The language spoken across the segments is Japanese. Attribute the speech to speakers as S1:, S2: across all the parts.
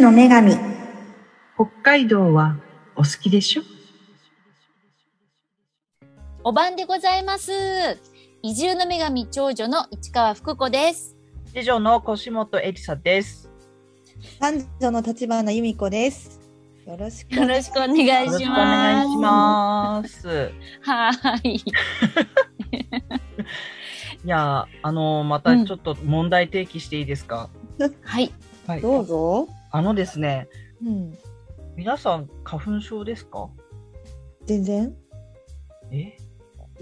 S1: の女神
S2: 北海道はお好きでしょ
S3: お晩でございます。移住の女神長女の市川福子です。
S4: 次女の腰本エリサです。
S5: 三女の立花由美子です。よろしく
S3: よろしくお願
S4: よ
S3: い
S4: ろ
S3: し
S4: しくお
S3: ま
S4: 願
S3: す。
S4: いします。
S3: はーい。
S4: いやー、あのーまたちょっと問題提起していいですか、
S3: はい。
S4: はい
S5: どうぞ。
S4: あのですね、
S5: うん、
S4: 皆さん花粉症ですか
S5: 全然。
S4: え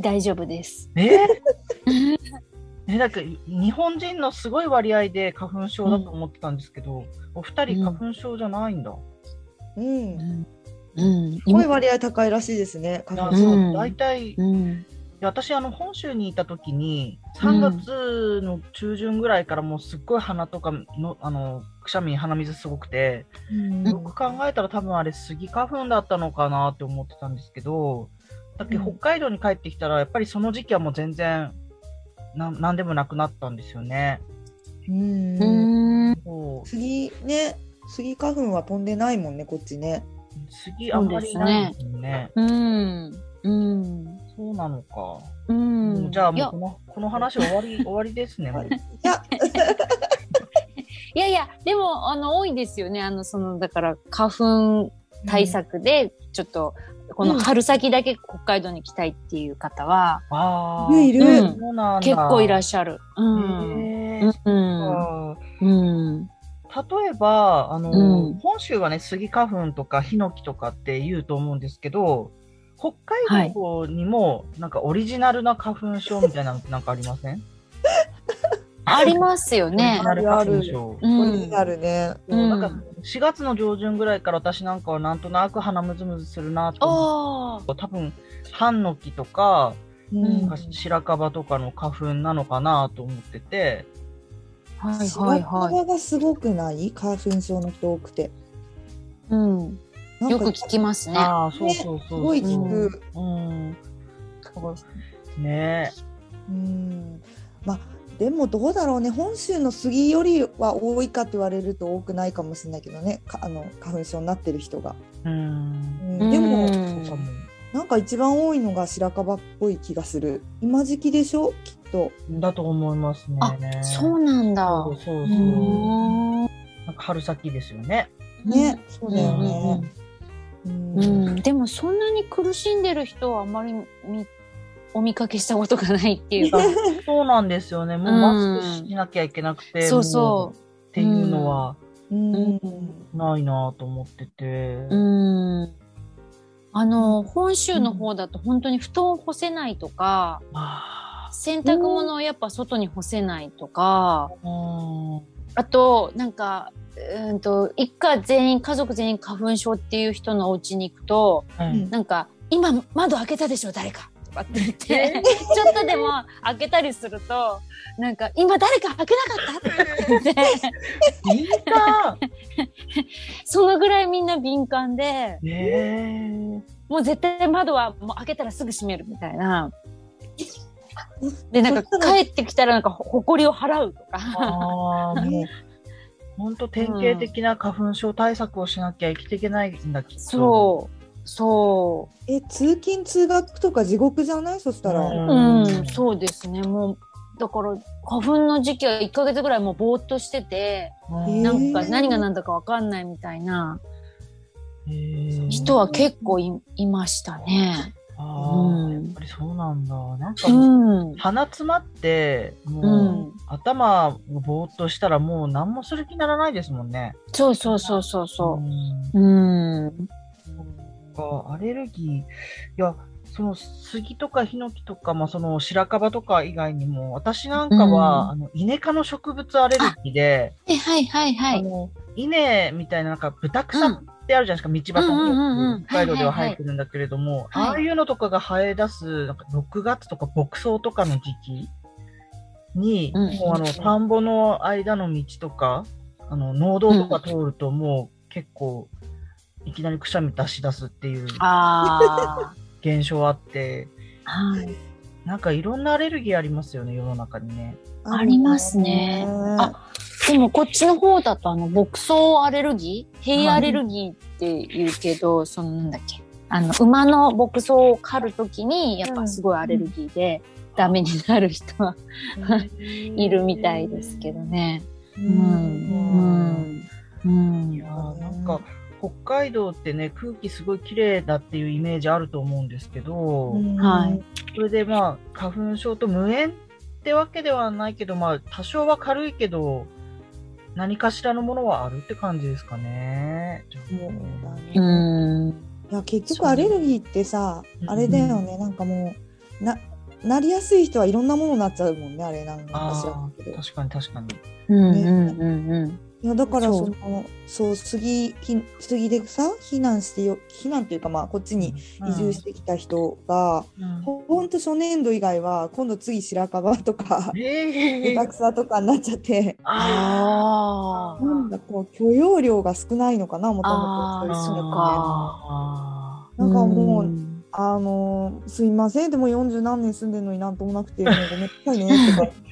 S3: 大丈夫です。
S4: ええなんか日本人のすごい割合で花粉症だと思ってたんですけど、お二人
S3: うん
S4: 花粉症じゃないんだ。
S5: うん。す
S3: うん。
S5: ごい割合高いらしいですね。花
S4: だ
S5: 粉
S3: う
S5: 症。
S3: ん
S4: いたい
S3: うん。
S4: いや私あの本州にいた時に
S3: うん
S4: 3月の中旬ぐらいからもうすっごい鼻とかのあのくしゃみ鼻水すごくて
S5: うん
S4: よく考えたら多分あれスギ花粉だったのかなって思ってたんですけどだっけ
S5: うん
S4: 北海道に帰ってきたらやっぱりその時期はもう全然なんなんでもなくなったんですよね。
S5: うん
S3: うん。
S4: そう
S5: 杉ね、杉花粉は飛んでないもんね、こっちね。
S4: スギあんまりいないんですよね。
S3: うん。うん。
S4: そうなのか。
S3: うん。
S4: じゃあ
S3: い
S4: もう
S3: や
S4: このこの話終わり終わりです ね。もう
S5: いや、
S3: いやいや、でも、あの、多いですよね。あの、その、だから、花粉対策で、ちょっと、この春先だけ北海道に来たいっていう方は、
S4: あ
S5: い
S4: あ。
S5: るいる。
S3: うん
S4: そうなんだ
S3: 結構いらっしゃる。う
S4: へ
S3: ん。
S4: ー
S3: うん。
S4: あ
S3: う
S4: ー
S3: ん。
S4: 例えば、あの、
S3: うん
S4: 本州はね、スギ花粉とかヒノキとかって言うと思うんですけど、北海道にも、なんかオリジナルな花粉症みたいなのってなんかありません
S3: ありますよ
S4: オリ
S3: ね
S4: ジ。ナル花粉症。
S3: う
S5: こ
S3: ん
S5: れになるね。
S3: うん
S4: なんか4月の上旬ぐらいから私なんかはなんとなく鼻むずむずするなと思っ
S3: あ
S4: て多分ハンノキとか
S5: うんん。
S4: 白樺とかの花粉なのかなと思ってて
S3: あ、はいはいは
S5: 幅がすごくない花粉症の人多くて。
S3: い。うん、
S5: なんか
S3: よく聞きますね。
S4: ああそうそうそう
S5: すごい聞く。
S4: うんね
S5: うん。まあ、でもどうだろうね。本州の杉よりは多いかって言われると多くないかもしれないけどね。かあの花粉症になってる人が。
S4: え。う。
S5: うんん、でも。
S3: うん
S4: そうかも
S5: なんか一番多いのが白樺っぽい気がする。今時期でしょ、きっと。
S4: だと思いますね。
S3: あそうなんだ。
S4: そう
S3: う
S4: そう
S3: ー
S4: そう。
S3: ん
S4: なんか春先ですよね。
S5: ね、そうだよ
S3: うん
S5: ね。う
S3: うんん、でもそんなに苦しんでる人はあまりみお見かけしたことがないっていうか
S4: そうなんですよね。もうマスクしなきゃいけなくて、
S3: そうそ
S4: もうっていうのは
S5: うん
S4: ないなと思ってて。
S3: う。うんあの本州の方だと本当に布団を干せないとか
S4: あ
S3: 洗濯物をやっぱ外に干せないとか、
S4: ーうん
S3: あとなんかうーんと一家全員家族全員花粉症っていう人のお家に行くと
S4: はい
S3: なんか「今窓開けたでしょ誰か」とかって言って ちょっとでも開けたりするとなんか「今誰か開けなかった?」って言 って
S4: 敏感。
S3: そのぐらいみんな敏感で
S4: ね え。
S3: もう絶対窓はもう開けたらすぐ閉めるみたいな。でなんか帰ってきたらなんかほほこりを払うとか。
S4: ああ、もう。本当典型的な花粉症対策をしなきゃ生きていけないんだきっと。
S3: そうそう
S5: え、通勤通学とか地獄じゃないそしたら。
S3: うん、そうですね。もう、だから、花粉の時期は1ヶ月ぐらいもうぼーっとしてて、
S4: うん。
S3: なんか
S5: へー
S3: 何が何だかわかんないみたいな
S4: へー
S3: 人は結構いいましたね。
S4: あ
S3: う
S4: あ、
S3: ん
S4: やっぱりそうなんだ。なんか
S3: う
S4: もう、
S3: ん。
S4: 鼻詰まって、もう、
S3: うん。
S4: 頭をぼーっとしたらもう何もする気にならないですもんね。
S3: そうそうそうそう
S4: う
S3: そ
S4: ん
S3: う。うん。
S4: なんかアレルギー、いや、その杉とかヒノキとか、まあ、その白樺とか以外にも、私なんかは、
S3: うん
S4: あのイネ科の植物アレルギーで、
S3: え、はいはいは
S4: あ
S3: い。
S4: のイネみたいななんかブタク
S3: う
S4: サ
S3: ん。
S4: ってあるじゃないですか、道端によく、
S3: うんうんうんうん
S4: 北海道では
S3: はい
S4: 生
S3: はいはい
S4: えてるんだけれども、
S3: はい
S4: ああいうのとかが生え出す、なんか6月とか牧草とかの時期に、
S3: うん
S4: もうあの、田んぼの間の道とか、あの、農道とか通ると、もう結構、いきなりくしゃみ出し出すっていう
S3: あ
S4: 現象あって、
S3: あ。はい。
S4: なんかいろんなアレルギーありますよね、世の中にね。
S3: ありますね
S5: あるね
S3: あ、でもこっちの方だとあの牧草アレルギーヘイアレルギーって言うけど、そのなんだっけあの馬の牧草を狩るときにやっぱすごいアレルギーでダメになる人は いるみたいですけどね。
S5: う
S3: うんうんうん
S4: いやーなんか北海道ってね空気すごい綺麗だっていうイメージあると思うんですけど、
S3: はい
S4: それでまあ花粉症と無縁ってわけではないけどまあ多少は軽いけど何かしらのものはあるって感じですかね。
S5: そうだね
S3: うん
S5: いや結局アレルギーってさ、あれだよねなんかもうななりやすい人はいろんなものになっちゃうもんねあれなんか知ら
S4: あ
S5: んけ
S4: ー
S5: ど
S4: 確かに確かに。
S3: うんうんうんうん
S5: いやだから
S3: そ
S5: そうのそう杉ひ杉でさ避難してよ避難というかまあこっちに移住してきた人が、
S4: うん
S5: ほほんと初年度以外は今度次白樺とか
S4: ええ
S5: 下手くさとかになっちゃって
S4: あ
S3: あー
S5: なんだこう許容量が少ないのかなもと
S3: あ
S5: もと
S3: ー
S5: 一緒
S3: そう
S5: だ
S3: か
S4: あ
S5: なんかもう
S3: うん
S5: あのーすいませんでも40何年住んでるのになんともなくてもうごめんなさいねとか
S4: ー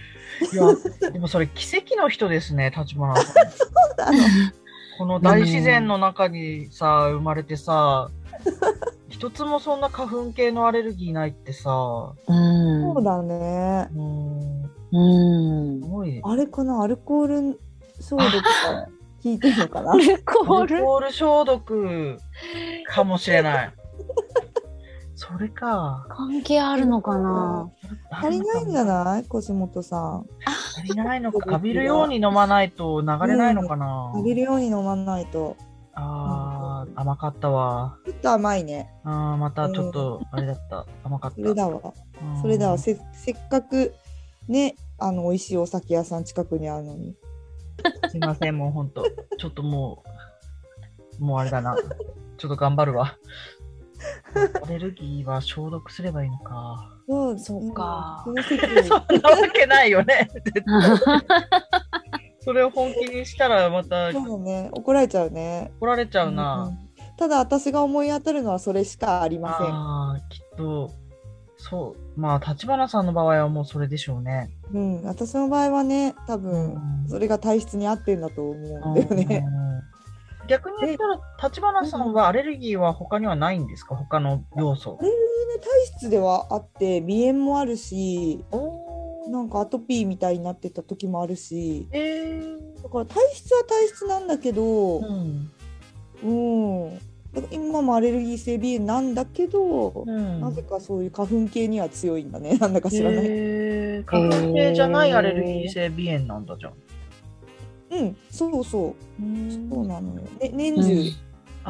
S4: いやでもそれ奇跡の人ですね立花さん。
S5: あの
S4: この大自然の中にさ、生まれ てさ、一つもそんな花粉系のアレルギーないってさ、
S3: うん
S5: そうだね
S4: うーん、
S3: うん
S4: すごい。
S5: あれかなアルコール消毒が効いてるのかな
S3: アルコ
S4: ア
S3: ー
S4: ル
S3: ル
S4: コール消毒かもし れない。それか。
S3: 関係あるのかな
S5: 足りないんじゃ
S4: い
S5: ない腰元さん
S4: 足りないのか。浴びるように飲まないと流れないのかな。
S5: 浴びるように飲まないと
S4: あー、甘かったわ。
S5: ちょっと甘いね
S4: あーまたちょっと、あれだった。甘かった。
S5: それだわ
S4: うん
S5: それだわせせっかくねあの美味しいお酒屋さん近くにあるのに
S4: すいません、もう本当、ちょっともう、もうあれだな、ちょっと頑張るわ。アレルギーは消毒すればいいのか。
S5: そう
S3: そうか
S5: んその席
S4: そ
S5: を
S4: んなわけないよね。それを本気にしたらまた
S5: そうだね怒られちゃうね
S4: 怒られちゃう
S5: う
S4: な。
S5: んただ私が思い当たるのはそれしかありません
S4: ああ、きっと、そう、まあ、立花さんの場合はもうそれでしょうね。
S5: うん、私の場合はね多分
S4: うん
S5: それが体質に合ってんだと思うんだよね。
S4: うん逆に言ったら、立花さんはアレルギーは他にはないんですか他の要素。
S5: 体質ではあって鼻炎もあるしなんかアトピーみたいになってた時もあるし
S4: えー
S5: だから体質は体質なんだけど、
S4: うん
S5: うんだから今もアレルギー性鼻炎なんだけど、
S4: うん
S5: なぜかそういう花粉系には強いんだねなんだか知らない。
S4: へー花粉系じゃないアレルギー性鼻炎なんだじゃん。
S5: うんそうそうそうなのよ。ね、年中、
S3: うん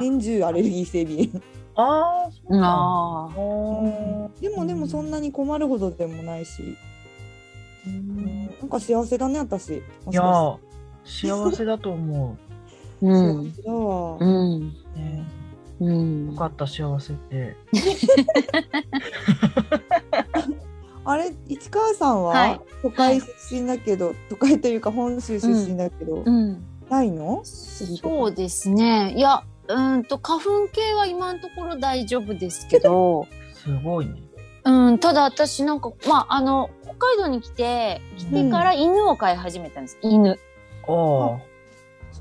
S5: 年中アレルギー性鼻炎。
S4: ああ、そう
S3: うん
S4: な
S3: あー
S4: の。
S5: でもでもそんなに困るほどでもないし、うんなんか幸せだね私。も
S4: い
S5: し
S4: や
S5: か
S4: ー、幸せだと思
S5: して
S3: う
S5: 幸
S3: ん
S5: せだわ。
S3: うん
S4: う。 ね
S3: うん
S4: よかった、幸せって。
S5: あれ市川さんは、
S3: はい
S5: 都会出身だけど、都会というか本州出身だけど、
S3: うん
S5: ないの？
S3: そうですね。いや、うーんと花粉系は今のところ大丈夫ですけど、
S4: すごいね。
S3: うん、ただ私なんかまああの北海道に来て来てから犬を飼い始めたんです。犬。
S4: ああ、
S5: そ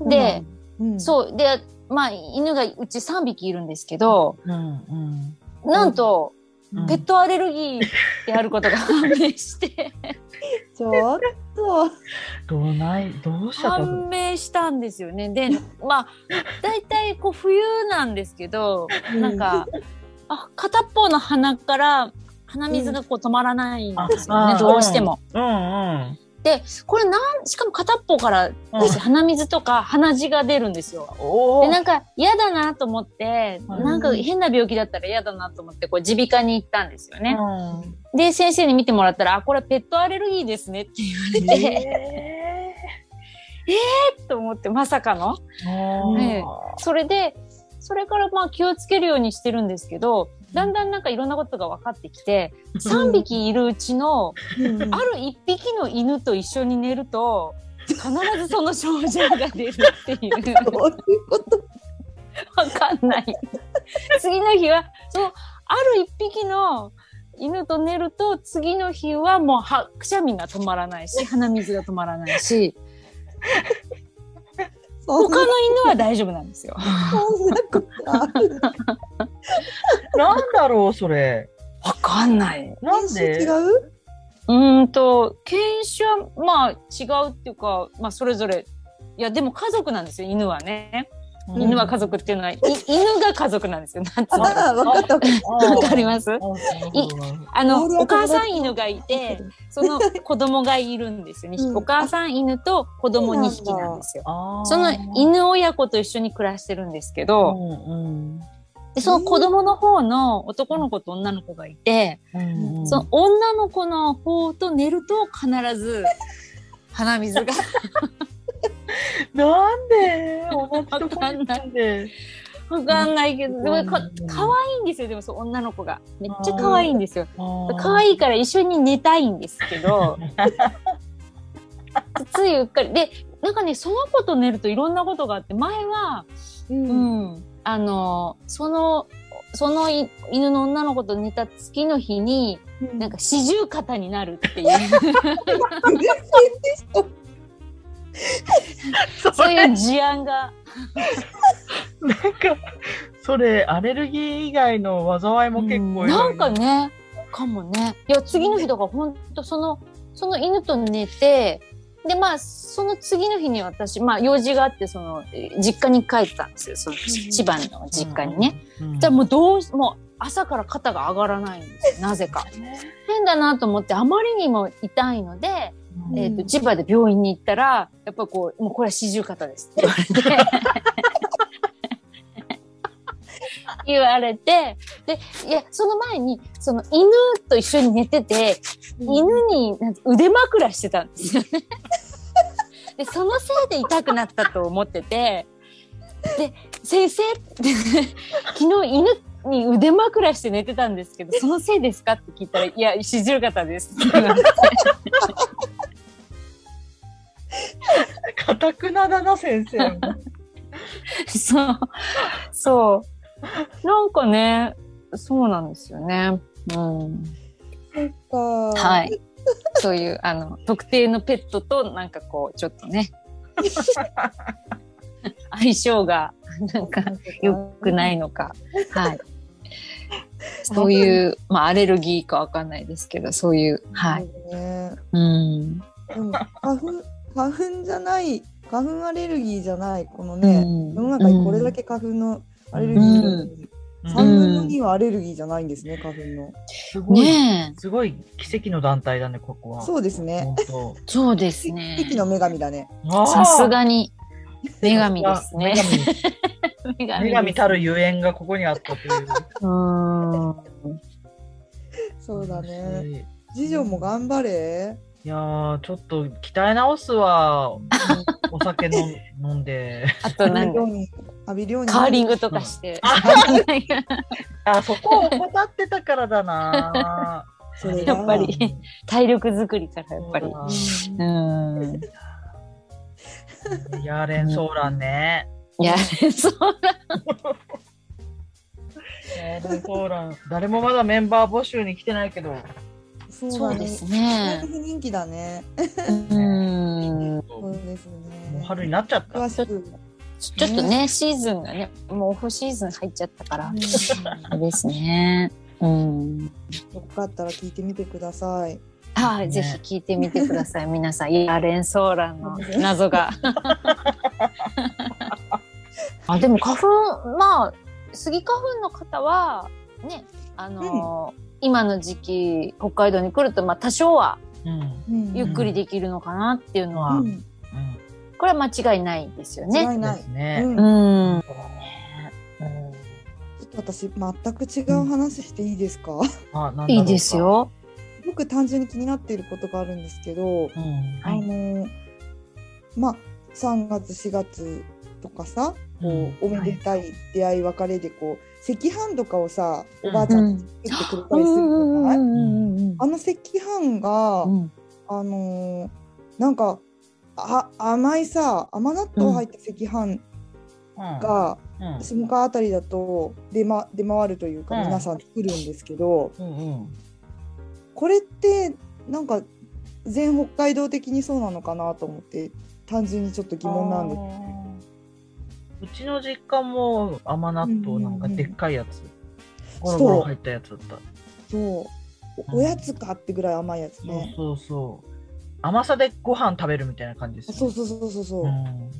S5: うなの
S3: で、
S5: うん、
S3: そうでまあ犬がうち3匹いるんですけど、
S4: うん
S3: なんと、
S4: うん。
S3: ペットアレルギーであることが 判明して
S5: ちょっと
S4: どうない、どうしちゃったの
S3: 判明したんですよね。で、まあ、大体こう冬なんですけど、なんか、あ、片っぽの鼻から鼻水がこう止まらないんですよね、
S4: ああ
S3: どうしても。
S4: うんうん。
S3: で、これなん、しかも片っぽから私鼻水とか鼻血が出るんですよ。
S4: お
S3: で、
S4: お。
S3: なんか嫌だなと思って、
S4: はい
S3: なんか変な病気だったら嫌だなと思って、こう耳鼻科に行ったんですよね。
S4: うん
S3: で、先生に見てもらったら、あ、これペットアレルギーですねって言われて、
S4: え
S3: と思って、まさかの。
S4: ーあ
S3: ええそれで、それからまあ気をつけるようにしてるんですけど、だんだんなんかいろんなことが分かってきて、3匹いるうちの、
S5: うんうん
S3: ある1匹の犬と一緒に寝ると、必ずその症状が出るっていう。
S5: どういうこと？
S3: わかんない。次の日は、その、ある一匹の犬と寝ると、次の日はもうは、くしゃみが止まらないし、鼻水が止まらないし、
S5: そん
S3: 他
S5: な
S3: の犬は大丈夫なんですよ。
S5: そんなことある
S4: なんだろう、それ。
S3: わかんない。
S4: なん
S5: 違
S4: で
S5: う
S3: うーんと、犬種はまあ違うっていうか、まあそれぞれ。いや、でも家族なんですよ、犬はね。
S5: ん
S3: 犬は家族っていうのは、い犬が家族なんですよ、なんつう
S5: あ
S3: の。わ
S5: あ、分かった。
S3: かりますいあの、お母さん犬がいて、その子供がいるん ですよね。
S5: うん
S3: お母さん犬と子供2匹なんですよ。そ
S4: そ
S3: の犬親子と一緒に暮らしてるんですけ
S4: う
S3: ど、
S4: ん
S3: でその子供の方の男の子と女の子がいて、
S4: うんうん
S3: その女の子の方と寝ると必ず鼻水が
S4: なんで同じとこにいたんで
S3: わかんないけど、でもか
S4: うん
S3: 可愛いんですよ、でもそう女の子が。めっちゃ可愛いんですよ。可
S4: 可
S3: 愛いから一緒に寝たいんですけ どついうっかりでなんかねその子と寝るといろんなことがあって前は、
S5: う。
S3: うんんあのそのそのい犬の女の子と寝た月の日になんか四十肩になるっていう そういう事案が
S4: なんかそれアレルギー以外の災いも結構いろ
S3: ない
S4: ろ
S3: んかねかもねいや次の日だから本当そのその犬と寝てでまあその次の日に私まあ用事があってそのえー実家に帰ったんですよその
S5: う
S3: ち
S5: ん
S3: 千葉の実家にね。
S4: うん。うん
S3: じゃあもうどうしもう朝から肩が上がらないんですよなぜか。変だなと思ってあまりにも痛いので、
S4: うん
S3: えー、と千葉で病院に行ったらやっぱこう「もうこれは四十肩です」って言われて 言われてでいやその前にその犬と一緒に寝てて犬になんて腕枕してたんですよね。でそのせいで痛くなったと思っててで「先生」 って昨日犬に腕枕して寝てたんですけどそのせいですかって聞いたら「いや四十肩です」って言われて
S4: かたくなだな先生。
S3: そう。そう。なんかね、そうなんですよね。うん。
S5: は
S3: はい。そういう、あの、特定のペットと、なんかこう、ちょっとね、 相性が、なんか、良くないのか。はい。そういう、まあ、アレルギーかわかんないですけど、そういう、はい。。
S5: ね
S3: うん。
S5: でも花粉 花粉じゃない花粉アレルギーじゃないこの
S3: う
S5: ね、
S3: ん
S5: 世の中にこれだけ花粉のアレルギーがいるのに、3
S4: うん
S5: 分の2はアレルギーじゃないんですね花粉の、
S4: すごい
S3: ねえ、
S4: すごい奇跡の団体だねここは。
S5: そうですね
S4: 本
S3: そうですね
S5: 奇。跡の女神だね
S4: 当あー
S3: さすがに、女神ですね。女
S4: 女神女
S3: です
S4: 神たるゆえんがここにあったという。
S3: うーん。
S5: そうだね
S4: ね。
S5: 次女も頑張れ
S4: いやーちょっと鍛え直すわ。お 酒の飲んで。
S3: あとなんか、
S5: 浴びるように
S3: カーリングとかして。
S4: あそこを怠ってたからだ な。
S5: それが
S3: やっぱり 体力作りからやっぱり。
S4: そう
S3: うーん。
S4: だいやー連想欄ね。
S3: いや、そう
S4: ね連想欄誰もまだメンバー募集に来てないけど。
S5: んそう
S3: そ
S5: だ
S3: う
S5: ね
S3: です
S5: だい
S3: ね。
S5: ぶ人気だね
S3: うーん。
S5: そう
S4: も
S5: ですね
S4: う春になっちゃった。
S5: 詳しく
S3: ちょっとね、シーズンがね、もうオフシーズン入っちゃったから。あれですね。うん。
S5: よかったら聞いてみてください
S3: はい、
S4: ね
S3: ぜひ聞いてみてください、皆さん。いや、連想欄の 謎が。あ、でも花粉、まあ、スギ花粉の方は、ね、あのー今の時期、北海道に来ると、まあ、多少は
S4: うん。
S5: うん
S3: ゆっくりできるのかなっていうのは、
S5: うん
S4: うん。
S3: これは間違いないですよね。
S5: 間違い
S4: で
S5: ない
S4: すね。
S5: うん
S3: うん。
S5: ちょっと私全く違う話していいですか、
S4: あなんだろうか
S3: いいです。よ。
S5: 僕単純に気になっていることがあるんですけど、
S4: うん。
S5: あのまあ3月4月とかさこう、おめでたい出会い別れでこう赤飯とかをさおばあちゃんと作ってくれたりするじゃない、
S3: うんうん
S5: あの赤飯が、
S3: うん
S5: あのなんかあ甘いさ甘納豆入った赤飯
S4: うん、
S5: が、
S4: うん
S5: 下川あたりだと出,、ま、出回るというか、
S4: うん
S5: 皆さん作るんですけど、
S4: うんうん。
S5: これってなんか全北海道的にそうなのかなと思って単純にちょっと疑問なんです。
S4: うちの実家も甘納豆なんかでっかいやつ、ゴ
S5: うんうんうん
S4: ロゴロ入ったやつだった。
S5: そうおおやつかってぐらい甘いやつ
S4: そう
S5: ね。
S4: そうそう。甘さでご飯食べるみたいな感じです
S5: そ
S4: よ
S5: う
S4: ね。
S5: そうそうそうそう。
S4: うん
S5: うん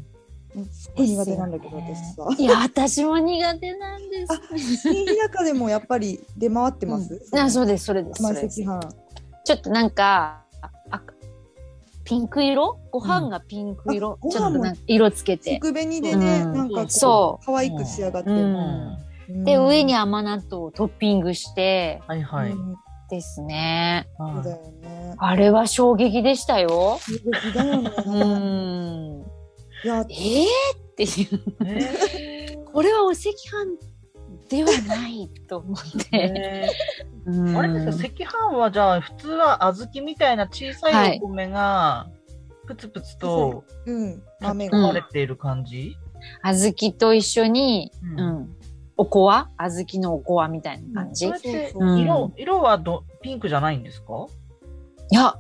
S5: すっごい苦手なんだけど私さ。
S3: いや、私も苦手なんで
S5: あ
S3: す。
S5: 新日中でもやっぱり出回ってます。
S3: うんあ、そう
S5: う。
S3: です、それです。そ
S5: 甘い
S3: れです
S5: 赤飯。
S3: ちょっとなんか、あピンク色ご飯がピンク色、
S5: うんあ
S3: ちょっとなんか色つけて。
S5: 食紅でね、
S3: うん
S5: なんかこう
S3: そ
S5: 可愛く仕上がってる。
S3: う
S4: うんん。
S5: うん
S3: で、上に甘納豆をトッピングして
S4: はいはい。
S5: うん
S3: ですね。
S5: そう
S4: は
S5: だ
S4: い
S5: よね。
S3: あれは衝撃でしたよ。
S5: 衝撃だよね。
S3: うん。
S5: いや
S3: えー、っていう。
S4: ね
S3: これはお赤飯ではないと思って。
S4: ね
S3: うん
S4: あれですよ、赤飯はじゃあ、普通は小豆みたいな小さいお米が、プツプツと
S5: うん、
S4: 炊
S5: 豆
S4: き込
S5: が。
S4: まれている感じ、
S3: 小豆と一緒に、
S4: うん
S3: うん、おこわ小豆のおこわみたいな感じ、
S5: うん
S3: い
S4: それって
S5: そうそう
S4: 色色はどピンクじゃないんですか
S3: や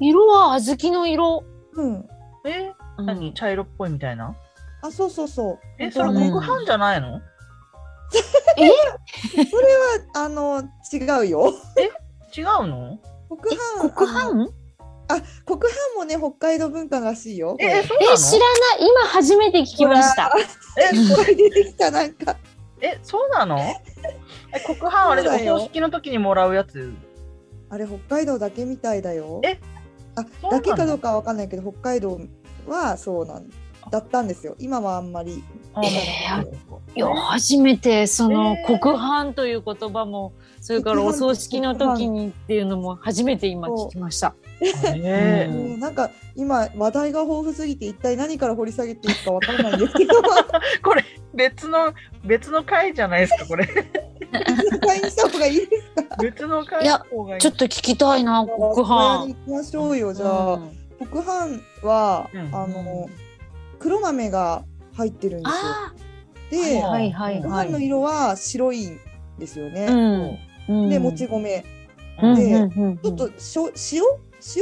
S3: 色は小豆の色、
S5: うん。
S4: え
S3: うん
S4: 何茶色っぽいみたいな
S5: あ、そうそうそう。
S4: えそれ
S5: 本当だ
S3: うん
S5: ね
S4: 黒飯じゃないの、
S5: それはあの違うよ。
S4: 違うの
S5: 黒
S3: え
S5: 飯。
S3: 黒
S5: あ
S3: 飯
S5: のあ、黒飯もね北海道文化らしいよ。
S4: え
S5: これ
S4: そうなの
S3: え知らない今初めて聞きました
S4: え
S5: これ出てきたなんか。
S4: えそうな のえ黒飯あれ
S5: そうだよ
S4: お葬式の時にもらうやつ
S5: あれ北海道だけみたいだよ。
S4: え
S5: あ
S4: そうな
S5: だ
S4: の
S5: けかどうかはわかんないけど北海道はそうなんだったんですよ。今はあんまり。
S4: あ
S3: えい
S4: な
S3: や
S4: るほど
S3: 初めてその
S4: えー
S3: 黒飯という言葉もそれからお葬式の時にっていうのも初めて今聞きました
S4: えー
S3: うん
S5: もうなんか今話題が豊富すぎて一体何から掘り下げていいかわからないんですけ ど
S4: これ別の別の回じゃないですかこ れ
S5: 買いにした方がいいですか
S4: 別の回
S3: いや
S4: の方がいい
S3: ちょっと聞きたいな黒
S5: これ
S3: 飯
S5: に行きましょうよじゃあ、
S3: うん
S5: 黒飯は、
S4: うん
S5: あの黒豆が入ってるんですよ
S3: あ
S5: で、
S3: ーはいはい
S5: ご
S3: は
S5: 飯の
S3: い
S5: 色は白いんですよね、
S3: うんうん
S5: でもち米、
S3: うん
S5: で
S3: うんうんうん
S5: ちょっとしょ塩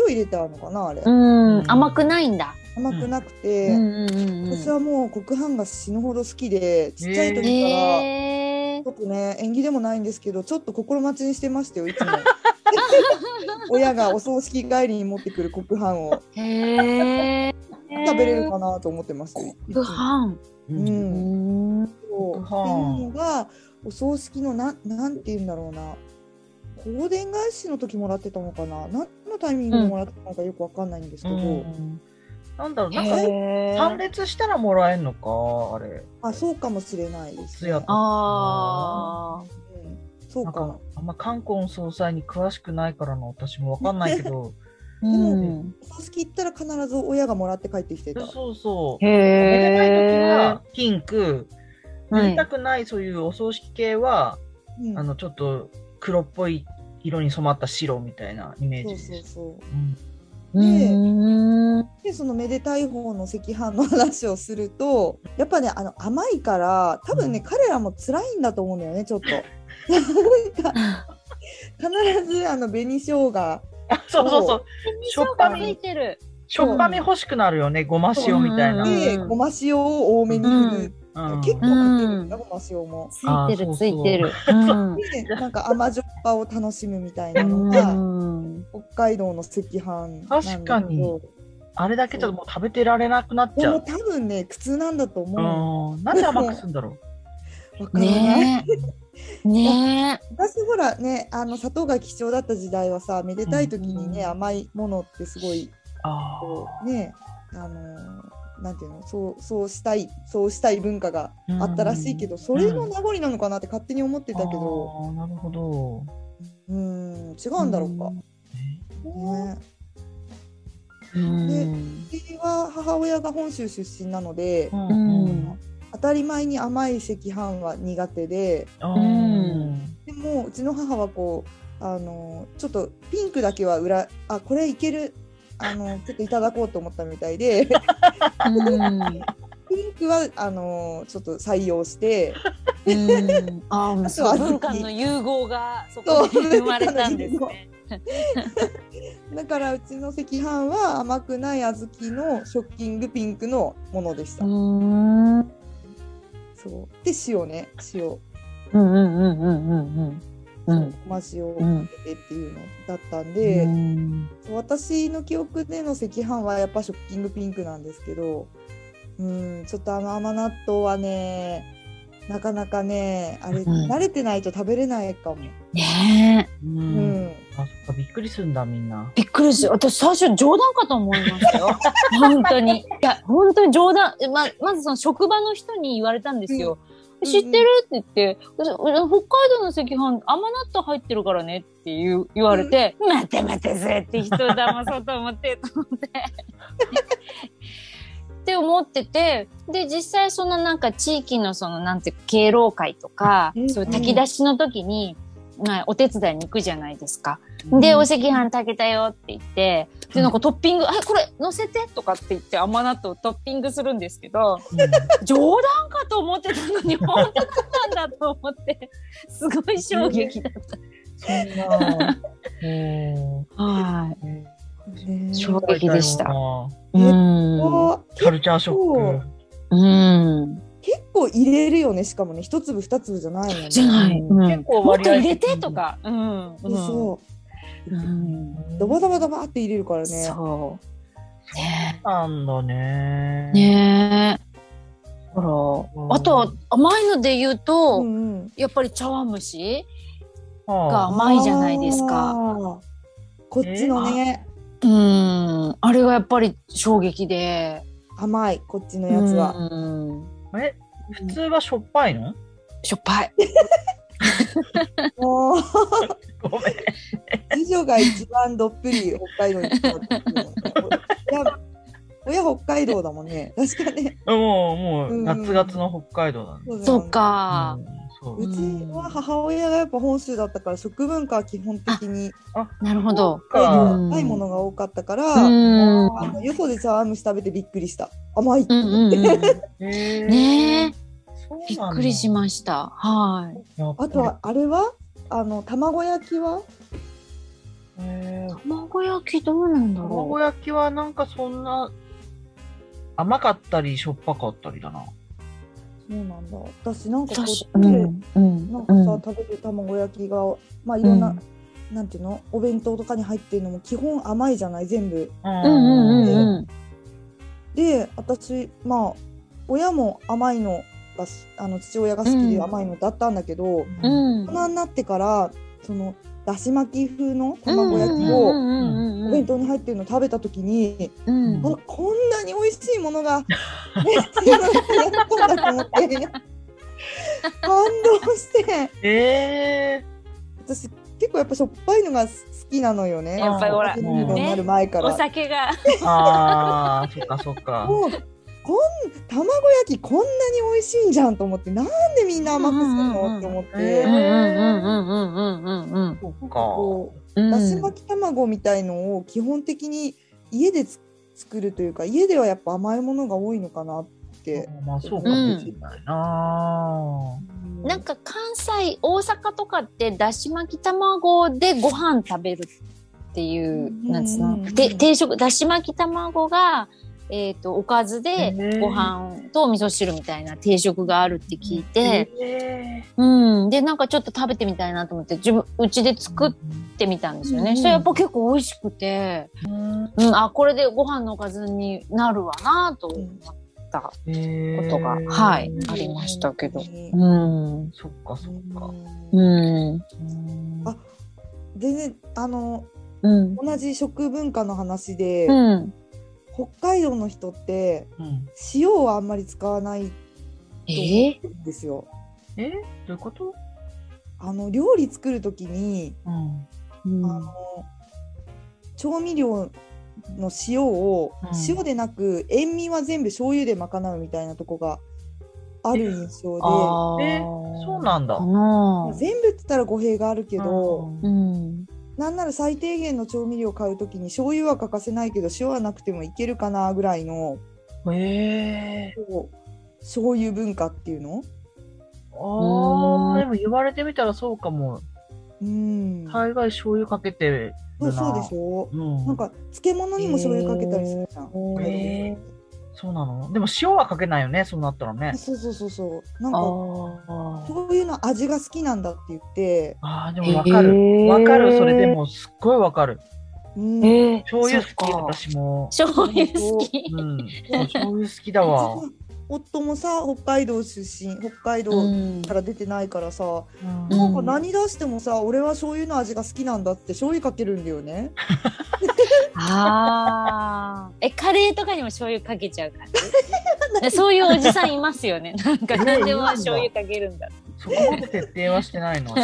S5: 塩入れてあるのかなあれ、
S3: うん、
S4: うん
S3: 甘くないんだ。
S5: 甘くなく
S3: う
S5: て、
S3: んうんうん
S5: 私はもう黒飯が死ぬほど好きでちっちゃい時から、
S3: へえ
S5: ちょっとね縁起でもないんですけどちょっと心待ちにしてましたよいつ も親がお葬式帰りに持ってくる黒飯を
S3: へえ。
S5: 食べれるかなと思ってますよいつ
S3: ご
S5: も
S3: 飯。
S5: う
S4: うん
S3: うんん。
S5: そうって
S4: はあ
S5: いうのがお葬式のなんなんて言うんだろうな香典返しの時もらってたのかな何のタイミングでもらってたのかよくわかんないんですけど、
S4: うんなんだろうなんか
S3: へ
S4: 参列したらもらえるのかあれ
S5: あそうかもしれないです、
S4: 通夜と
S3: ああ。
S5: うんそう
S4: なん
S5: か
S4: か
S5: も
S4: あんま冠婚葬祭に詳しくないからの私もわかんないけ ど
S3: う
S5: も
S3: ん。
S5: お葬式行ったら必ず親がもらって帰ってきてた
S4: そうそう
S3: へ
S4: おめでたい時
S3: え
S4: は。ピンク
S3: は
S4: や
S3: い
S4: りたくないそういうお葬式系は、
S5: うん
S4: あのちょっと黒っぽい色に染まった白みたいなイメー
S5: そ
S4: ジ
S5: う
S4: で
S5: そう
S4: す。
S5: そう
S4: うん
S3: うん。
S5: でそのめでたい方の赤飯の話をするとやっぱねあの甘いから多分ね、
S4: うん
S5: 彼らも辛いんだと思うんだよねちょっと必ずあの紅生姜
S4: あそうそうそう。しょっぱ
S3: 味噌がつい
S4: み、
S3: てる。
S4: しょっぱみ欲しくなるよね。ごま塩みたいな。
S3: うん
S5: で、ごま塩を多めに振る、
S4: うん
S5: 結構かけるんだ、ごま塩も。
S3: ついて
S4: あーそうそ
S3: る
S4: う
S3: ついてる。うん
S5: でなんか甘じょっぱを楽しむみたいなの
S3: う
S5: が
S3: ん。
S5: 北海道の赤飯なんだけど
S4: 確かにあれだけちょっともう食べてられなくなっち
S5: で
S4: ゃ
S5: も
S4: う。
S5: 多分ね苦痛なんだと思うの
S4: うん、なんで甘くするんだろ
S5: わからない、
S3: ねえ。ねえ。
S5: 昔ほらねあの砂糖が貴重だった時代はさめでたい時にね、
S4: うん。
S5: 甘いものってすごいう
S4: あ
S5: こうねあのーなんていうのそうそうしたいそうしたい文化があったらしいけど、それの名残なのかなって勝手に思って
S4: あ。
S5: たけど、
S4: あーなるほど。
S5: うん違うんだろうか。ね、
S3: うん。
S5: うちは母親が本州出身なので、
S4: うん
S3: うん。
S5: 当たり前に甘い赤飯は苦手で
S4: うん
S5: でもうちの母はこうあのーちょっとピンクだけは裏あこれいけるあのーちょっといただこうと思ったみたい で。
S3: うん。
S5: ピンクはあのーちょっと採用して、
S3: うん、ああ、
S5: あと
S3: そう
S5: は
S3: 文化の融合がそこで生まれたんですね。
S5: だからうちの赤飯は甘くない小豆のショッキングピンクのものでした。
S3: ん。うん
S5: そうで塩ね塩、
S3: うんうんうんうんう
S5: そ
S3: ん
S5: うごま塩をかけてっていうのだったんで、
S3: うん。
S5: 私の記憶での赤飯はやっぱショッキングピンクなんですけどうんちょっとあの甘納豆はねなかなかねあれ、
S3: うん
S5: 慣れてないと食べれないかも。
S3: ねえ。
S4: う。
S5: うんん
S4: あ、そっか、びっくりするんだ、みんな。
S3: びっくりし私最初冗談かと思いまし たよ。本当に。いや、本当に冗談。ま、まずその職場の人に言われたんですよ。
S5: うん
S3: 知ってるって言って、私俺北海道の赤飯、甘納豆入ってるからねって言う言われて、待て待てぜって人を騙そうと思って、と思って。 って思ってて、で、実際そのなんか地域のそのなんていうか敬老会とか、
S5: うん
S3: そういう
S5: うん
S3: 炊き出しの時に、まあ、お手伝いに行くじゃないですか。で、お赤飯炊けたよって言って、で、なんかトッピング、あ、これ乗せてとかって言って甘納豆をトッピングするんですけど、冗談かと思ってたのに、本当なんだと思って、すごい衝撃だっ
S4: そんな。お
S3: た。はい。
S5: ね
S3: 衝撃でした。う。
S5: うんこう
S4: カルチャーショック。
S3: うん。
S5: 結構入れるよねしかもね一粒二粒じゃないのね
S3: じゃない。
S4: うん
S3: うん
S4: 結構
S3: もっ
S4: 割
S3: と
S4: 合
S3: 入れてとか。うん。うん
S5: そうそ
S3: うん。
S5: うドバドバドバって入れるからね
S3: そう。ね
S4: なんだね
S3: え。。ねえ。ほら。あと、甘いので言うと、
S5: んうん
S3: やっぱり茶碗蒸しが
S4: は
S3: 甘いじゃないですか。
S5: あーこっちのね
S3: うん。あれがやっぱり衝撃で。
S5: 甘いこっちのやつは
S3: うん。
S4: あえ、普通はしょっぱいの
S3: しょっぱい。
S5: もう
S4: ごめん。
S5: 次女が一番どっぷり北海道に来たっていうのは親親北海道だもんね確かね
S4: もう、も
S5: う
S4: う、
S5: ん
S4: ガツガツの北海道だね。
S5: そうだよね
S3: そうか
S4: う。んそう
S5: うちは母親がやっぱ本州だったから食文化は基本的に
S3: なるほど。
S5: 北海道
S4: か
S5: はないものが多かったから、
S3: うん。
S5: あのよそで茶碗蒸し食べてびっくりした甘いって、
S3: うんうんうん。
S4: へー
S3: ねえ。
S4: そうなん
S3: びっ
S4: だ
S3: くりしました。はい。
S4: やっぱ
S5: あ
S4: り
S5: とはあれはあの卵焼きは
S4: へー
S3: 卵焼きどうなんだろ
S4: 卵焼きはなんかそんな甘かったりしょっぱかったりだな。
S5: そうなんだ私なん
S3: う。
S5: かこ
S3: 確
S5: っ
S3: か
S5: ち
S3: う
S5: で、
S3: んうん
S5: なん
S3: う
S5: かさ、
S3: ん。
S5: 食べる卵焼きがまあいろんな、
S3: うん
S5: なんていうのお弁当とかに入ってるのも基本甘いじゃない全部
S4: う
S3: うんうんうん
S4: ん
S3: うん。
S5: で私まあ親も甘いのがすあの父親が好きで
S3: うん
S5: 甘いのだったんだけど、
S3: うん。
S5: 大人になってからそのだし巻き風の
S3: うん
S5: 卵焼き
S3: う
S5: を
S3: んうんうん
S5: お
S3: う
S5: 弁
S3: ん
S5: 当に入ってるの食べた時に、
S3: うん
S5: あこんなに美味しいものがねっていうのがやったんだと思って感動して
S4: ええ
S5: 私結構やっぱしょっぱいのが好きなのよね。
S3: やっぱりほら
S5: 大人になる前から、
S3: お酒が。
S4: ああ、そっかそっ か。
S5: もうこん卵焼きこんなに美味しいんじゃんと思ってなんでみんな甘くする
S3: うんうん
S5: の
S3: うん
S5: って思っ
S4: え
S3: うん
S5: て、
S3: うんうんうんうんうんうん
S4: そっか。
S5: こう
S3: うん。
S5: だし巻き卵みたいのを基本的に家でつ作るというか家ではやっぱ甘いものが多いのかなって。
S4: まあそうかもしれないな。
S3: なんか関西大阪とかってだし巻き卵でご飯食べるっていう
S5: うん
S3: なんつう
S5: う
S3: の
S5: ん
S3: て定食だし巻き卵が、えー、とおかずで
S4: うん
S3: ご飯とお味噌汁みたいな定食があるって聞いて、
S4: え
S3: うん、でなんかちょっと食べてみたいなと思って自分うちで作ってみたんですよ
S5: う
S3: ね。
S5: ん
S3: それやっぱ結構美味しくて、うん、あこれでご飯のおかずになるわなと思ったこ
S4: え
S3: とが、はいありましたけど。
S5: う
S3: うん
S4: そっかそっ
S5: ん
S4: か。
S3: うん
S5: あ全然あの
S3: うん
S5: 同じ食文化の話で、
S3: うん
S5: 北海道の人って
S4: うん
S5: 塩はあんまり使わないん
S3: えー
S5: ですよ。
S4: えどういうこと？
S5: あの料理作る時に
S4: うん
S3: うん
S5: あの調味料の塩を、
S4: うん
S5: 塩でなく塩味は全部醤油で賄うみたいなとこがある印象
S3: あー
S4: えそうなんだ
S3: か。な
S5: で全部って言ったら語弊があるけど、
S3: うん
S5: なんなら最低限の調味料買う時に醤油は欠かせないけど塩はなくてもいけるかなぐらいの
S4: うん。ええ。
S5: こう醤油文化っていうの
S4: あ
S3: うん
S4: あ、でも言われてみたらそうかも。
S5: うん。
S4: 大概醤油かけてる
S5: そう
S4: な。
S5: そうでしょ。
S4: うん、
S5: なんか漬物にも醤油かけたりするじゃん。
S4: へーそうなのでも塩はかけないよね、そうなったらね。
S5: そうそうそうそう。なん
S3: あ
S5: かこういうの味が好きなんだって言って、
S4: ああ、で
S3: あ。
S4: もわかる。
S3: る
S4: わかる、それで。もすっごいわかる。
S5: うん、
S3: えー、
S4: 醤油好き、
S3: そっか
S4: 私も。
S3: 醤油好き。
S4: うん、醤油好きだわ。
S5: うちの夫もさ北海道出身北海道
S3: うん
S5: から出てないからさ、
S4: うん
S3: うん
S5: なんか何出してもさ俺は醤油の味が好きなんだって醤油かけるんだよね。
S3: ああ。え、カレーとかにも醤油かけちゃう感じそういうおじさんいますよね。なんか何でも醤油かけるんだ。
S4: そこまで徹底はしてないの。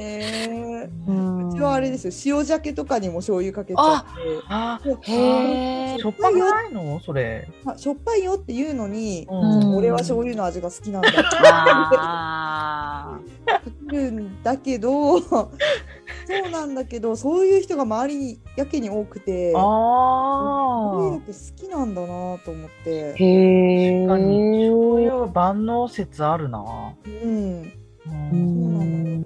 S5: えー
S3: うん
S5: うちはあれですよ塩鮭とかにも醤油かけちゃ
S3: あ
S4: あ
S5: って
S3: へえ
S4: ー、し。ょっぱくないのそれ。
S5: あしょっぱいよって言うのに、
S3: うん
S5: 俺は醤油の味が好きなんだって
S3: あ
S5: 言うんだけどそうなんだけどそういう人が周りにやけに多くて
S4: あ
S5: 醤
S4: あ
S5: 油。だけ好きなんだなと思って
S3: ー。。へ
S4: 確かに醤
S3: え。
S4: 油は万能説あるな。
S5: うん
S4: う
S3: うん
S5: そうなの
S3: ん
S5: よ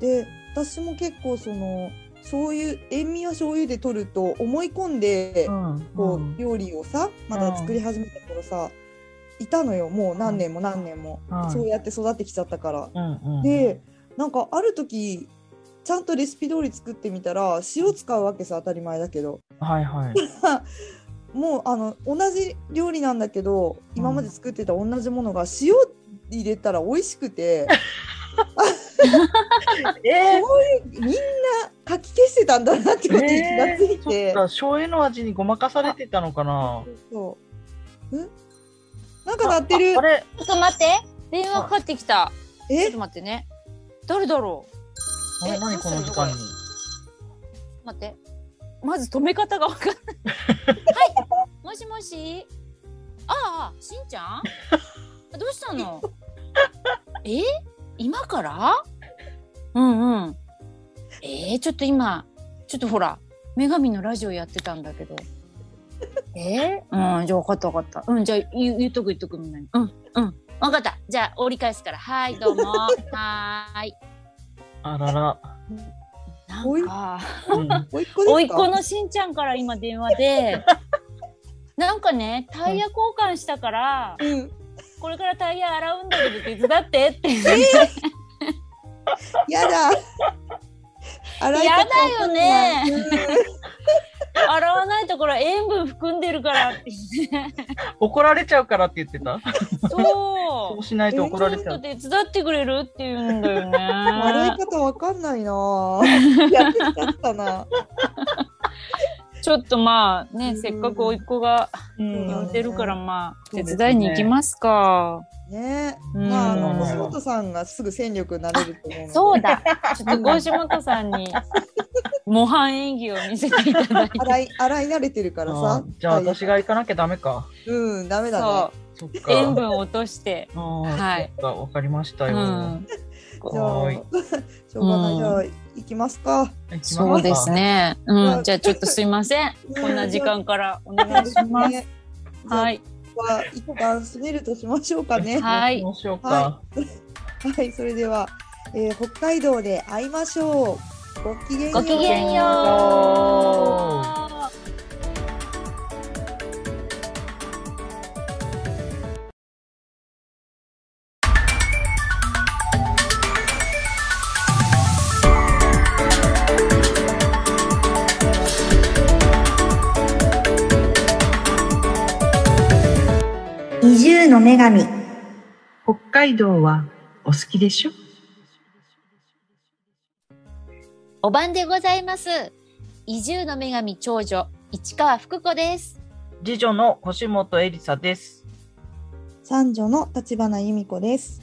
S5: で私も結構その醤油塩味を醤油で取ると思い込んで、こう料理をさまだ作り始めた頃さ、いたのよもう何年も何年も、
S4: はい
S5: そうやって育ってきちゃったから。
S4: うんうん
S5: でなんかある時ちゃんとレシピ通り作ってみたら塩使うわけさ当たり前だけど
S4: はいはい。
S5: もうあの同じ料理なんだけど今まで作ってた同じものが塩入れたら美味しくて。
S4: え
S5: みんなかき消してたんだなって
S4: ー、
S5: ことに気がついて、
S4: えーそっか醤油の味にごまかされてたのかな。
S5: そううんなんか鳴ってる
S4: あれ、
S3: ちょっと待って。電話かかってきた。ちょっ
S5: え
S3: と待ってね。誰だろう。
S4: あ
S3: え
S4: れ何この時間に。
S3: 待って。まず止め方がわかんない。はい。もしもし。ああ、しんちゃん。あどうしたの。え、今から。うんうん。えー、ちょっと今。ちょっとほら。女神のラジオやってたんだけど。えー、うん、じゃあ、分かった、分かった。うん、じゃあ、言う、言っとく、言っとく、みんなに。うん、うん。分かった。じゃあ、折り返すから。はい、どう も。はーい。
S4: あらら。
S3: な
S5: おい
S3: んか。
S4: うん
S5: おいっ子
S3: 甥
S5: で
S3: っ
S5: す
S3: 子
S5: か
S3: のしんちゃんから今電話で なんかねタイヤ交換したから
S5: うん
S3: これからタイヤ洗うんだけど手伝ってって
S5: やだ洗い
S3: や
S5: 方
S3: だよね
S5: うん
S3: 洗わないところ塩分含んでるからって言って
S4: 怒られちゃうからって言ってた。
S3: そ
S4: そううしないと怒られ
S3: ち
S4: ち
S3: ょ
S4: ゃ
S3: っと
S4: う。
S3: 手伝ってくれるって言うんだよね
S5: 洗い方わかんないな ぁやってきちゃったな
S3: ちょっとまあね
S5: うん
S3: せっかく甥っ子が
S4: う
S3: 呼
S5: ん
S3: んでるからまあ
S4: そう
S3: 手
S4: ですね
S3: 伝いに行きますか
S5: ね
S3: うん
S5: まああ
S4: うん
S5: の吉本さんがすぐ戦力になれると思うので
S3: そうだちょっと郷本さんに模範演技を見せていただいて
S5: 洗い洗い慣れてるから
S4: あ
S5: さ
S4: ーじゃあ私が行かなきゃダメか。
S5: うんダメだね
S3: そう
S4: そっか。
S3: 塩分を落として。
S4: あー
S3: はい。
S4: そっかわかりました
S3: う
S4: よ。
S3: ん、
S5: じゃあ
S4: はーい
S5: しょうがな
S3: う
S5: い
S3: ん
S5: じゃあ行きますか
S4: 行きま
S3: そうですね。う、
S5: うんん
S3: じゃあちょっとすいませ ん。こんな時間からお願いします。
S5: ね
S3: は。い、
S5: じゃあは一旦閉めるとしましょうかね。は
S3: はい、
S4: どうしようか。
S5: ははい、それでは、えー北海道で会いましょう。ごきげんよう。
S3: ごきげんよう。
S1: 移住の女神
S2: 北海道はお好きでしょ
S3: お晩でございます。移住の女神長女市川福子です。
S4: 次女の腰本エリサです。
S5: 三女の立花由美子です。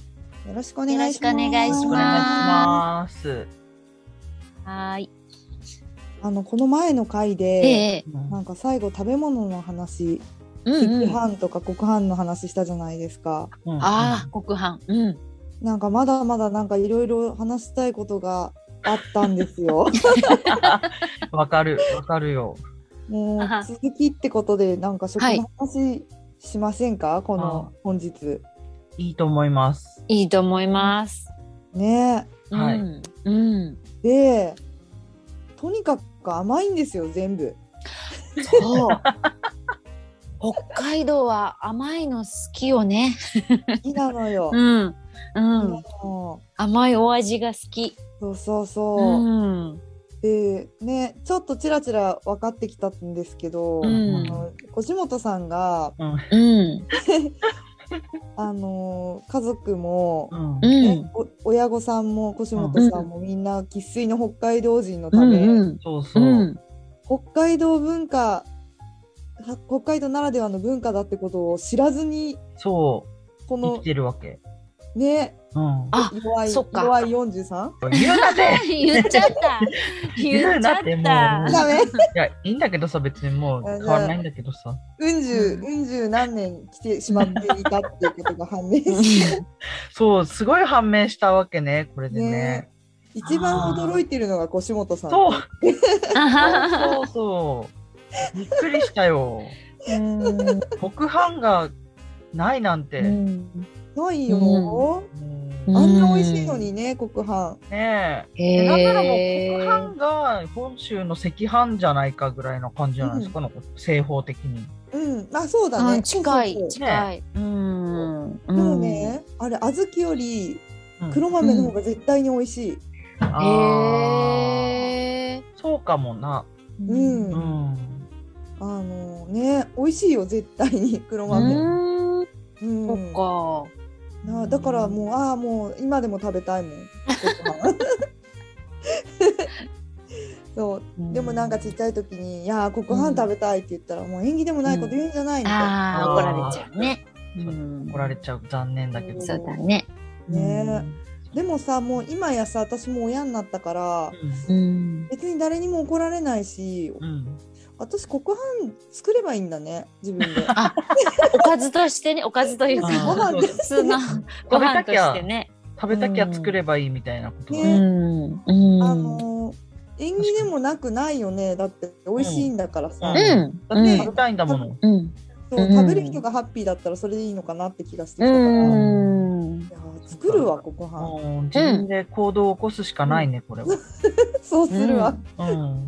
S5: よろしくお願いします。
S3: よろしくお願い
S4: よろ
S3: し
S4: しくお
S3: ます
S4: 願いします。
S3: はい、
S5: あの、この前の回
S3: え
S5: で、
S3: え、
S5: なんか最後食べ物の話、
S3: うん、
S5: 夕
S3: うん、あ
S5: 飯とかご飯の話したじゃないですか。
S4: うん
S3: あー、国飯、うん。
S5: なんかまだまだなんかいろいろ話したいことがあったんです よ。
S4: わかる、わかるよ。
S5: もう
S3: あは
S5: 続きってことでなんか食
S3: はい
S5: の話しませんか、この本日
S4: いいと思います。
S3: いいと思います。
S5: ね
S4: はい
S3: うん、うん。
S5: でとにかく甘いんですよ全部
S3: そう。北海道は甘いの好きよね。
S5: 好きなのよ、
S3: うん。う
S5: も
S3: ん。
S5: う
S3: 甘いお味が好き。
S5: そうそう
S3: う
S5: そう、
S3: ん。
S5: でねちょっとちらちら分かってきたんですけど、
S3: うん
S5: あの腰本さんが
S3: うん。
S5: あの家族も、
S4: うん
S3: う
S5: ね
S3: ん。
S5: お親御さんも腰本さんもみんな生粋の北海道人のた
S3: う
S5: め、
S3: ん。
S4: そうそうう。
S3: ん。
S5: 北海道文化は北海道ならではの文化だってことを知らずに
S4: そう。
S5: こ
S4: 生
S5: の
S4: きてるわけ。
S5: ね
S4: うん。
S3: あ
S5: 弱い
S3: そっか
S5: 弱い 43?
S4: 言うなて
S3: 言っちゃった。
S4: 言
S3: 言っちゃっ
S4: うなって
S3: た。
S4: も
S5: ダメ
S4: いや、いいんだけどさ、別にもう変わらないんだけどさ。
S5: うん十
S3: うん
S5: うん十何年来てしまっていたっていうことが判明し
S4: そう、すごい判明したわけね、これでね。
S5: ね一番驚いてるのが腰本さん。
S4: そう、
S3: あ
S4: そうそう。びっくりしたよ。
S3: うん
S4: 北飯がないなんて。
S5: ないよ、
S4: うん
S3: うん
S5: あんな美味しいのにね、国飯。
S4: ね
S3: へ
S4: え。
S3: え。
S4: なんならもう国飯が本州の赤飯じゃないかぐらいの感じじゃないですか、なんか製法的に。
S5: うん、あ、そうだ
S3: う
S5: ね。
S3: ん近い
S5: そうそうそ
S3: 近い。うん。
S5: うでも。ね、あれ、小豆より
S4: うん
S5: 黒豆の方が絶対に美味しい。
S4: あー
S3: へえ。
S4: そうかもな。
S5: うん
S4: うん。
S5: あのね、美味しいよ、絶対に 黒
S3: う
S5: 豆。
S3: ん。
S5: うん
S3: そっか。
S5: なだからもう、ああ、もう今でも食べたいもん。国飯 そうでもなんかちっちゃい時に「いやー国飯食べたい」って言ったら、もう縁起でもないこと言うんじゃないのと、
S3: ああ、怒られちゃうね。うん
S4: 怒られちゃう。残念だけど。
S3: そうだね。
S5: ねでもさもう今やさ私も親になったから
S3: うん。
S5: 別に誰にも怒られないし
S4: うん。うん。
S5: 私国飯作ればいいんだね自分 で
S3: あ、おかずとしてね、おかずというか、
S5: ご
S4: あ
S5: 飯で
S3: 普通のご飯としてね。
S4: 食べたきゃ作ればいいみたいなことだ
S5: う
S3: う
S4: ね。
S3: ん。う
S5: あ
S3: ん。
S5: のー縁起でもなくないよねだって美味しいんだからさ、
S4: うん
S3: う
S4: だって
S3: ん
S4: 食べたいんだもの。
S3: うん。
S5: そう
S3: うん
S5: 食べる人がハッピーだったらそれでいいのかなって気がしてきたから、いや
S3: うん。
S5: ー作るわ国飯
S4: うん自分で行動を起こすしかないね、これは。
S5: そうするわ、
S4: うん。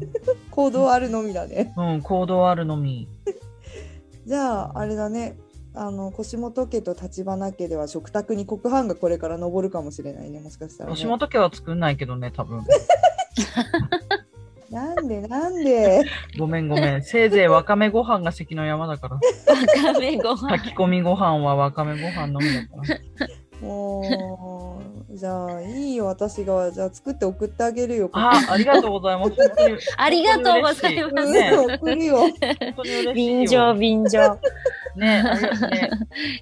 S5: 行動あるのみだね
S4: うん、行動あるのみ。
S5: じゃああれだねあの腰元家と立花家では食卓に国飯がこれから上るかもしれないねもしかしたら、ね
S4: 吉、本家は作んないけどね、多分。
S5: なんでなんで
S4: ごめんごめん。せいぜいわかめご飯が関の山だ から。
S3: わかめご
S4: 炊
S3: 飯。
S4: き込みご飯はわかめご飯のみだ から。
S5: もうじゃあいいよ私がじゃあ作って送ってあげるよ
S4: あ、ありがとうございます。本当に
S3: ありがとうござい
S5: うん
S3: ま
S4: ね
S5: 送るよ
S4: 本当に嬉しいよ。
S3: す。便乗、便乗。
S4: ね、ありがとうね。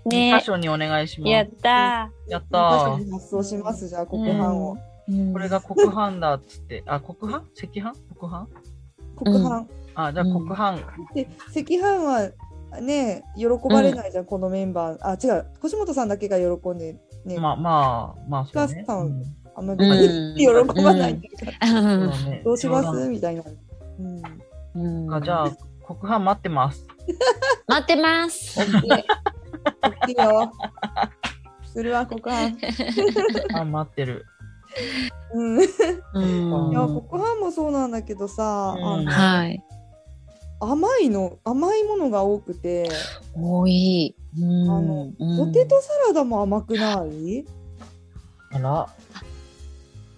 S4: 二
S3: ね
S4: 箇。所にお願いします。
S3: や
S4: や
S3: った
S4: った
S5: 私
S4: ー。
S5: に発送しますじゃあ国
S3: ー。
S5: 飯を、
S3: うん。
S4: これが国飯だっつって。あ、国飯赤飯国飯
S5: 国飯
S4: あ、じゃあ国飯。
S5: で赤飯はね喜ばれないじゃん、このメンバーあ違う腰本さんだけが喜んでね、
S4: まあまあ、まあそうね。
S5: お母さん
S4: うん
S5: あんまり喜ばないっていうか、
S3: うん
S4: そうね
S5: どうしま
S4: 冗
S5: す
S4: 談
S5: みたいな、うん、
S3: うん
S4: あじゃあ、国飯待ってます。
S3: 待ってます。
S5: いいよ。するわ、ここは。
S4: あ、待ってる。
S5: うん。いや、
S3: うん
S4: いや
S5: ここはもそうなんだけどさ、
S4: うん
S5: あ
S3: はい。
S5: の甘いの、甘いものが多くて、
S3: 多い。あ
S5: あのポテトサラダも甘くない
S4: あら、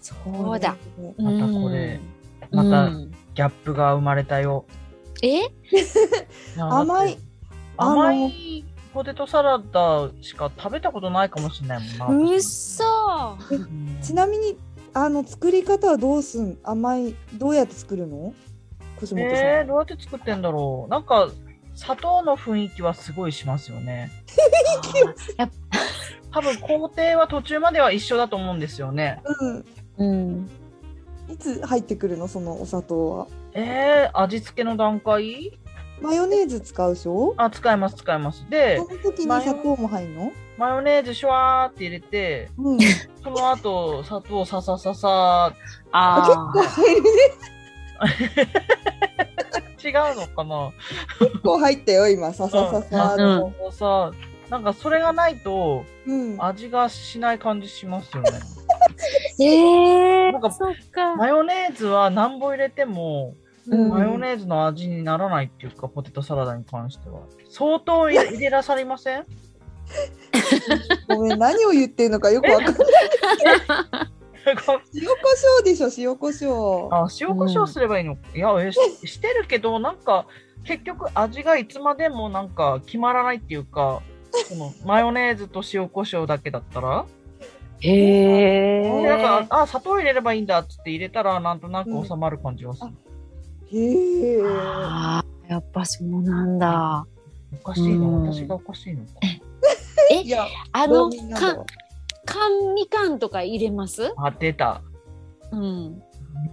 S3: そうだ。。
S4: またこれ
S3: う
S4: ま
S3: ん。
S4: た
S3: うん
S4: ギャップが生まれたよ。
S3: え
S5: 甘い。あの
S4: 甘いポテトサラダしか食べたことないかもしれないもんな。
S3: うっそ
S4: うん
S5: ちなみに、あの、作り方はどうすん甘い、どうやって作るの腰本さん。
S4: えー、どうやって作ってんだろう。なんか砂糖の雰囲気はすごいしますよね。多分工程は途中までは一緒だと思うんですよね。
S5: うん。
S3: うん。
S5: いつ入ってくるのそのお砂糖は。
S4: えー、味付けの段階
S5: マヨネーズ使うでしょ
S4: あ、使います、使います。で
S5: そ、の時に砂糖も入るの
S4: マヨネーズシュワーって入れて、
S5: うん。
S4: その後、砂糖ささささ、
S5: あ結
S3: あ
S5: 構入るね。
S4: 違うのかな
S5: 結構入ったよ、今。ささささの。
S4: そうさ、なんかそれがないと
S5: うん、
S4: 味がしない感じしますよね。
S3: あ。ええ
S4: そうなんか
S3: そっか。
S4: マヨネーズは何ぼ入れても、
S5: うん
S4: マヨネーズの味にならないっていうか、ポテトサラダに関しては。相当い入れらされません
S5: ごめん、何を言ってるのかよくわかんない。塩コショウでしょ、塩コショウ。
S4: あ塩コショウすればいいの、いやえししてるけどなんか結局味がいつまでもなんか決まらないっていうかこのマヨネーズと塩コショウだけだったら、
S3: へ
S5: ー
S4: で
S3: え。
S4: なんかあ砂糖入れればいいんだっつって入れたらなんとなく収まる感じはする、
S5: へえ。
S3: あーやっぱそうなんだ。
S4: おかしいの
S3: うん
S4: 私がおかしいのか
S3: え
S5: い、や、
S3: あ
S5: どう
S3: の
S5: みん、な
S3: か
S5: の、
S3: 缶みかんとか入れます
S4: あ出た
S3: うん。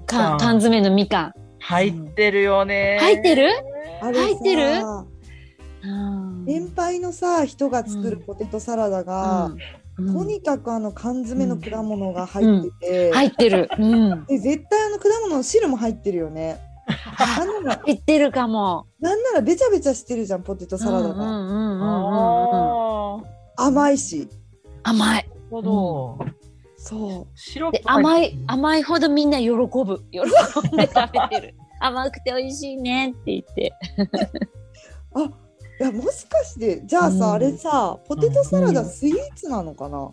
S4: か
S3: 缶、缶詰のみかん。
S4: 入ってるよね
S3: 入ってる
S5: あれさ
S3: 入ってるうん
S5: 年配のさ、人が作るポテトサラダが、
S3: うん
S5: とにかくあの缶詰の果物が入ってて、
S3: 入ってる。うん。
S5: で絶対あの果物の汁も入ってるよね。なんなら
S3: 入ってるかも。
S5: なんならべちゃべちゃしてるじゃんポテトサラダが、
S3: うんうんうん
S4: あ
S3: うんうんうん。
S4: あーなる
S5: 甘いし
S3: 甘い。
S4: ほど、
S5: そ
S4: シロッ
S3: で
S4: プ入
S3: 甘
S4: って
S3: い
S4: る
S3: 甘いほどみんな喜ぶ喜んで食べてる甘くて美味しいねって言って
S5: うあいやもしかしてじゃあさ、
S3: うん
S5: あれさポテトサラダ
S3: うん
S5: スイーツなのかな、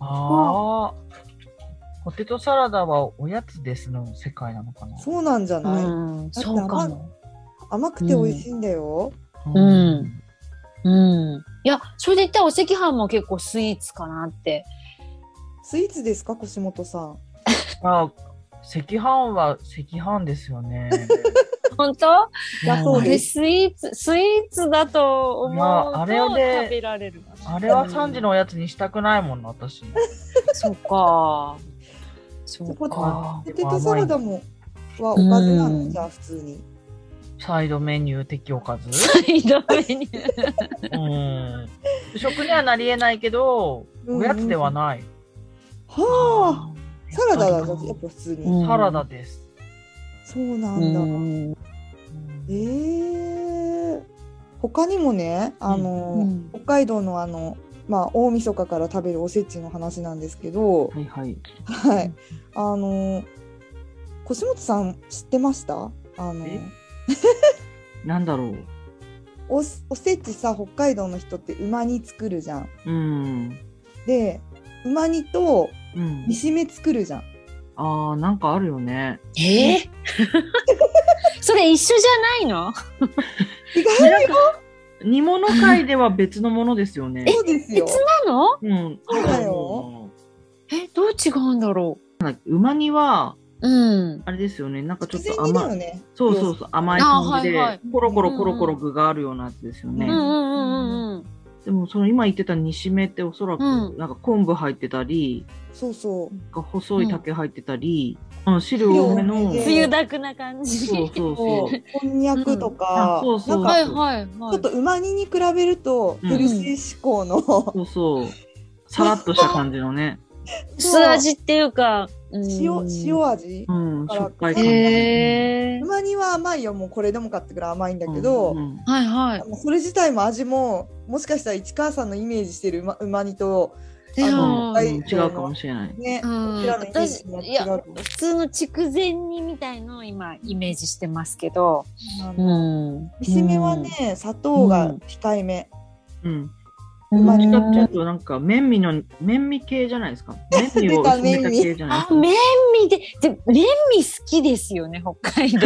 S4: ああポテトサラダはおやつですの世界なのかな
S5: そうなんじゃない、
S3: うん
S5: だって
S3: そうかも
S5: 甘くて美味しいんだよ、
S3: うんうんいやそれで言ったらお赤飯も結構スイーツかなって
S5: スイーツですか腰元さん
S4: あ、赤飯は赤飯ですよ ね。
S3: 本当
S5: だ
S4: う
S5: そ
S4: ん
S5: う
S3: あれ
S5: です
S3: スイーツスイーツだと思
S4: ま
S3: う
S4: ああ
S3: と
S4: れはね
S3: 食べられるかな
S4: あれは3時のおやつにしたくないもんな、私。
S3: そうかそう
S5: ポテ
S3: か
S5: ポテトサラダもはおかずなの、
S3: うん
S5: じゃあ普通に
S4: サイドメニュー的おかず。
S3: サイドメニュー
S4: うん。食にはなり得ないけど、
S5: うん
S4: おやつではない。
S5: はあサラダだじ
S4: や
S5: ゃ
S4: っぱ
S5: あ
S4: り
S5: やっぱ普通に、
S3: うん
S4: サラダです。
S5: そうな
S3: うん
S5: だ、
S3: ん
S5: えー、他にもねあの、
S3: うん
S5: 北海道のあの、まあ、大晦日から食べるおせちの話なんですけど、
S4: はいはい。
S5: はい、あの腰本さん知ってましたあの
S4: えなんだろう。
S5: おおせちさ北海道の人って馬煮作るじゃん。
S4: うん。
S5: で馬煮と
S4: うん
S5: 煮しめ作るじゃん。
S4: ああ、なんかあるよね。
S3: えーそれ一緒じゃないの
S5: 違うよ
S4: 煮物界では別のものですよね
S5: そうですよ。
S3: なの
S4: うん。
S5: そうだよ
S3: えどう違うんだろ
S4: 馬煮は、
S3: ううん
S4: あれですよね。なんかちょっ
S5: 自
S4: と
S5: 然にだ
S4: 甘い
S5: よ。ね。
S4: そうそうそう、甘い感じで、
S3: あはいはい
S4: コロコロコロコロ具があるようなやつですよね。
S5: う
S3: うんんうんうんうん
S4: でも、その今言ってた煮しめっておそらく、
S3: うん
S4: なんか昆布入ってたり、
S5: そうそう。
S4: なんか細い竹入ってたり、うん、汁多めの、
S5: うん
S3: つゆだくな感じ
S4: そうそ
S5: こ
S4: うそう。
S5: うこんにゃくとか、
S4: うんあそうそう
S5: な
S3: は
S5: んか
S3: いはいは
S5: ちょっと馬煮に比べるとヘルシー志向の、
S4: そうそう。さらっとした感じのね、
S3: い素味っていうかうん
S5: 塩塩味
S4: う。ん、しょっぱい感じ。
S3: へえ
S5: 馬煮は甘いよもうこれでもかってぐらい甘いんだけど、
S4: うんうん
S3: はいはい
S5: もうそれ自体も味ももしかしたら市川さんのイメージしてる馬馬煮と
S3: いや
S5: あ
S4: うん
S5: の
S4: うん違うかもしれない。
S5: ね、
S3: う
S5: こ
S3: ん
S5: ちらのイメージ
S3: 私
S5: とも
S3: い
S5: 違
S3: や
S5: うと思
S3: 普通の筑前煮みたいのを今イメージしてますけど
S5: う
S3: う
S5: な。
S3: ん
S5: 煮しめはね砂糖が控えめ、
S4: うん。
S3: うん
S5: まあ
S4: どっちかっていううと、なんか、麺味の、麺味系じゃないですか。麺味を薄めた系じゃないで
S3: あ
S4: すか。
S3: 麺味でで麺味好きですよね北海 道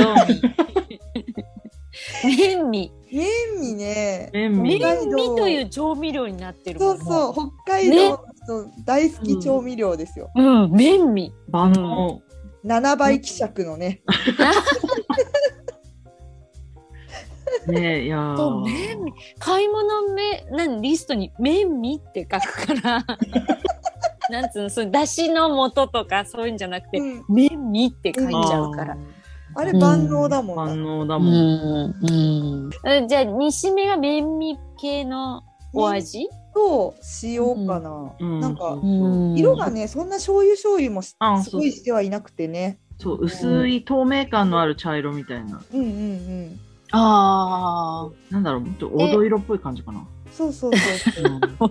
S3: 民麺味
S5: 麺味ね
S4: 麺
S3: み
S4: 味。
S5: 麺
S3: りんみという調味料になってる
S5: そ
S3: も
S5: うんそう北海道の人大好き調味料ですよ、
S3: う。うん、麺味。
S4: 万能。
S5: 7倍希釈のね、
S4: ねえ、いやー。
S3: そう麺味。買い物め、なんリストに麺味って書く から。なんつうの、そう、だしの素とか、そういうんじゃなくて、
S5: うん
S3: 麺味って書いち
S5: 入っ
S3: ゃうから。
S5: あれ万能だ
S4: あー。
S5: もん
S4: 万
S5: な
S4: 能だ
S3: う
S4: もん。
S3: ん、うんえ。じゃあ、煮しめが麺味系のお味。
S5: と塩かな、
S4: うん
S5: なんか
S3: うん
S5: 色がねそんな醤油醤油もし
S4: あ
S5: すごいしてはいなくてね
S4: そう、薄い透明感のある茶色みたいな。
S5: うんうんうん
S3: あ
S4: なんだろう、ちょっと黄土色っぽい感じかな。
S5: そうそうそうそう
S4: うん
S3: あ。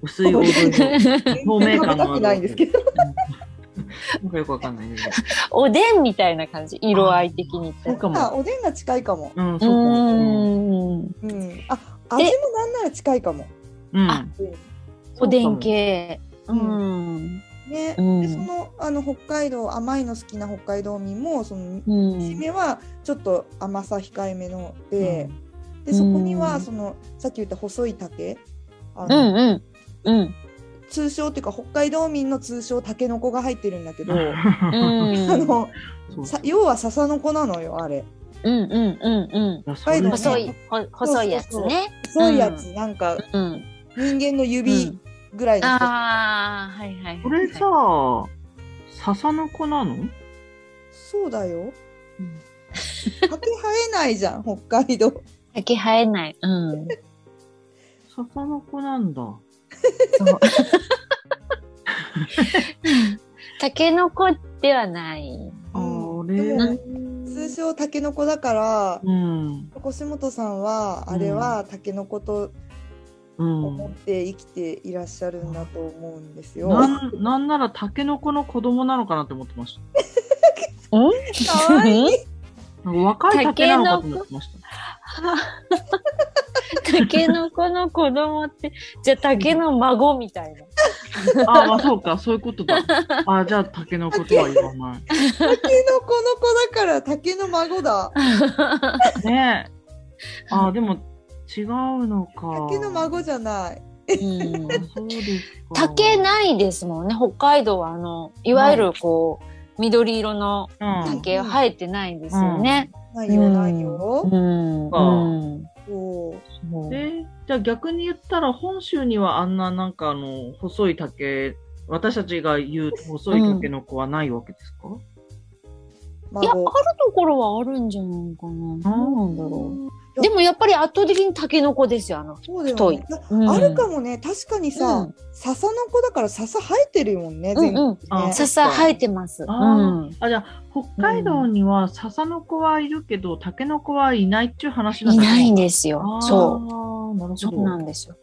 S4: 薄い黄土色。透明
S5: 食べた
S4: 感のあ
S5: く
S4: る。
S5: ないんですけど。
S4: なんかよくわかんないね。
S3: おでんみたいな感じ、色合い的に言った
S4: そ
S3: ら
S4: うか
S5: あ、
S4: も。
S5: おでんが近いかも。
S4: うん、
S3: う
S4: そうかも。
S3: ーん。
S5: うん。あ、味もなんなら近いかも。
S4: うん。
S3: あ
S5: うん
S3: おでん系。
S5: うか
S3: う
S5: も
S3: ん。
S5: ね。
S3: うん
S5: で、その、あの、北海道、甘いの好きな北海道民も、その、
S3: う
S5: 締
S3: ん。
S5: めはちょっと甘さ控えめので、
S3: う
S5: で
S3: ん
S5: そこに
S3: う
S5: は
S3: ん
S5: そのさっき言った細い竹あ
S3: う
S5: の、
S3: んうん。うん。
S5: 通称っていうか北海道民の通称タケノコが入ってるんだけど、
S3: うん。
S5: あの
S4: そう
S5: さ要は笹の子なのよあれ
S3: うんうんうんうん。
S4: そういうの
S3: 細い、ほ細いやつね。
S5: 細いやつ、なんか
S3: うん。
S5: 人間の
S3: う
S5: 指
S3: ん
S5: ぐらいの、
S3: ああ、はいはいはい。
S4: これさ、笹の子なの
S5: そうだよ
S3: うん
S5: 竹生えないじゃん北海道
S3: 竹生えない。うん。
S4: 笹の子なんだ。
S3: そう。タケノコではない。
S4: あ
S5: うん
S4: れ
S5: でも通称タケノコだから
S4: うん。
S5: 越本さんはあれはタケノコと
S4: うん
S5: 思。って生きていらっしゃるんだと思うんですよ。
S4: な
S5: か
S4: んなんならタケノコの子供なのかなって思ってました。
S5: わいい。
S4: なんか若いタケなのかと思ってました。
S3: タケノコの子供って、じゃあ竹の孫みたいな。
S4: ああ、まあそうか、そういうことだ。あじゃあタケノコとは言わない。
S5: タケノコの子だから竹の孫だ。
S4: ねえ。あでも違うのか。
S5: 竹の孫じゃない。
S3: うん
S4: あそうですか。
S3: 竹ないですもんね。北海道は、あの、いわゆるこう、緑色の
S4: うん。
S3: 竹は生えてないんですよね。
S5: ないよ
S3: うん
S5: ないよ。
S3: うん。うん。
S5: そう
S3: そう
S4: で、じゃあ逆に言ったら本州にはあんななんかあの細い竹、私たちが言う細い竹の子はないわけですか？
S3: いや、ある
S5: 孫。
S3: ところはあるんじゃないかな。どうなんだろ
S5: う
S3: う。でもやっぱり圧倒的にタケノコですよ、あの。
S5: そうだ
S3: 太
S5: よ
S3: い
S5: ね。な
S3: うん
S5: あるかもね。確かに
S3: う
S5: さ
S3: ん、
S5: 笹の子だから笹生えてるもんね。
S3: うんう
S5: 全
S3: ん。
S5: 部ね
S3: 笹生えてます。う
S4: あ
S3: ん。
S4: あじゃあ北海道には笹の子はいるけど、竹の子はいないっていう話なん
S3: い
S4: だ。
S3: ないんですよ。そう
S4: なる
S3: う。
S4: ほ
S3: そう
S4: ど
S3: な。んですよ。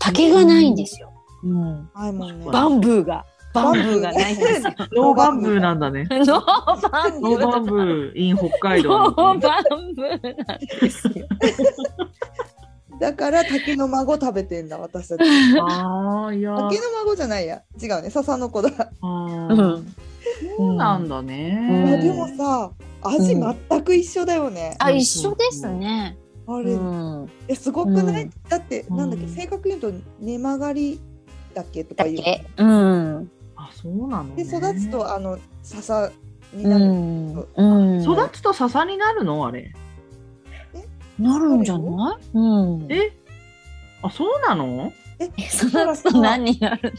S3: 竹がないんですよ。うん。
S5: ないもんね。
S3: バンブー が。バンブーがないんですよ。
S4: ノーバンブーなんだね。
S3: ノーバンブ
S4: ノ ーバ
S3: ー。
S4: ンブー in 北海
S3: ノ
S4: 道なん
S3: ー
S4: だね。
S3: バンブーなんですよ。
S5: だから竹の孫食べてんだ私たち。
S4: ああいや。
S5: 竹の孫じゃないや。違うね。笹の子だ。
S4: あ
S3: う
S4: ー
S3: ん。
S4: そうなんだ
S5: いや
S4: ね。
S5: でもさ、味全く一緒だよね。
S3: あ、一緒ですね。
S5: あ
S3: う
S5: れ
S3: ん。
S5: えすごくない、
S3: うん
S5: だってなんだっけ、
S4: うん
S5: 正確に言うと根曲がりだっけとか
S3: だ
S5: いう
S3: け。うん。
S4: あそうなの
S5: で
S4: ね。
S5: 育つとあの笹に
S3: う
S5: なる、
S3: ん。うん。
S4: 育つと笹になるのあれ。
S3: なるんじゃないうん。
S4: えあそうなの？
S3: 育つと何になる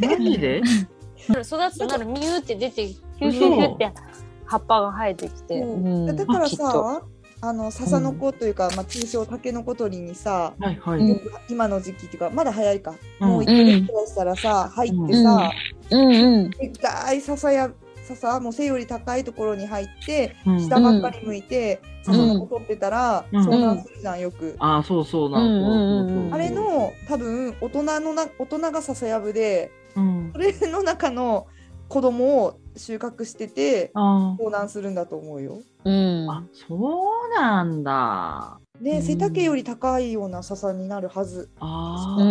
S4: マジで？
S3: 育つとなるミューって出てヒューヒューヒューって葉っぱが生えてきて、
S5: うんだからさあの笹の子というか、まあ、通称タケノコ取りにさ、
S4: はいは
S3: うん
S4: い。
S5: 今の時期っていうかまだ早いか、
S4: うん
S5: もう一年くらいしたらさ入ってさ、
S3: うんうん
S5: でかい笹や笹もう背より高いところに入って
S4: うん
S5: 下ばっかり向いて、
S4: うん
S5: 笹の子取ってたら、
S4: うん
S5: 遭難するじゃんよく。
S4: あーそうそうな
S3: うんうんうんうん
S4: ん
S5: あれの多分大人のな大人が笹やぶで
S4: うん
S5: それの中の子供を収穫してて
S4: あ
S5: 遭難するんだと思うよ。
S3: うん
S4: ーあそうなんだ。
S5: で、
S3: うん
S5: 背丈より高いような笹になるはず。
S4: あ
S3: う
S4: あ。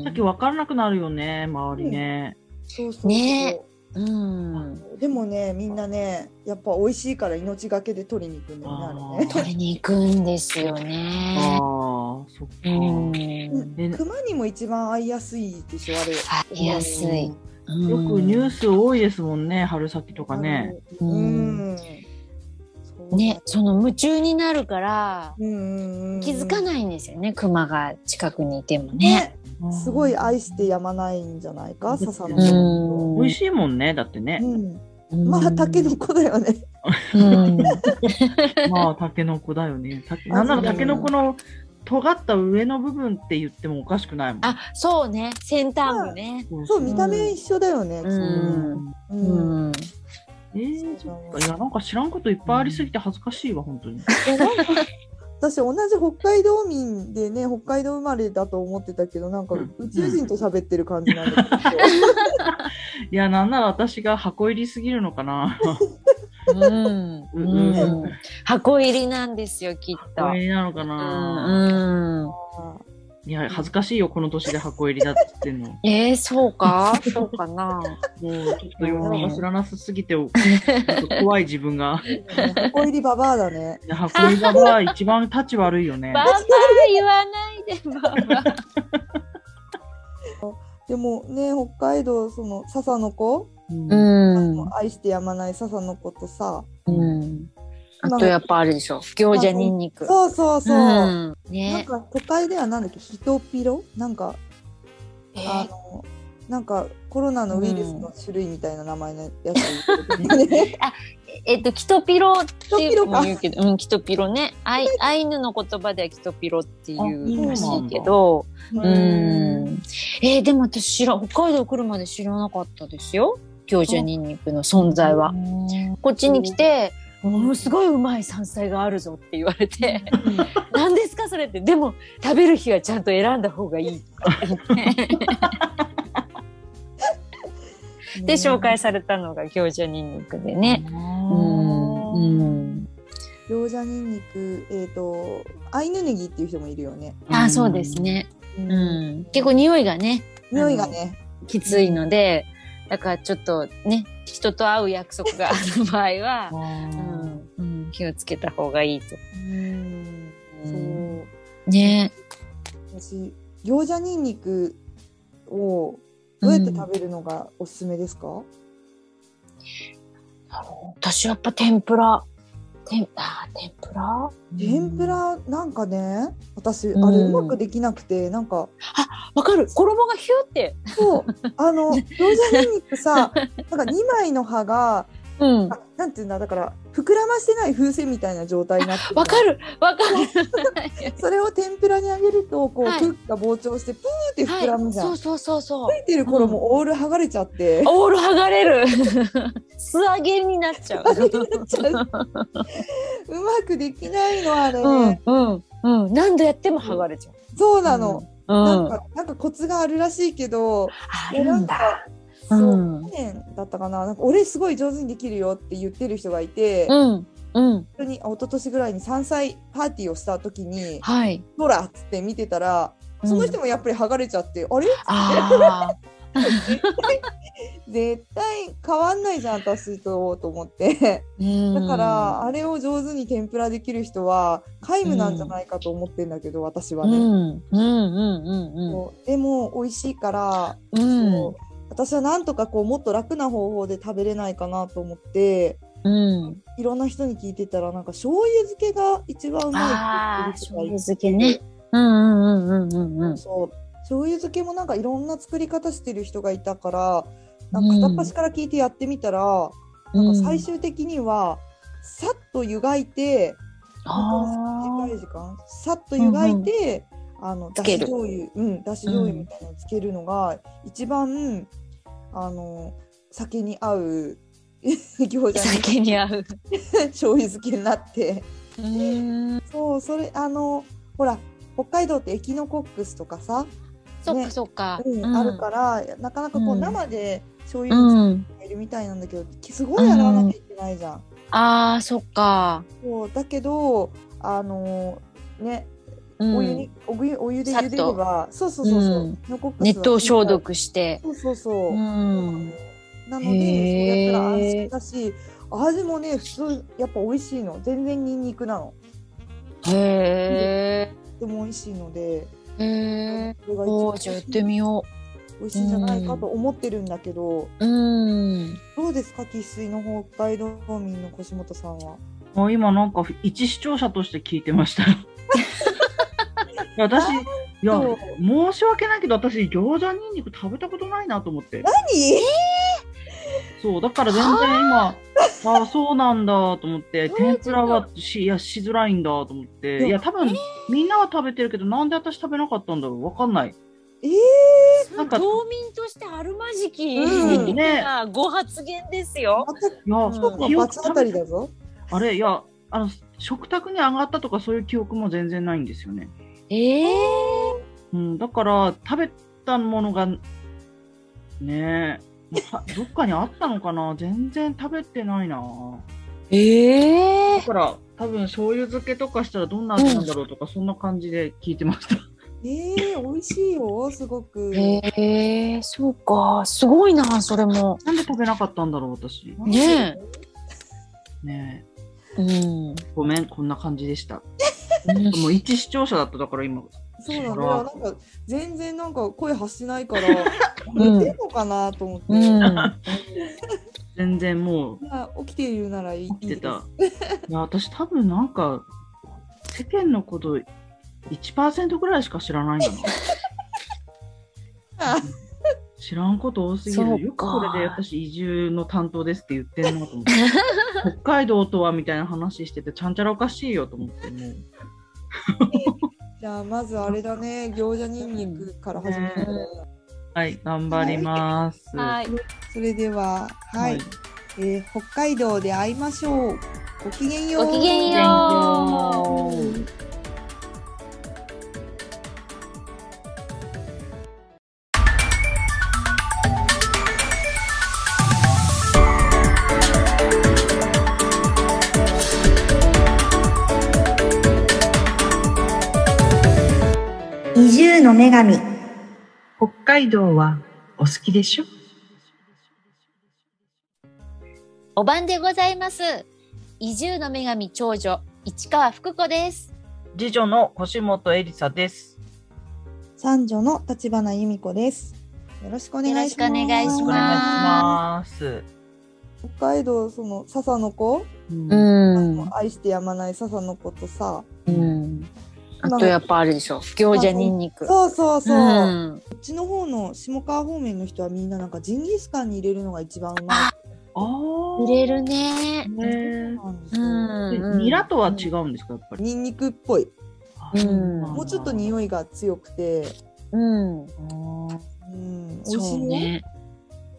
S3: ん
S4: さっき分からなくなるよね周りね。
S5: そうそうそう
S3: ねうん
S5: でもね、みんなね、やっぱ美味しいから命がけで取りに行くんだよね、あれね。
S3: 取りに行くんですよ
S4: ああ
S3: ね
S4: そっか。
S3: うん
S4: え
S5: 熊にも一番会いやすいでしょ、あれ。
S3: 買いやすいよ
S4: よくニュー
S3: ス
S4: ス多いですもんね、春先とかね。
S5: あの。うん。そうだ
S3: ね。その夢中になるから
S5: うんうんうん。
S3: 気づかないんですよね熊が近くにいてもね
S5: ね。すごい愛してやまないんじゃないか、笹の
S4: う
S5: 子。
S4: 美味しいもんね、だってね。
S5: うん。
S3: うん
S5: まあ、タケノコだよね。
S3: うん
S4: まあ、タケノコだよね。た
S5: あ
S4: なんな
S5: そ
S4: ら
S5: う
S4: タケノコの尖った上の部分って言ってもおかしくないもん。
S3: あそうね先端部ね
S4: そう
S5: そう、
S4: う
S5: 見た目一緒だよね。きっと
S3: うん
S5: うん
S3: うん
S4: えー、そっか。いや、なんか知らんこといっぱいありすぎて恥ずかしいわ、本当に。
S5: 私同じ北海道民でね北海道生まれだと思ってたけどなんか
S6: うん
S5: 宇宙人と喋ってる感じなんだけど、
S6: いや、なんなら私が箱入りすぎるのかな。
S3: うん
S6: う
S3: うんん箱入りなんですよきっと。
S6: 箱入りなのか
S3: う
S6: な。
S3: んうん、
S6: いや、恥ずかしいよ、この年で箱入りだって言ってんの。も
S3: えー、そうかそうかな。
S6: う、ちょっと世の中知らなさすぎて、ちょっと怖い自分が。
S5: 箱入りババアだね。
S6: いや箱入りがまあ一番立ち悪いよ ね
S3: バ。バ言わないでババ。
S5: でもね北海道その笹の子、
S6: うん
S3: うん。
S5: 愛してやまない笹の子とさ
S3: うん。あとやっぱあれでしょ餃子ニンニク。
S5: そうそうそう、
S3: うん。
S5: なん
S3: ね。
S5: か都会ではなんだっけヒトピロなんか
S3: え
S5: あ
S3: ー
S5: のなんかコロナのウイルスの種類みたいな名前のやつ、ね、
S3: えっとキトピロってい
S5: キト
S3: う
S5: ピロ
S3: も
S5: か
S3: 言うけど、うんキトピロね。アイアイヌの言葉ではキトピロっていうらしいけど、
S5: う
S3: うん。えーでも私知ら北海道来るまで知らなかったですよ。餃子ニンニクの存在は。こっちに来て、ものすごいうまい山菜があるぞって言われて、 何ですかそれって、でも食べる日はちゃんと選んだ方がいいって言ってで、紹介されたのが餃子ニンニクでね。うん。うん。
S5: 餃子にんにくえっ、とアイヌネギっていう人もいるよね
S3: あ、そうですね。
S5: う
S3: うん。結構匂いがね、
S5: 匂いがね
S3: きついので、だからちょっとね、人と会う約束 がある場合は、うんうん気をつけた方がいいと。
S5: うんそう
S3: ね。
S5: 私餃子にんにくをどうやって食べるのがおすすめですか、
S3: 私やっぱ天ぷら。天あー天ぷらあ
S5: 天ぷらなんかね私あ
S3: うん
S5: れうまくできなくて、なんか
S3: わかる衣がヒューって。
S5: そうあ の餃子にんにくさなんか2枚の葉が
S3: うん。
S5: あなんていうんだだから膨らましてない風船みたいな状態になって
S3: わかるわかる
S5: それを天ぷらにあげるとこう、
S3: はい
S5: 空気が膨張してプーって膨らむじゃん、
S3: そうそうそうそう。
S5: ついてる頃もオール剥がれちゃって、
S3: オール剥が れる。素揚げになっちゃう。
S5: うまくできないのあれ、
S3: うんうんうん。何度やっても剥がれちゃう。
S5: そうなの、
S3: うん。
S5: なんかなんかコツがあるらしいけど
S3: あ
S5: え
S3: る
S5: なんん
S3: だ。
S5: か
S3: う
S5: そう、
S3: ん
S5: 去年だったかななんか俺すごい上手にできるよって言ってる人がいて、本
S3: うんうん。
S5: 当にあ一昨年ぐらいに山菜パーティーをした時に
S3: はい。
S5: 「ほら!」っつって見てたらその人もやっぱり剥がれちゃって、あれ
S3: あ
S5: 絶対変わんないじゃん私とと思って
S3: あ。
S5: だから、あれを上手に天ぷらできる人は皆無なんじゃないかと思ってんだけど、私は
S3: うんう
S5: ね、
S3: んうんうん
S5: そうでも美味しいから、
S3: うんうん
S5: こう私はなんとかこうもっと楽な方法で食べれないかなと思って
S3: うん。
S5: いろんな人に聞いてたらなんか醤油漬けが一番うまい
S3: ああ、
S5: って
S3: 醤
S5: 言
S3: 油
S5: って
S3: 漬けね。うんうんうんうんうん
S5: る人がいてそう醤油漬けもなんかいろんな作り方してる人がいたからなんか片っ端から聞いてやってみたら、
S3: うん。
S5: なんか最終的にはさっと湯がいて、
S3: あ
S5: 短い時間さっと湯がいて、あのだ
S3: け
S5: し
S3: る
S5: 醤油うんだし醤油みたいなのつけるのが一番、あの酒に合 う餃子
S3: あ。
S5: に
S3: 酒に合う。
S5: 醤油漬けになって
S3: うん。
S5: そうそれあのほら北海道ってエキノコックスとかさ、
S3: そっかそっか。
S5: うん
S3: うん
S5: あるからなかなかこ
S3: う
S5: うん生で醤油につ
S3: うん。
S5: けているみたいなんだけど、すごい洗わなきゃいけないじゃん
S3: ああ、そっか。
S5: そうだけどあのね
S3: うん
S5: お湯にお湯お湯で
S3: さっと
S5: 茹でればそうそうそうそう、
S3: うん
S5: 残った
S3: 熱湯消毒して。
S5: そうそうそう、
S3: うん。
S5: なの
S3: へ
S5: で
S3: ー
S5: そうやったら安心だし味もね普通やっぱ美味しいの全然ニンニクなの
S3: へ
S5: でも美味しいので
S3: え。へえ。
S5: それが
S3: おーじゃあやってみよ
S5: 美味しいんじゃないかと思ってるんだけど、
S3: う。うん。
S5: どうですか生粋の北海道民の腰本さんは
S6: もう今なんか一視聴者として聞いてま した。いや私、いや
S5: そう、
S6: 申し訳ないけど、私、餃子ニンニク食べたことないなと思って。
S5: 何
S6: そう、だから全然今、ああ、そうなんだと思って、天ぷらはし、いや、しづらいんだと思って。いや、多分、みんなは食べてるけど、なんで私食べなかったんだろうわかんない。
S5: えー、
S6: なんか
S3: 道民としてあるまじき、
S5: うん
S6: ね
S3: なご発言ですよ。
S5: また
S6: いや、
S5: 今度
S6: 記
S5: の
S6: 憶
S5: 罰当たりだぞ
S6: あれ、いや、あの、
S4: 食卓に上がったとかそういう記憶も全然ないんですよね。
S3: ええ
S4: うん、だから食べたものがねえもうはどっかにあった のかな全然食べてないな
S3: ええ
S4: だから多分醤油漬けとかしたらどんな味なんだろうとか、そんな感じで聞いてました
S5: えー、美味しいよ、すごく。
S3: ええそうか。すごいな、それも。
S4: なんで食べなかったんだろう私
S3: ね
S4: ね
S3: うん。
S4: えごめんこんな感じでした
S3: うん
S4: もう一視聴者だっただから今
S5: そうなんだ
S4: ほ
S5: よ
S4: ら
S5: なんか全然なんか声発しないから、
S3: うん
S5: 寝てんのかなと思って、
S3: うん。
S4: 全然もう
S5: まあ起きているならいい
S4: 起きてた
S5: いい
S4: いや私多分なんか世間のこと1%ぐらいしか知らないんだな
S5: です
S4: 知らんこと多すぎ
S3: そう
S4: る
S3: か
S4: よくこれで私移住の担当ですって言ってんなと 思って北海道とはみたいな話しててちゃんちゃらおかしいよと思ってもう
S5: じゃあまずあれだね、餃子ニンニクから始める、
S4: はい頑張ります
S3: はい。
S5: それでは、はい、
S4: はい
S5: えー北海道で会いましょう。ごきげんよう。
S3: ごきげんよう。
S7: 移住の女神。
S8: 北海道はお好きでしょ
S3: お晩でございます。移住の女神長女、市川福子です。
S9: 次女の腰本エリサです。
S5: 三女の立花由美子です。よろしくお願いします。
S3: よろしくお願いし
S9: お願いします。
S5: 北海道その笹の子、
S4: うん
S5: もう愛してやまない笹の子とさ、
S3: うん。あとやっぱあれでしょ。餃子ニンニク。
S5: そうそうそう。
S3: ん。
S5: こっちの方の下川方面の人はみんななんかジンギスカンに入れるのが一番うま
S4: あー
S3: 売れるね。
S5: い。
S4: ね
S5: なんで
S3: う
S5: すよ
S3: ん。
S4: ニラとは違うんですかやっぱり
S5: ニンニクっぽい。
S3: うん
S5: もうちょっと匂いが強くて、
S3: うん。
S5: うん、美味
S3: そ
S5: し
S3: う
S5: いよ。
S3: ね。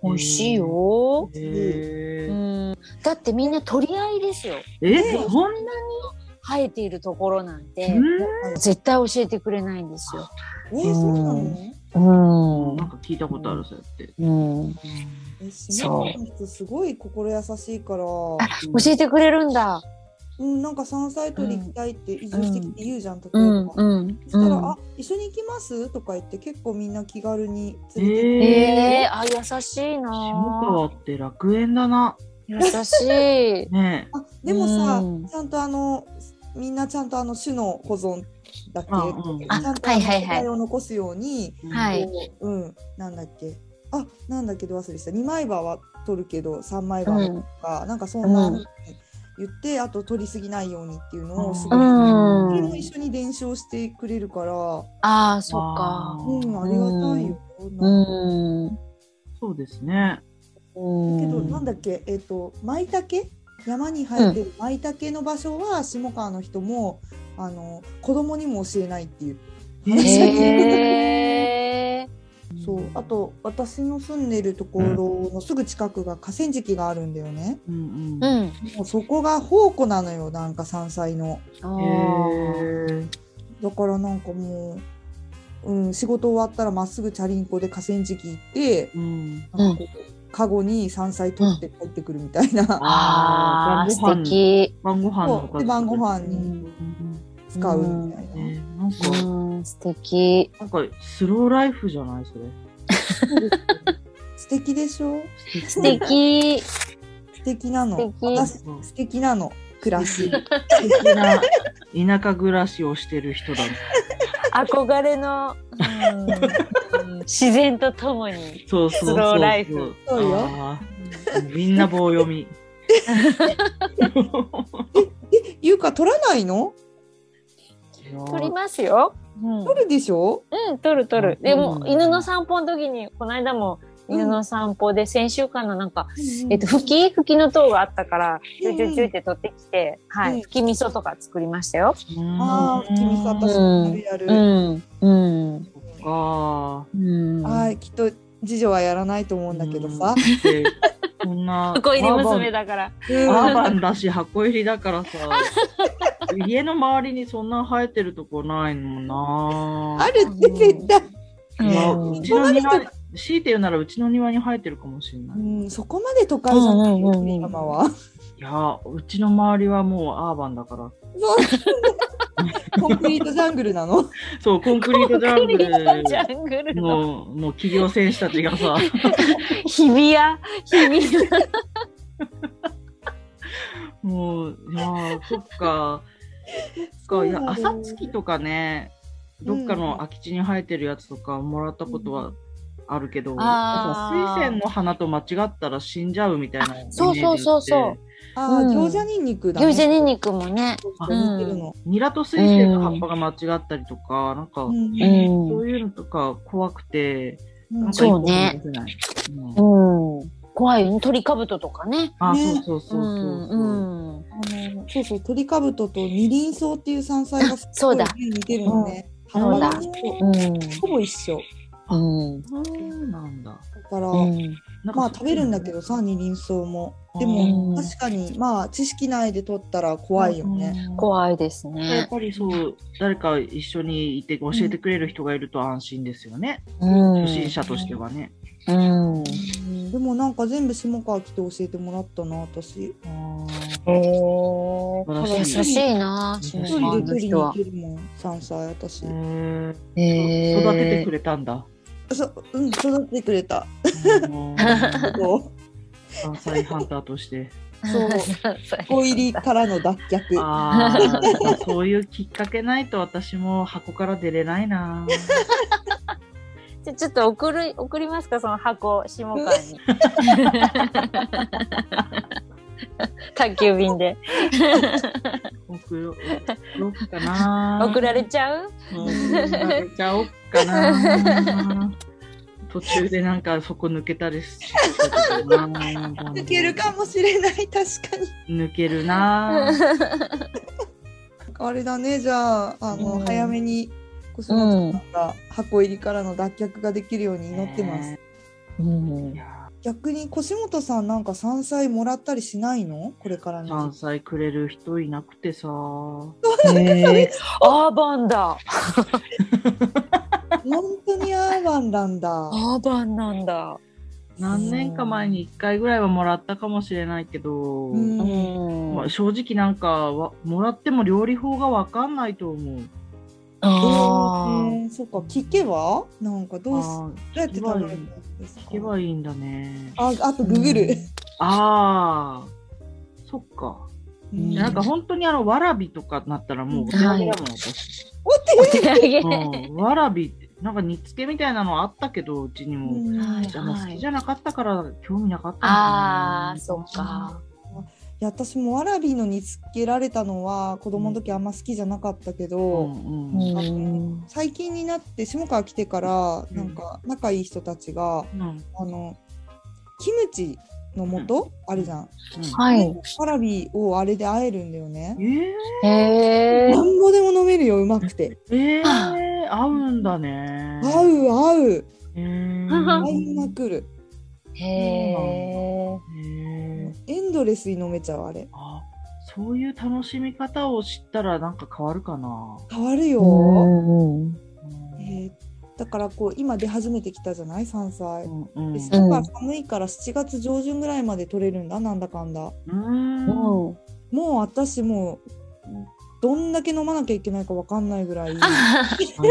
S3: 美味しいよ。
S4: え
S3: うん。だってみんな取り合いですよ。
S4: えそんな
S3: 生えているところなんて、
S4: うん
S3: 絶対教えてくれないんですよ。
S5: えー、そうなのね。
S3: うん
S4: なんか聞いたことあるそうやって
S3: うん。
S5: えー、下川の人すごい心優しいから、
S3: 教えてくれるんだ。
S5: うん、なんか山菜採り行きたいって移住してきて言うじゃん、例えば。
S3: うんうん
S5: そしたら、
S3: うん
S5: あ。一緒に行きますとか言って結構みんな気軽に連れてって、
S4: え
S3: え
S4: ー
S3: ー、あ優しい
S4: 下
S3: な。
S4: 川って楽園だな
S3: 優しい。
S4: ねえ
S5: あでもさ、
S3: うん
S5: ちゃんとあのみんなちゃんとあの種の保存だっけ、
S4: あうん
S5: ちゃんとあ
S3: あ
S5: の
S3: はいはいはい
S5: 名前を残すように、
S3: はい
S5: こううんなんだっけあなんだけど忘れした2枚刃は取るけど3枚 刃
S3: う
S5: と
S3: ん
S5: か、なんかそんな
S3: うん
S5: 風に言って、あと取りすぎないようにっていうのをすご
S3: う
S5: い、
S3: ん
S5: それも一緒に伝承してくれるから、う
S3: ああ、そっか。
S5: ん、ありがたいよ。なんか
S3: うん。う
S4: そうですね。
S5: けど、なん
S3: ん。
S5: だっけ、えっ、と、舞茸。山に生えてる舞茸の場所は、下川の人も、あの、子供にも教えないっていう。
S3: へえ。
S5: そう、あと、私の住んでるところのすぐ近くが河川敷があるんだよね。
S4: うんうん。
S3: う
S4: へ
S3: ん。
S5: もうそこが宝庫なのよ、なんか山菜の。
S3: あ
S5: だから、なんかもう。うん、仕事終わったらまっすぐチャリンコで河川敷行って、
S4: うん。
S5: なんかこうカゴに山菜取って帰ってくるみたいな、
S3: あー、素敵。
S4: 晩ご飯のお
S5: そう
S4: か
S5: で
S4: ず。
S5: 晩ご飯
S3: う
S5: に
S3: ん。
S5: 使うみたいな。
S4: ねなんか、
S3: うん素敵。
S4: なんかスローライフじゃないそれ。
S5: 素敵でしょ
S3: 素敵。
S5: 素敵なの
S3: 素敵
S5: 私素敵なの暮らし
S4: 素敵な田舎暮らしをしてる人だ。
S3: 憧れの。うん自然とともに。
S4: そうそうそうそう。
S3: スローライフ
S5: そうよ
S4: あー。みんな棒読み。
S5: えゆうか取ら ないの
S3: 取りますよ。うん
S5: 取るでしょ
S3: うん、取る取る。
S4: うん
S3: でも、犬の散歩の時に、この間も犬の散歩で、先週間のなんか、えっと、吹き吹きの塔があったから、チューチューチューって取ってきて、は
S5: う
S3: い、
S5: ん
S3: 吹き味噌とか作りましたよ。
S4: うん
S5: ああ君さ私もやるやる、
S3: うん、うん、
S4: あ
S3: うん。
S5: はいきっと次女はやらないと思うんだけどさ、
S4: ーで こんな。
S3: 箱入り娘だから。
S5: うん
S4: アーバンだし箱入りだからさ家の周りにそんな生えてるとこないもんな。
S5: あるって絶対。
S3: うん
S4: まあ
S3: うん
S4: うちの庭に、強いて言うならうちの庭に生えてるかもしれな
S5: う
S4: い。
S5: ん、そこまで都会じゃない
S3: うんう
S5: よ、
S3: んうんうん
S5: 栗山は。
S4: いやー、うちの周りはもうアーバンだから。
S5: そう。コンクリートジャングルなの。
S4: そう、コンクリートジャング
S3: ジ
S4: ル
S3: ャングルの
S4: の、もう企業選手たちがさ、
S3: 日比谷、日 比谷。
S4: もう、いやー、そっか。そっか、いや、朝月とかね、どっかの空き地に生えてるやつとかもらったことはあるけど、
S3: あー
S4: なんか水仙の花と間違ったら死んじゃうみたいなイメージって。
S3: そうそうそうそう
S5: ああ、
S3: うん
S5: 餃子ニンニクだ、ね。
S3: 牛舎ニンニクもね。
S5: 似てるの。
S4: ニラと水仙の葉っぱが間違ったりとか、なんか、
S5: うん
S3: うん
S4: そういうのとか怖くて、
S5: うん
S4: なんか
S3: そうね
S4: 一歩も出せない。うん
S3: うん。怖いよね。鳥かぶととかね。
S4: あ、
S5: ね
S4: そうそうそううそうそう。
S3: ん。うん。
S5: あのそうそう、鳥かぶとと二輪草っていう山菜がす
S3: そ
S5: ご
S3: う
S5: い
S3: だ
S5: 似てるのね。
S3: うんそう
S5: 葉
S3: だ
S5: っぱも
S3: うん。
S5: ほぼ一緒。
S3: うん。
S4: そうなんだ。
S5: だから、
S3: うん。
S4: なんか
S5: まあ食べるんだけどさ、二輪草も。で
S3: う
S5: も、
S3: ん
S5: 確かに、まあ知識内で取ったら怖いよね。。
S4: うん
S3: 怖いです
S4: やっ
S3: ね。
S4: ぱりそう、誰か一緒にいて教えてくれる人がいると安心ですよね。
S3: うん。
S4: 初心者としてはね。
S3: うん。
S5: うんでもなんか全部下川来て教えてもらったな、私。
S3: へ
S4: ー
S3: 優しいな、
S4: 優しい
S3: 清
S5: 一人で取り
S4: 確かに
S3: 水さんの人
S5: に行
S3: は。
S5: けるもん、山菜、私。
S4: うん
S3: へー
S4: 育ててくれたんだ。
S5: そうん、育ててくれた。
S4: うん
S5: そう
S4: 山菜ハンターと して。
S5: そう箱入りからの脱却。
S4: ああ、そういうきっかけないと私も箱から出れないな。
S3: じゃあ ちょっと送る送りますかその箱下川に。 宅急便で
S4: 送ろ送ろっかな。
S3: 送られちゃう？
S4: うん送られちゃおっか な。途中でなんかそこ抜けたりし 抜
S5: 抜けるかもしれない、確かに。
S4: 抜ける なぁ。
S5: あれだね、じゃあ、あの、
S3: うん
S5: 早めに。子育てさんが箱入りからの脱却ができるように祈ってます。
S3: うん
S4: いや
S5: 逆に、腰元さん、なんか山菜もらったりしないの、これから
S4: ー
S5: の
S4: 山
S5: 時期。
S4: 菜くれる人いなくてさ。
S3: へーアーバンだ。
S5: 本当にアーバンなんだ。
S3: アーバンなんだ。
S4: 何年か前に1回ぐらいはもらったかもしれないけど、
S5: うん
S3: うん
S4: まあ、正直なんかわもらっても料理法がわかんないと思う。
S3: あ
S5: えーそっか、聞けば、なんかどうし、ど
S4: あ
S5: うやって食べるんですか
S4: ー聞けばいいんだね。
S5: あ、あと
S3: ー。
S5: ググる。
S4: ああ、そっか。
S3: うん
S4: なんか本当にあの、わらびとかなったらもうお手上げだもん、私。
S5: お手
S3: 手上げ。
S4: うん、わらびって、なんか煮付けみたいなのあったけど、うちにも。
S5: うん
S4: じゃあもう好きじゃなかったから興味なかったのかな
S3: ああ、そっか。
S5: いや私もわらびの煮つけられたのは子供の時あんま好きじゃなかったけ
S4: う
S5: ど、
S4: んうん
S3: うん
S5: 最近になって下川来てから
S4: うん
S5: なんか仲いい人たちが、
S4: うん
S5: あのキムチの素、あるじゃん、
S3: はい。
S5: わらびをあれで和えるんだよね
S4: え。ー
S3: へえ。
S5: なんぼでも飲めるようまくて
S4: えー、合うんだね。
S5: 合う合う
S4: え
S3: 合
S5: 合いま
S4: ー。
S5: くる
S3: へえ。
S4: えー
S5: エンドレスに飲めちゃうあれ
S4: あそういう楽しみ方を知ったらなんか変わるかな。
S5: 変わる
S3: う
S5: よ、
S3: んうん
S5: えーだからこう今出始めてきたじゃない山菜、
S4: うんうん
S5: で下川寒いから7月上旬ぐらいまで取れるんだなんだかんだ
S4: うん
S3: う
S5: も
S3: ん
S5: う私もうどんだけ飲まなきゃいけないかわかんないぐらい
S4: 大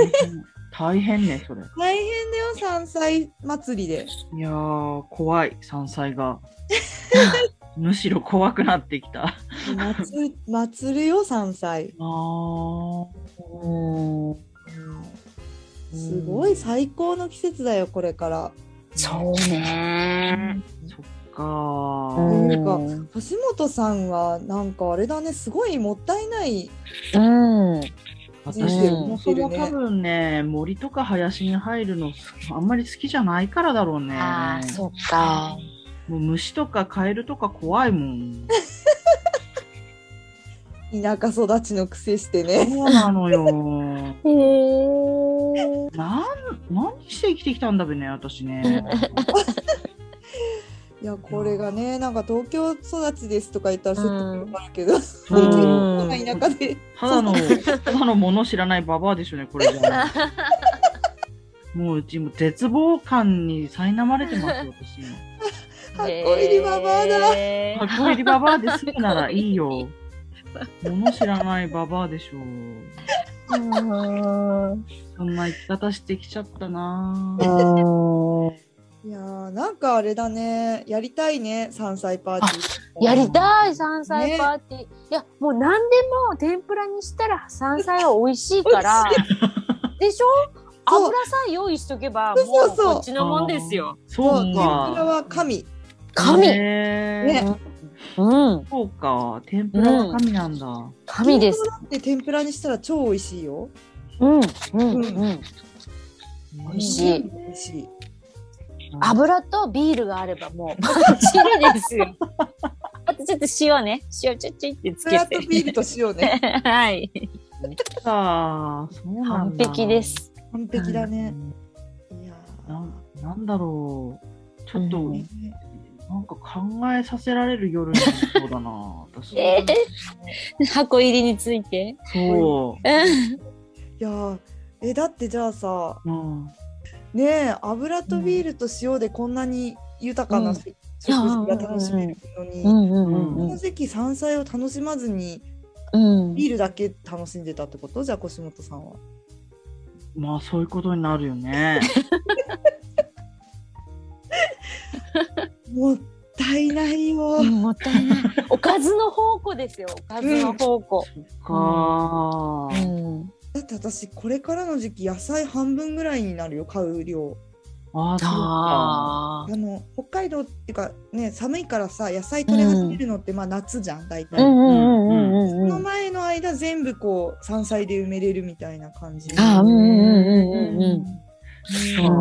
S4: 変大変ねそれ。
S5: 大変だよ山菜祭り で
S4: いやー怖い山菜が。むしろ怖くなってきた。
S5: 祭祭るよ山菜
S4: あー
S5: すごい最高の季節だよこれから
S3: そうね。
S4: そっかー。
S3: う
S5: ん
S3: ん。
S5: 橋本さんはなんかあれだねすごいもったいない
S3: うん。
S4: 私
S3: 人生を
S4: そもそも多分ね、森とか林に入るのあんまり好きじゃないからだろうね。
S3: ああ、そっか。
S4: もう虫とかカエルとか怖いもん。
S5: 田舎育ちのくせして ね
S4: そうなのよ。
S3: へえ。 음.
S4: なん、何して生きてきたんだべね、私ね。
S5: いやこれがねなんか東京育ちですとか言ったら説得力あるけど、
S4: そう
S3: うん
S5: こんな
S3: 예.
S5: 田舎 で
S4: ただの、ただのもの知らないババアでしょうね、これじ ゃ。もううちも絶望感に苛まれてますよ、私今。
S5: 箱入りババアだ
S3: えー
S4: 箱入りババアでするならいいよ。もの知らないババアでしょう。
S3: 음.
S4: そんな生き方してきちゃったなぁ。
S5: いやーなんかあれだねやりたいね山菜パーティー
S3: やりたい山菜パーティー、いやもう何でも天ぷらにしたら山菜は美味しい からでしょ
S5: そう
S3: 油さえ用意しとけばも
S5: そうそう
S3: う
S5: そう
S3: こっちのもんですよ。
S5: そう
S4: そう
S5: 天ぷら
S4: か。
S5: は神
S3: 神、
S4: へー
S5: ね
S3: うん
S4: そうか。天ぷらは神なんだ。
S3: 神です。
S5: で天ぷらにしたら超美味しいよ
S3: うんうん
S5: う
S3: うん美味しい。
S5: 美味しい
S3: 油とビールがあればもうバッチリです よ。あとちょっと塩ね塩ちょっちょいってつ
S5: プ
S3: け
S5: ラッ
S3: て
S5: ト。ビールと塩 ね
S3: はい
S4: さあ、そうなん
S3: 完
S4: だ。
S3: 璧で。す。
S5: 完璧だねいや
S4: なんなんだろう。ちょっと、
S5: ー
S3: う
S5: ね
S4: なんか考えさせられる夜になりそうだな私。
S3: え 箱入りについて。
S4: そう。
S5: いやーえだってじゃあさ
S4: うん、
S5: ねえ油とビールと塩でこんなに豊かな食事が楽しめるのに、
S3: んうん
S5: この時期山菜を楽しまずに
S3: うん
S5: ビールだけ楽しんでたってことじゃあ腰元さんは。
S4: まあそういうことになるよね。
S5: もったいないよ。
S3: うんもったいない。おかずの宝庫ですよ。おかずの宝庫。
S4: か、
S3: うん。
S5: だって私これからの時期野菜半分ぐらいになるよ買う量。
S4: ああそうか。
S3: あ
S5: あの北海道っていうかね寒いからさ野菜取れ始めるのってまあ夏じゃん大
S3: あ。う
S5: 体。
S3: んうんうんうんうん
S5: その
S3: うん。
S5: 前の間全部こう山菜で埋めれるみたいな感じ。
S3: あーうんうんうんうんう
S4: うん
S3: ん。うん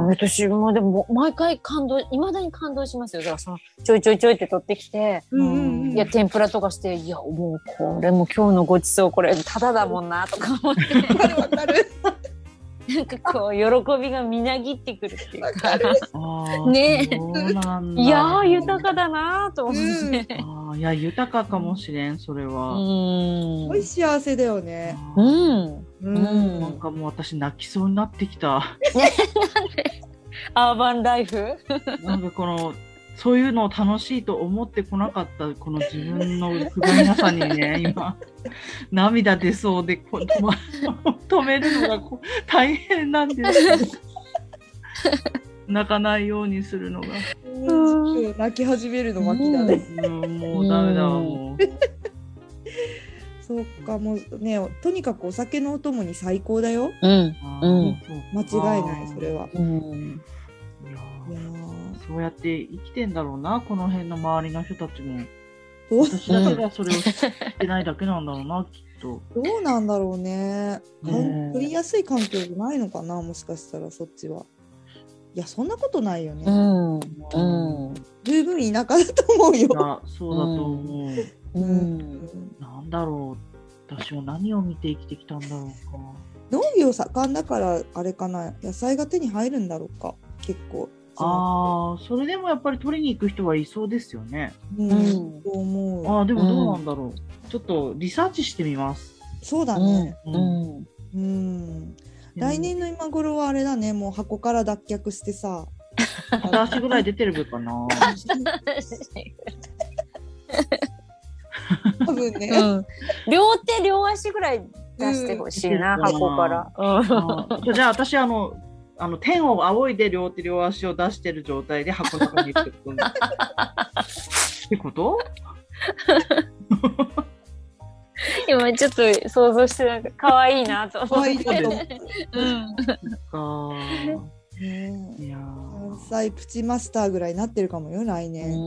S3: 私もでも毎回感動いまだに感動しますよだからそのちょいちょいちょいって取ってきて、
S5: うんうんうん
S3: いや天ぷらとかしていやもうこれも今日のごちそうこれただだもんなとか思って
S5: わかるわかる。
S3: なんかこう喜びがみなぎってくるっていう
S5: わ
S3: か
S5: かる。
S4: ああ
S3: ねえ
S4: そうなんだ。
S3: いやー豊かだなーと思って、
S5: うん
S4: あーいや豊かかもしれんそれ
S3: う
S4: は。
S3: ん
S5: すごい幸せだよね。
S3: う
S4: あ
S3: ん
S5: う。
S3: うん
S4: ーなん
S3: ん
S4: かもう私泣きそうになってきた。
S3: アーバンライフ
S4: なんかこのそういうのを楽しいと思ってこなかったこの自分の不甲斐なさにね今涙出そうでこ止,、ま、止めるのがこう大変なんです。泣かないようにするのが。
S5: うん泣き始めるの巻きだね。
S4: うんもうダメだわもう。
S5: そうかもうねとにかくお酒のお供に最高だよ
S3: うん
S4: あ
S3: う
S4: ー
S3: ん
S5: 間
S4: そうか
S5: 違いないそれは。
S3: うん
S4: いや
S5: いや
S4: ー
S5: ー
S4: そうやって生きてんだろうな、この辺の周りの人たちも。
S5: どう
S4: 私だけがそれを知ってないだけなんだろうな、きっと。
S5: どうなんだろうねか
S4: ね
S5: ん取りやすい環境じゃないのかなもしかしたらそっちは。いやそんなことないよね。
S3: うん
S4: うん
S5: 十分田舎だと思う
S4: い
S5: よ。
S4: や、そうだと思う。
S3: う
S5: うんん
S4: なんだろう。私は何を見て生きてきたんだろうか。
S5: 農業盛んだからあれかな野菜が手に入るんだろうか結構。
S4: ああ、それでもやっぱり取りに行く人はいそうですよね。
S5: うん
S3: うん
S5: と思う。
S4: ああ、でもどうなんだろう。ちょっとリサーチしてみます。
S5: そうだ
S3: うん
S5: ね。
S3: うん
S5: うん。来年の今頃はあれだねもう箱から脱却して さ。
S4: 片足ぐらい出てる分か な。
S5: 多分ね。
S3: うん両手両足ぐらい出してほしいな、
S4: うん
S3: 箱から。
S4: あーじゃあ私あのあの天を仰いで両手両足を出してる状態で箱の中に行くってことってこと
S3: 今ちょっと想像してなんか可愛いなと
S5: 可
S3: 思っ
S5: 愛い
S3: て。
S5: なと思って。
S3: うん
S4: か
S5: ね
S4: いやー
S5: 関西プチマスターぐらいになってるかもよ来年、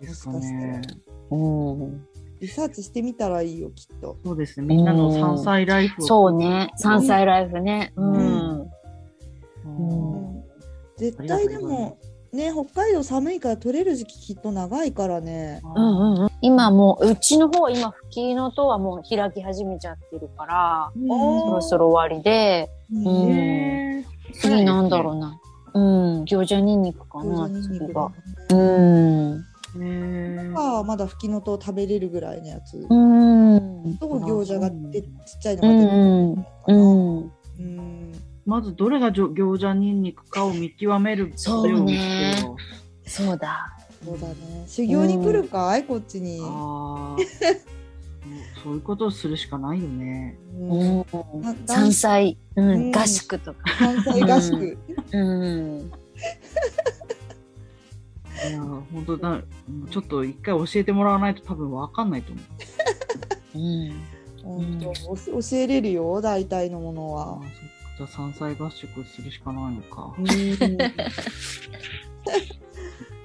S4: ですかね
S3: うん
S5: リサーチしてみたらいいよきっと
S4: そうですねみんなの山菜ライフを
S3: そうね、山菜ライフね。うん。
S4: うん
S5: うん絶対でもね北海道寒いから取れる時期きっと長いからね
S3: うんうんうん今もう、うちの方は今、吹きの塔はもう開き始めちゃってるから、
S5: ん
S3: そろそろ終わりで、
S5: う
S3: うん
S5: ん
S4: ねえ
S3: 次なんだろうな。うん、行者ニンニクか
S5: 餃
S3: な
S5: 子ニンニク
S3: そこ
S5: だ
S3: がうん
S4: ね
S5: まあまだフキノトウ食べれるぐらいのやつ
S3: うん
S5: と餃子がでちっちゃいのが
S3: う
S5: 出て
S3: ん
S5: くるのか
S3: うん
S5: なうん
S4: まずどれがじょ餃子ニンニクかを見極める
S3: そうね
S4: ようにしてよ
S3: そうだ
S5: そうだね修行に来るかいこっちに
S4: ああそういうことをするしかないよね。
S5: うん
S3: うん
S5: な
S3: 山菜う
S5: うんん
S3: 合宿とか
S5: 関西合宿
S3: うん
S4: いや本当だちょっと一回教えてもらわないと多分わかんないと思う。
S3: うん
S5: 本当お教えれるよ大体のもの
S4: あ
S5: は
S4: ーそっかじゃあ山菜合宿するしかないのか
S5: う。ん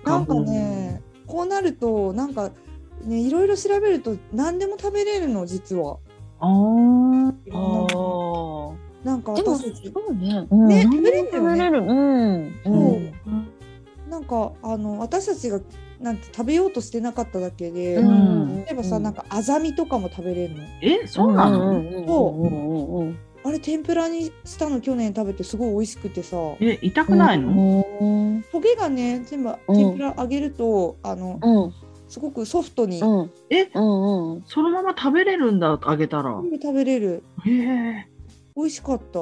S5: なんかねこうなるとなんかねいろいろ調べると何でも食べれるの実は
S3: あー
S4: あー
S5: なんか
S3: でも
S5: 私たち
S3: そうねうん
S5: ね
S3: 何で
S5: 食
S3: も
S5: べれ
S3: 食べれるうん
S5: そう
S3: うん
S5: なんかあの私たちがなんて食べようとしてなかっただけで、
S3: うん
S5: 例えばさ、なんかアザミとかも食べれるの
S4: えそうなの、
S3: うんうんうんうんうん
S5: あれ天ぷらにしたの去年食べてすごい美味しくてさ
S4: え痛くないの、
S3: うん
S5: トゲがね全部
S3: うん
S5: 天ぷら揚げると、あの
S3: うん
S5: すごくソフトに
S3: うん
S4: え
S3: うんうん
S4: そのまま食べれるんだあげたら。
S5: 全部食べれる
S4: へえ。
S5: 美味しかった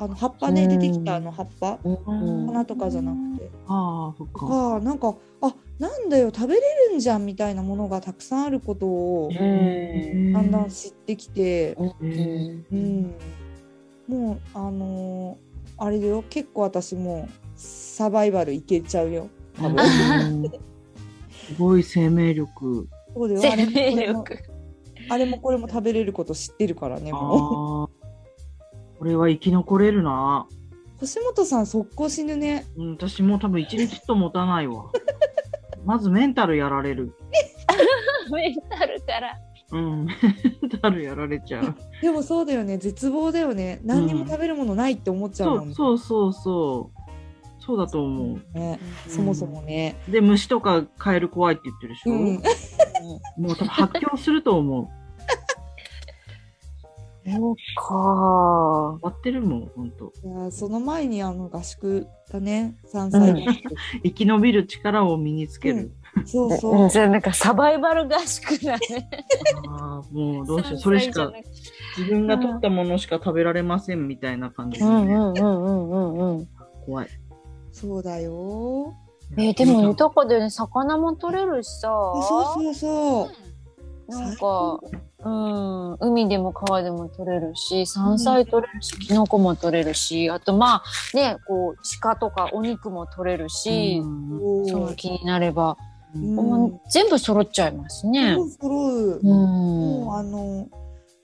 S5: あの葉っぱね
S3: うん
S5: 出てきたあの葉っぱ
S3: うん
S5: 花とかじゃなくて
S4: ああそっか。
S5: ああなんかあなんだよ食べれるんじゃんみたいなものがたくさんあることを
S3: へ
S4: え
S5: だんだん知ってきて、
S3: うん
S5: うん、もうあのーあれだよ結構私もうサバイバルいけちゃうよ多分
S4: すごい生命力。
S5: そうだ よあれ
S3: 生
S5: もこ
S3: 命
S5: れも
S3: 力
S5: あれもこれも食べれること知ってるからね
S4: ああ
S5: もう。
S4: これは生き残れるな。
S5: 星本さん速攻死ぬね
S4: うん、私もう多分一日と持たないわ。 まずメンタルやられる。
S3: メンタルから
S4: うん、メンタルやられちゃう。
S5: でもそうだよね絶望だよね何にも食べるものないって思っちゃう
S4: そ
S5: もん
S4: う
S5: ね、
S4: そうそうそう。そうだと思
S5: ね
S4: う。
S5: そもそもね、
S4: うん。で、虫とかカエル怖いって言ってるでしょ。
S5: うん、
S4: もう多分発狂すると思う。
S3: そうか
S4: 終わってるもん、ほんと。
S5: いやその前にあの合宿だね3歳合宿、
S4: 生き延びる力を身につける。
S5: そう
S3: う
S5: そ
S3: ん
S5: う
S3: それなんかサバイバル合宿だね
S4: ああ、もうどうしよう。それしか、自分が取ったものしか食べられませんみたいな感じ
S3: う
S4: で、ね
S3: んうんうんうんうんうん
S4: 怖い。
S5: そうだよ
S3: えーでも豊かでね魚も取れるしさ
S5: そうそうそう
S3: なんか、うん、海でも川でも取れるし、山菜取れるし、キノコも取れるし、あとまあ、ね、こう、鹿とかお肉も取れるし
S4: う、ん
S3: その
S5: そ
S3: 気になれば、
S5: う
S3: も
S5: ん
S3: う全部揃っちゃいますね。
S5: 揃う。
S3: うん。
S5: もうあの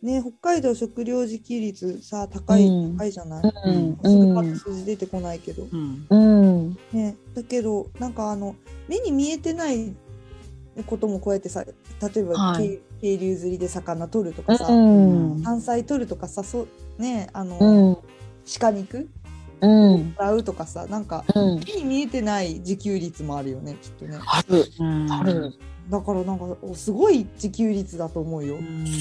S5: ね北海道食料自給率さ高い、
S3: うん
S5: 高いじゃない。
S3: う
S5: す
S3: ん。
S5: ぐパ
S3: う
S5: ッと
S3: ん。
S5: 数字出てこないけど、
S4: うん
S3: うん。
S5: ね、だけどなんかあの目に見えてないこともこうやってさ例えば、
S3: はい
S5: 渓渓流釣りで魚取るとかさ、
S3: うん。
S5: 山菜取るとかさそうねあの、
S3: うん。
S5: 鹿肉
S3: うん。
S5: 買うとかさなんか
S3: うん。
S5: 目に見えてない自給率もあるよねきっとね
S3: ある。
S4: うん
S3: ある。
S5: だからなんかおすごい自給率だと思うよ。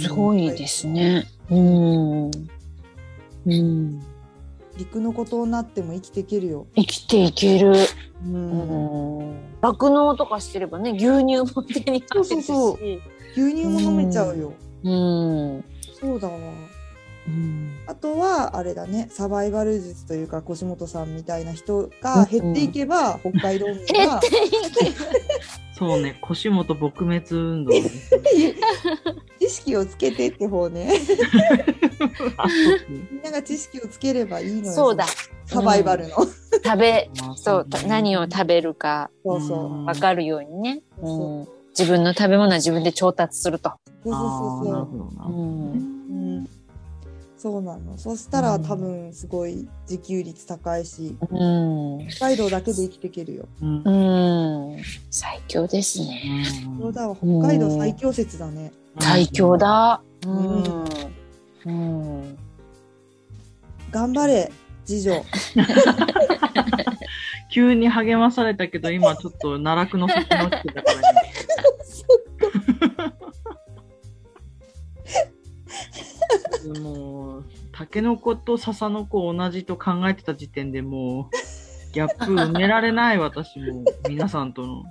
S3: すごいですね。うん。うん。
S5: 陸のことになっても生きていけるよ。
S3: 生きていける。
S5: うん
S3: うん酪農とかしてればね牛乳も手に入るし
S5: そうそうそ牛乳も飲めちゃうよ。
S3: うん
S5: そうだわ。あとはあれだねサバイバル術というか腰元さんみたいな人が減っていけば、北海道民が
S4: そうね、腰元撲滅運動ですね。
S5: 知識をつけてって方ね
S4: あ
S5: みんなが知識をつければいいのよ
S3: そうだ
S5: サバイバルの、
S3: 食べ
S4: そう
S3: そうた何を食べるか
S5: そうそう
S3: 分かるようにね、
S5: そ
S3: うん、自分の食べ物は自分で調達すると、
S5: そう
S4: あ
S5: そう
S4: ー
S5: そ
S4: なる
S5: う
S4: ほどな。
S3: うん
S5: そう、うん、そうなのそしたら多分すごい自給率高いし
S3: うんうん
S5: 北海道だけで生きていけるよ
S4: うん
S3: 最強ですね
S5: そうだわ北海道最強説だね
S3: 最強。だうん、うん、
S5: 頑張れ次女
S4: 急に励まされたけど、今ちょっと奈落の先のってたからね。もう、タケノコと笹の子同じと考えてた時点でもう、ギャップ埋められない私も、皆さんとの。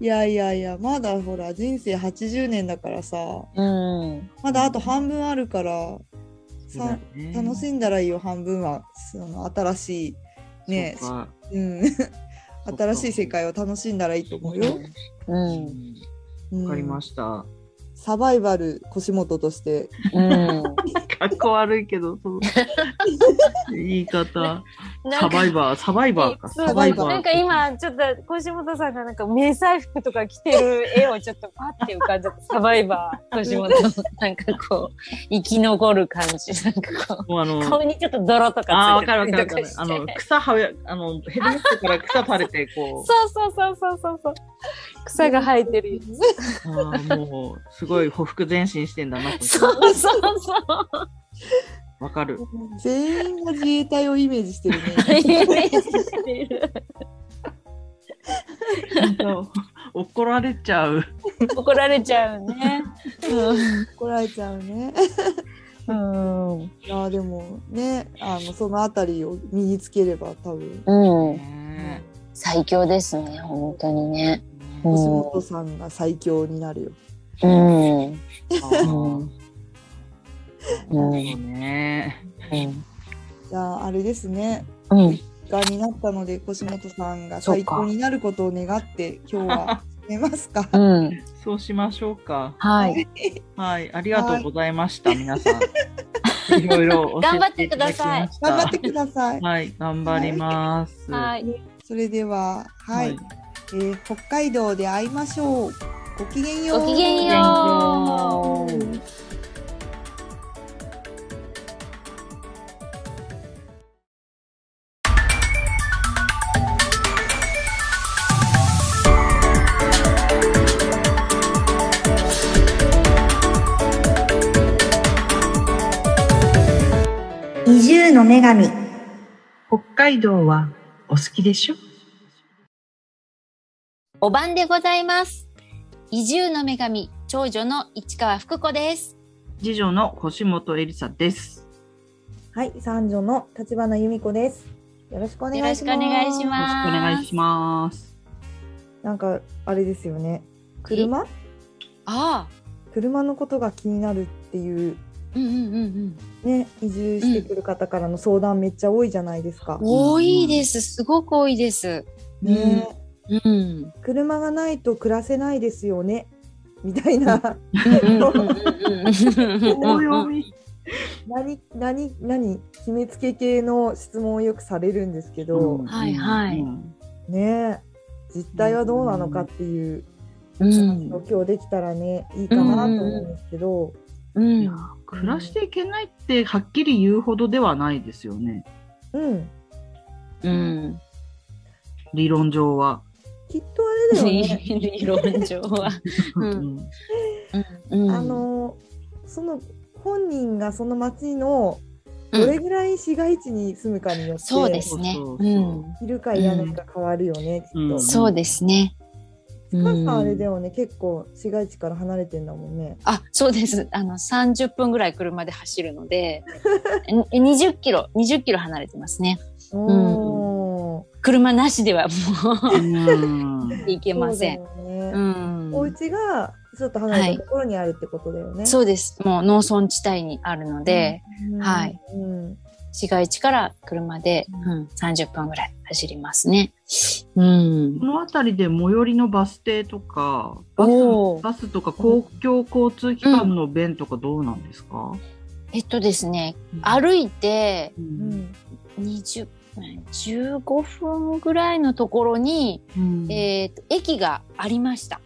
S10: いやいやいやまだほら人生80年だからさ
S3: うん。
S10: まだあと半分あるからさ楽しんだらいいよ半分はその新しいね
S4: そうか
S10: うん、新しい世界を楽しんだらいいと思うよ。
S4: う
S3: う。
S4: んん
S10: うん
S4: わかりました。
S10: サバイバル腰元として
S3: うん。
S4: かっこ悪いけど、 そう。言い方。
S3: な
S4: サ
S3: んか
S4: バイバー、サバイバーか。
S3: そう
S4: サバイバー。
S3: なんか今ちょっと腰本さんがなんか迷彩服とか着てる絵をちょっとパッて浮かんじゃってサバイバー腰本の なんかこう生き残る感じなんかこ
S4: もうあ
S3: う
S4: の、
S3: 顔にちょっと泥と
S4: ああ、わ
S3: かつい
S4: かるわ
S3: て
S4: か
S3: た
S4: るわ
S3: りと
S4: か
S3: か
S4: る
S3: し。
S4: あ
S3: て
S4: の、草はや、あの、ヘルメットから草垂れて、こ
S3: そうそうそうそうそうそう草が生えてる
S4: う、あーもう、すごい、ほふく前進してんだなと。
S3: そうそう そう
S4: わかる。
S10: 全員が自衛隊をイメージしてるね。
S3: イメージしてる
S4: なんか怒られちゃう。
S3: 怒られちゃうね
S10: 怒られちゃうね。
S3: うんう
S10: いやでもねあのそのあたりを身につければ多分
S3: ん
S4: ね
S3: 最強ですね本当にね
S4: え
S3: うん
S10: 腰元さんが最強になるよ。
S3: うんうん
S4: あーそうね。
S10: じゃああれですね。
S3: うん
S10: がになったので腰元さんが
S3: そうか
S10: 最強になることを願って今日 は締めますか。
S3: うん
S4: そうしましょうか。
S3: はい
S4: はい、ありがとうございました、皆さん。いろいろ教えていただき ました。
S10: 頑張ってください。
S4: はい、頑張ります。
S3: はい。
S10: それでははい、えー北海道で会いましょう。ごきげんよう。
S3: ごきげんよう。
S11: 移住の女神。
S12: 北海道はお好きでしょ
S3: お晩でございます。移住の女神、長女の市川福子です。
S4: 次女の腰本エリサです。
S5: はい、三女の立花由美子です。よろしくお願い
S3: よ
S5: しま
S3: ろし
S5: す。
S3: くお願い
S4: よろしく
S3: し
S4: お
S3: ま
S4: 願
S3: す。
S4: いします。
S5: なんかあれですよね。車？
S3: ああ、
S5: 車のことが気になるっていう
S3: うんうんうんうん。
S5: ね、移住してくる方からの相談めっちゃ多いじゃないですか。
S3: 多いです。すごく多いです。
S5: ね、
S3: うん。
S5: 車がないと暮らせないですよね。みたい な
S4: お読み。
S5: 何何何決めつけ系の質問をよくされるんですけど、
S3: はいはい
S4: うん
S5: ね、実態はどうなのかっていう
S3: うん。
S5: 状況できたらね、いいかなと思うんですけど。
S3: うん。
S4: 暮らしていけないってはっきり言うほどではないですよね。
S5: うん、
S3: うん。
S4: 理論上は。
S5: きっとあれだよね。
S3: 理論上は。うん
S4: うん
S3: うん
S5: あ、のその本人がその町の
S3: うん
S5: どれぐらい市街地に住むかによって、
S3: そうですね。
S4: そうそ
S3: う。
S4: うそうん
S5: いるかいらないか変わるよね、
S4: うん
S5: きっ
S3: そうですね。
S5: と。カンさんあれだよね、結構市街地から離れてんだもんね。
S3: あ、そうです。あの、30分ぐらい車で走るの で、え20キロ、20キロ離れてますね。
S5: おー
S3: 車なしではも
S4: うん
S3: ういけません。
S5: そうだよね。
S3: うん。
S5: お家がちょっと離れたところにあるってことだよね。
S3: そうです。もう農村地帯にあるので、
S5: うん
S3: はい。
S5: うん
S3: 市街地から車で、うん、30分ぐらい走りますね。うん
S4: こ。の辺りで最寄りのバス停とかバ
S3: おー
S4: スバスとか公共交通機関の便とかどうなんですか、
S3: えっとですね、歩いて
S4: う
S5: うんん
S3: 20分、15分ぐらいのところに、
S4: うん
S3: えっと、駅がありました。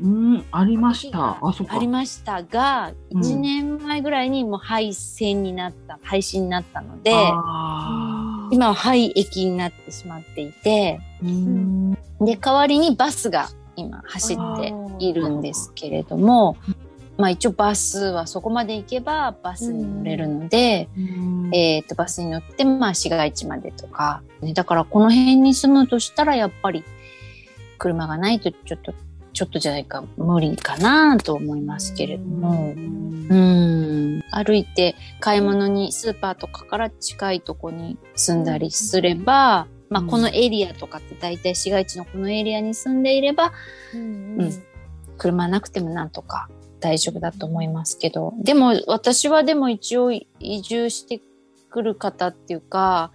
S4: うんありました。あそっか
S3: ありましたが、
S4: うん
S3: 1年前ぐらいにもう廃線になった、廃止になったので、
S4: あー
S3: 今は廃駅になってしまっていて、
S4: うん
S3: で、代わりにバスが今走っているんですけれども、まあ一応バスはそこまで行けばバスに乗れるので、
S4: うん
S3: えっ、と、バスに乗って、まあ市街地までとか、ね、だからこの辺に住むとしたらやっぱり車がないとちょっと、ちょっとじゃないか無理かなと思いますけれども、
S4: うんう
S3: うん、
S4: ん
S3: 歩いて買い物にスーパーとかから近いとこに住んだりすれば、まあ、このエリアとかって大体市街地のこのエリアに住んでいれば
S5: うんうん
S3: 車なくてもなんとか大丈夫だと思いますけどでも私はでも一応移住してくる方っていうか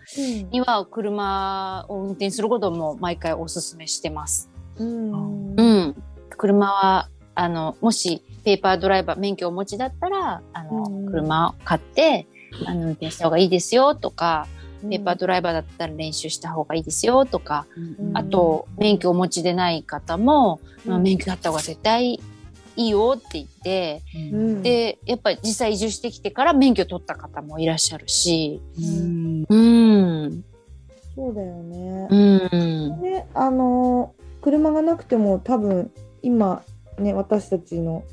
S3: には車を運転することも毎回お勧めしてます。
S5: うん
S3: うん、車はあのもしペーパードライバー免許をお持ちだったらあの、
S5: うん
S3: 車を買ってあの運転した方がいいですよとか、
S5: うん
S3: ペーパードライバーだったら練習した方がいいですよとか、
S5: うん
S3: あと免許をお持ちでない方も、まあ、免許だった方が絶対いいよって言って、
S5: うん
S3: でやっぱり実際移住してきてから免許取った方もいらっしゃるし。
S4: うん
S3: うん、
S5: そうだよね
S3: う。ん、
S5: であの車がなくても多分今ね私たちの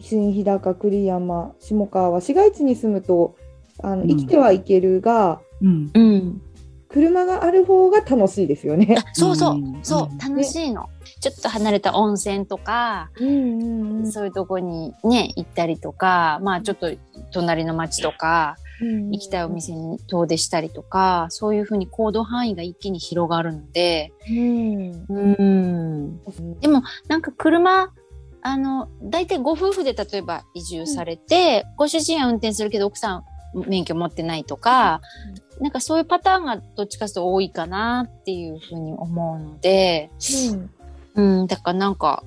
S5: 新日高栗山下川は市街地に住むとあの
S4: うん
S5: 生きてはいけるが、
S4: うん
S3: うん
S5: 車がある方が楽しいですよ ね。
S3: そうそう、
S4: うん
S3: そう、楽しいの。ちょっと離れた温泉とか、
S5: うん
S3: そういうとこにね、行ったりとか、まあちょっと隣の町とか、行きたいお店に遠出したりとか、そういうふうに行動範囲が一気に広がるので、
S5: うん
S3: うん。で
S5: も
S3: も、なんか車、あの、大体ご夫婦で例えば移住されて、ご主人は運転するけど奥さん免許持ってないとか、なんかそういうパターンがどっちかというと多いかなっていうふうに思うので、うん、だからなんか、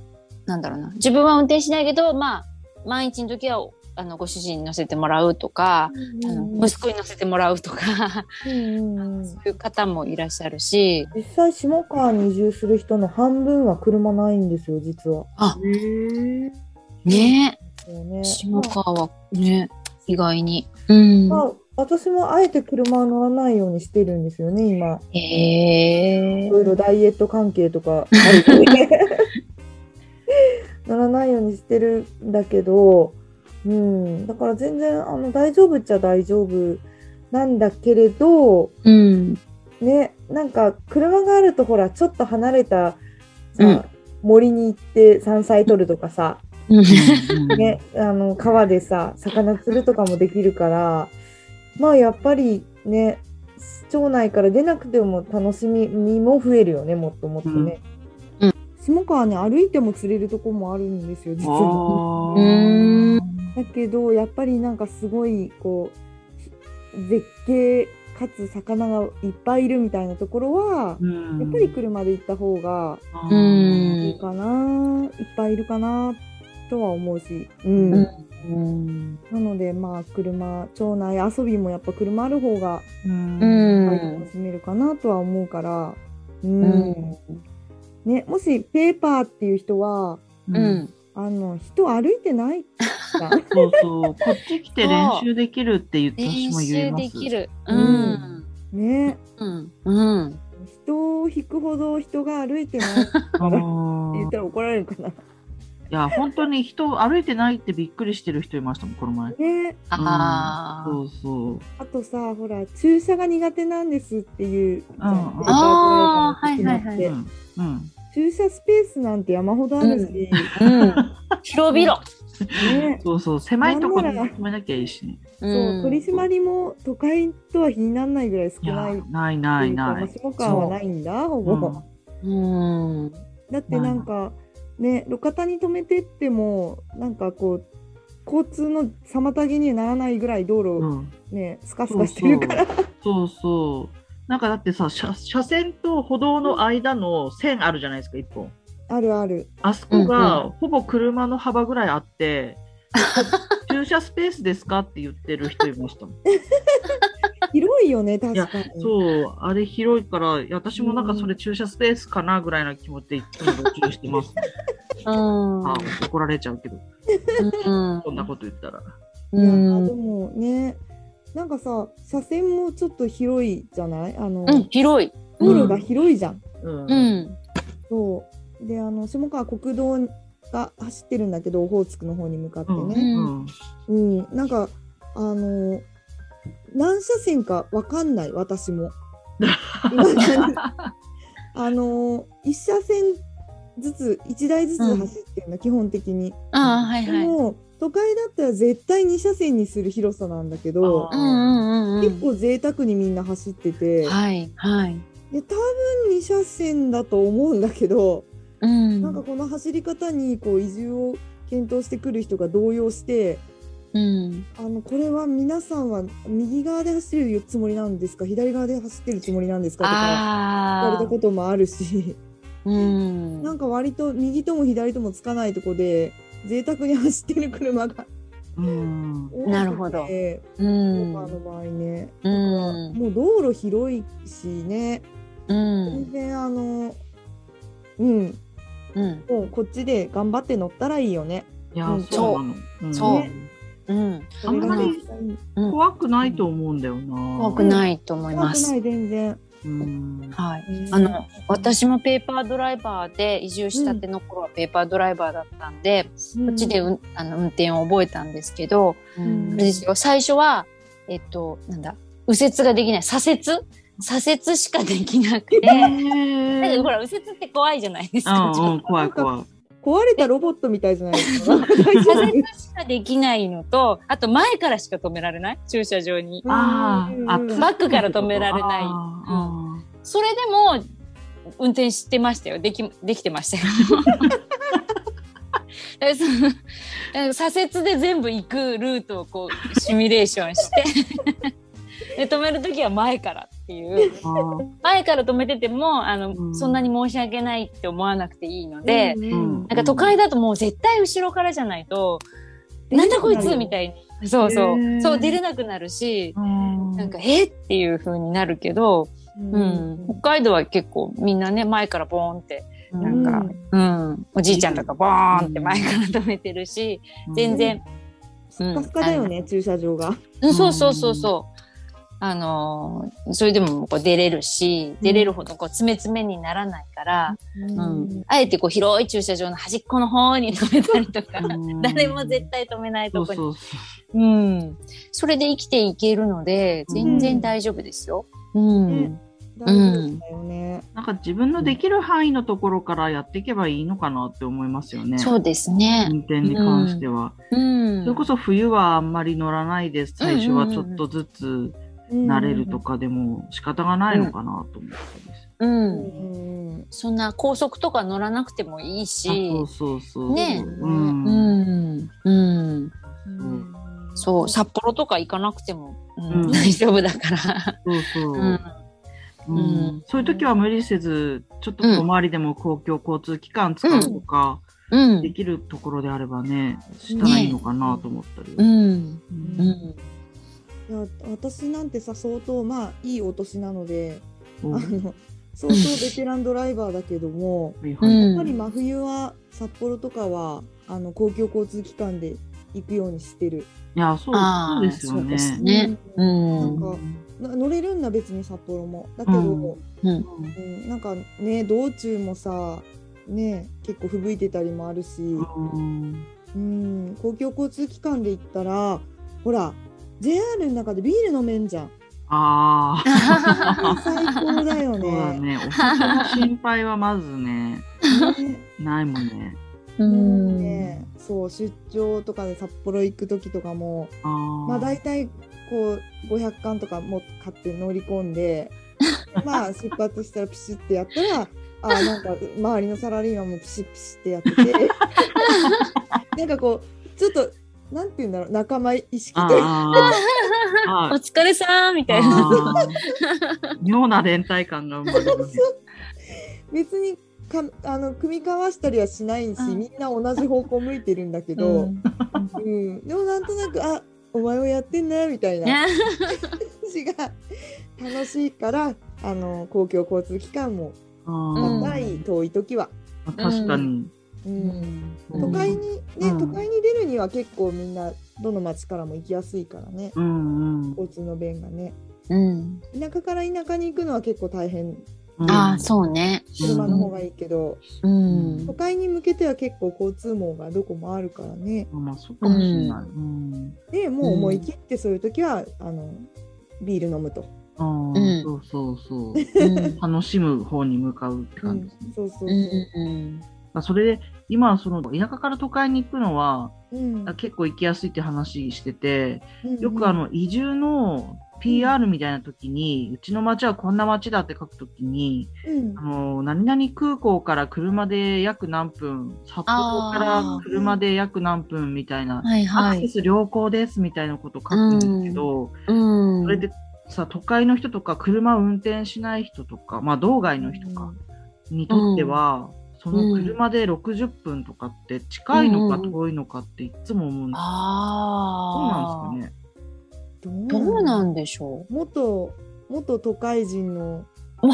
S3: なんだろうな。自分は運転しないけど、まあ、万一の時は、あの、ご主人に乗せてもらうとか、あの息子に乗せてもらうとか、そういう方もいらっしゃるし、
S5: 実際下川に移住する人の半分は車ないんですよ実は。
S3: ね
S5: そうね
S3: 下川はね、意外に。うん。
S5: まあ、私もあえて車は乗らないようにしてるんですよね今。
S3: へ
S5: い
S3: え。
S5: ろいろダイエット関係とかあるのでならないようにしてるんだけど、うん、だから全然あの大丈夫っちゃ大丈夫なんだけれど、
S3: うん。
S5: ね、なんか車があるとほらちょっと離れたさ、
S3: うん
S5: 森に行って山菜取るとかさ、
S3: うん
S5: ね、あの川でさ魚釣るとかもできるからまあやっぱりね町内から出なくても楽しみも増えるよねもっともっとね。
S3: うんう
S5: 下川ね歩いても釣れるとこもあるんですよ実は。
S4: あ
S3: うーん
S5: だけどやっぱりなんかすごいこう絶景かつ魚がいっぱいいるみたいなところはやっぱり車で行った方が
S3: う
S5: いい
S3: ん。
S5: かな、いっぱいいるかなとは思うし。
S4: うん
S5: うん
S3: うん。
S5: なのでまあ車町内遊びもやっぱ車ある方が
S3: う
S5: 楽
S3: ん。
S5: しめるかなとは思うから、うん
S3: うん。
S5: ね、もしペーパーっていう人は
S3: うん。
S5: あの人歩いてないじゃん
S4: そうそう。こっち来て練習できるって言って私
S3: 練
S4: も言い
S3: 習
S4: ます。
S3: でき
S4: る。
S3: る。うん。
S5: ね
S3: うん。うん。
S5: 人を引くほど人が歩いてないって言ったら怒られるかな。
S4: いや、本当に人歩いてないってびっくりしてる人いましたもん、この前。
S5: ね
S3: ああ。
S4: そうそう。
S5: あとさほら駐車が苦手なんですっていうじゃん
S4: うんうん
S5: ペーパードライバーの人
S3: あーはいはいはい
S5: って
S4: うん。うん。
S5: 駐車スペースなんて山ほどあるし、
S3: うん。広々。
S5: ね
S4: そうそう。狭いところに
S5: なんなら
S4: 止めなきゃいいしね。
S5: そう取り締まりも都会とは比にならないぐらい少
S4: いや
S5: ないっていうか
S4: ないないな
S5: まあ
S4: い。
S5: 下川はないんだほぼ、
S4: うん
S3: うん。
S5: だってなんかね路肩に止めてってもなんかこう交通の妨げにはならないぐらい道
S4: う
S5: 路
S4: ん。
S5: ね、スカス
S4: そう
S5: カしてるから
S4: そうそうそう。なんかだってさ車、車線と歩道の間の線あるじゃないですか、一本。
S5: あるある
S4: あそこがほぼ車の幅ぐらいあって、駐車スペースですかって言ってる人いましたもん。
S5: 広いよね確かに
S4: そう、あれ広いから、いや私もなんかそれ駐車スペースかなぐらいの気持ちでいつも路駐してます。
S3: うん。
S4: あ怒られちゃうけど、
S3: うん
S4: こんなこと言ったら。
S5: いや
S3: うん
S5: でもねなんかさ車線もちょっと広いじゃないあの、
S3: うん。広い。
S5: 道路が広いじゃん、
S4: うん。
S3: う
S4: うん。
S3: ん。
S5: そうであの下川国道が走ってるんだけどオホーツクの方に向かってね、
S4: うん。
S5: うん、なんかあの何車線かわかんない私 も。未だにあの1車線ずつ1台ずつ走ってるの、基本的に。
S3: ああ、はい
S5: で
S3: はい。
S5: も都会だったら絶対2車線にする広さなんだけど
S4: あー
S3: うんうんうんう
S5: 結
S3: ん。
S5: 構贅沢にみんな走ってて、
S3: はいはい。
S5: で多分2車線だと思うんだけど、
S3: うん。
S5: なんかこの走り方にこう移住を検討してくる人が動揺して
S3: うん。
S5: あのこれは皆さんは右側で走るつもりなんですか左側で走ってるつもりなんですかとか言われ
S3: あ
S5: た
S3: あ。
S5: こともあるし
S3: うん。
S5: なんか割と右とも左ともつかないとこで贅沢に走ってる車が
S4: うん。
S5: 多くて
S3: なるほどう
S5: ス
S3: ん
S5: ーパーの場合ね、
S3: う
S5: だから
S3: ん。
S5: もう道路広いしね、
S3: うん
S5: 全。然あのうん
S3: うん。
S5: もうこっちで頑張って乗ったらいいよね。
S4: いや
S5: うん、
S4: そうなの。
S3: そう
S4: ね
S3: うん。
S4: あんまり
S3: うん
S4: 怖くないと思うんだよな。
S3: 怖くないと思い
S5: 怖
S3: ま
S5: く
S3: す
S5: な。い全然。
S4: うん。
S3: はい。あの、私もペーパードライバーで移住したての頃はペーパードライバーだったんで、こっちでうんあの運転を覚えたんですけど、
S5: うん
S3: あれですよ最初は、えっと、なんだ、右折ができない、左折左折しかできなくて、だけどほら、右折って怖いじゃないです
S4: あ
S3: か。
S4: あ、
S3: ちょ
S4: う
S3: っ
S4: ん、怖い怖い。
S5: 壊れたロボットみたいじゃないです か。大
S3: と
S5: 丈
S3: 左
S5: 夫
S3: 折しかできないのと、あと前からしか止められない駐車場に。
S4: ああ、
S5: うん
S3: バックから止められない
S4: あ
S3: それでも、運転してましたよ。でき、できてましたよ。えそのえ左折で全部行くルートをこう、シミュレーションして、で止めるときは前からっていう。
S4: ーあー。
S3: 前から止めててもあの、
S4: うん
S3: そんなに申し訳ないって思わなくていいので、
S5: う
S4: うん
S3: なんか都会だともう絶対後ろからじゃないと、
S5: 出
S3: な
S5: れ
S3: ん
S5: な
S3: だ
S5: くな
S3: こ
S5: る
S3: いつみたいにそうそう、
S4: へー
S3: そう出れなくなるし、
S4: な
S3: なんかえっていう風になるけど、うん北海道は結構みんなね前からボーンってなんか、うんおじいちゃんとかボーンって前から止めてるし、全然、う
S5: ス
S3: ん
S5: カスカだよね駐車場が。
S3: うん、そうそうそうそう。あのーそれでもこう出れるし、出れるほどこう詰め詰めにならないから、うんあえてこう広い駐車場の端っこの方に止めたりとか、 誰も絶対止めない
S4: そ
S3: と
S4: う
S3: こに。
S4: そう
S3: うん。それで生きていけるので、全然大丈夫ですよ。うん。
S5: ね大
S3: う
S5: 丈
S3: ん
S5: 夫だよね。
S4: なんか自分のできる範囲のところからやっていけばいいのかなって思いますよね。
S3: そうですね。
S4: 運転に関しては、
S3: うん。
S4: それこそ冬はあんまり乗らないです。最初はちょっとずつ慣れるとかでも仕方がないのかなと思ってます。
S3: う。
S5: うんん。
S3: そんな高速とか乗らなくてもいいし、
S4: あそうそうそう。
S3: ね
S4: う。
S3: うんん。うん。
S4: ん
S3: そう、札幌とか行かなくても、うん
S4: うん
S3: 大丈夫だから。
S4: そうそう。
S3: うん。
S4: うんそういう時は無理せず、ちょっと小回りでも公共交通機関使うとか、
S3: うん
S4: で。きるところであればね、したらいいのかなと思ったり。
S3: うん。
S4: うん
S3: うん。
S5: いや私なんてさ相当まあいいお年なので、
S4: お
S5: あ
S4: はい
S5: の相当ベテランドライバーだけども、
S4: はい
S3: うん
S5: やっぱり真冬は札幌とかはあの公共交通機関で行くようにしてる。
S4: いや、そう
S3: あ
S4: そう
S3: ー
S4: ですよね。
S3: そうですねう
S5: うんん。なんかな乗れるんだ別に札幌も。だけど、
S4: うん
S5: うんなんかね道中もさね結構吹雪いてたりもあるし、
S4: うん
S5: うん、公共交通機関で行ったらほら JR の中でビール飲めんじゃん
S4: ああ、
S5: 最高だよ
S4: そうだ
S5: ね。
S4: ね。お酒の心配はまずね、
S5: ね
S4: ないもんね。
S3: う。
S5: もうんねそう出張とかで札幌行く時とかも
S4: ああ。
S5: まあ大体こう500巻とかも買って乗り込ん でまあ出発したらピシッてやったらあーなんか周りのサラリーマンもピシッピシッてやって てなんかこうちょっとなんて言うんだろう仲間意識というか
S4: ああ。
S3: お
S4: ああ
S3: 疲れさんみたいな。
S4: ああ妙な連帯感が生まれるね。
S5: 別にかあの組み交わしたりはしないし、
S3: うん
S5: みんな同じ方向向いてるんだけど、うんでもなんとなくあお前もやってんなみたいな。私が楽しいからあの公共交通機関も
S4: あ
S3: うん
S4: あ
S5: 高い遠い時は、
S4: 確かに。
S5: うん
S4: うん
S5: 都会にね、
S4: うん
S5: 都会に出るには結構みんなどの町からも行きやすいからね
S4: うんうん。
S5: 交通の便がね
S3: うん。
S5: 田舎から田舎に行くのは結構大変
S3: ああ、そうね。
S5: 車の方がいいけど、
S3: うん。
S5: 都会に向けては結構交通網がどこもあるからね
S4: うん。まあ、そうかもしれない。うん。
S5: でもう思い切ってそういう時はあのビール飲むと、
S4: あ
S3: うん
S4: あ、そうそうそう。
S3: うん
S4: 楽しむ方に向かうって
S5: う
S4: 感じ
S5: ん
S4: ですね。
S5: そうそうそう、
S3: うん
S4: まあそれで、今、その、田舎から都会に行くのは、
S13: うん
S4: あ結構行きやすいって話してて、
S13: うん
S4: よくあの移住の PR みたいな時に、うちの町はこんな町だって書く時に、
S13: うん
S4: あの何々空港から車で約何分、札幌から車で約何分みたいな、
S3: はい
S4: ア
S3: は
S4: クセ
S3: い。
S4: ス良好ですみたいなこと書くんですけど、
S3: うん。
S4: それでさ、都会の人とか、車運転しない人とか、まあ、道外の人か、にとっては、その車で60分とかって、近いのか
S3: うんうん
S4: 遠いのかっていつも思うんですどう
S3: ああ。
S4: なんですかね。
S3: どうなんんでしょ
S5: 元元都会人の
S3: う。もう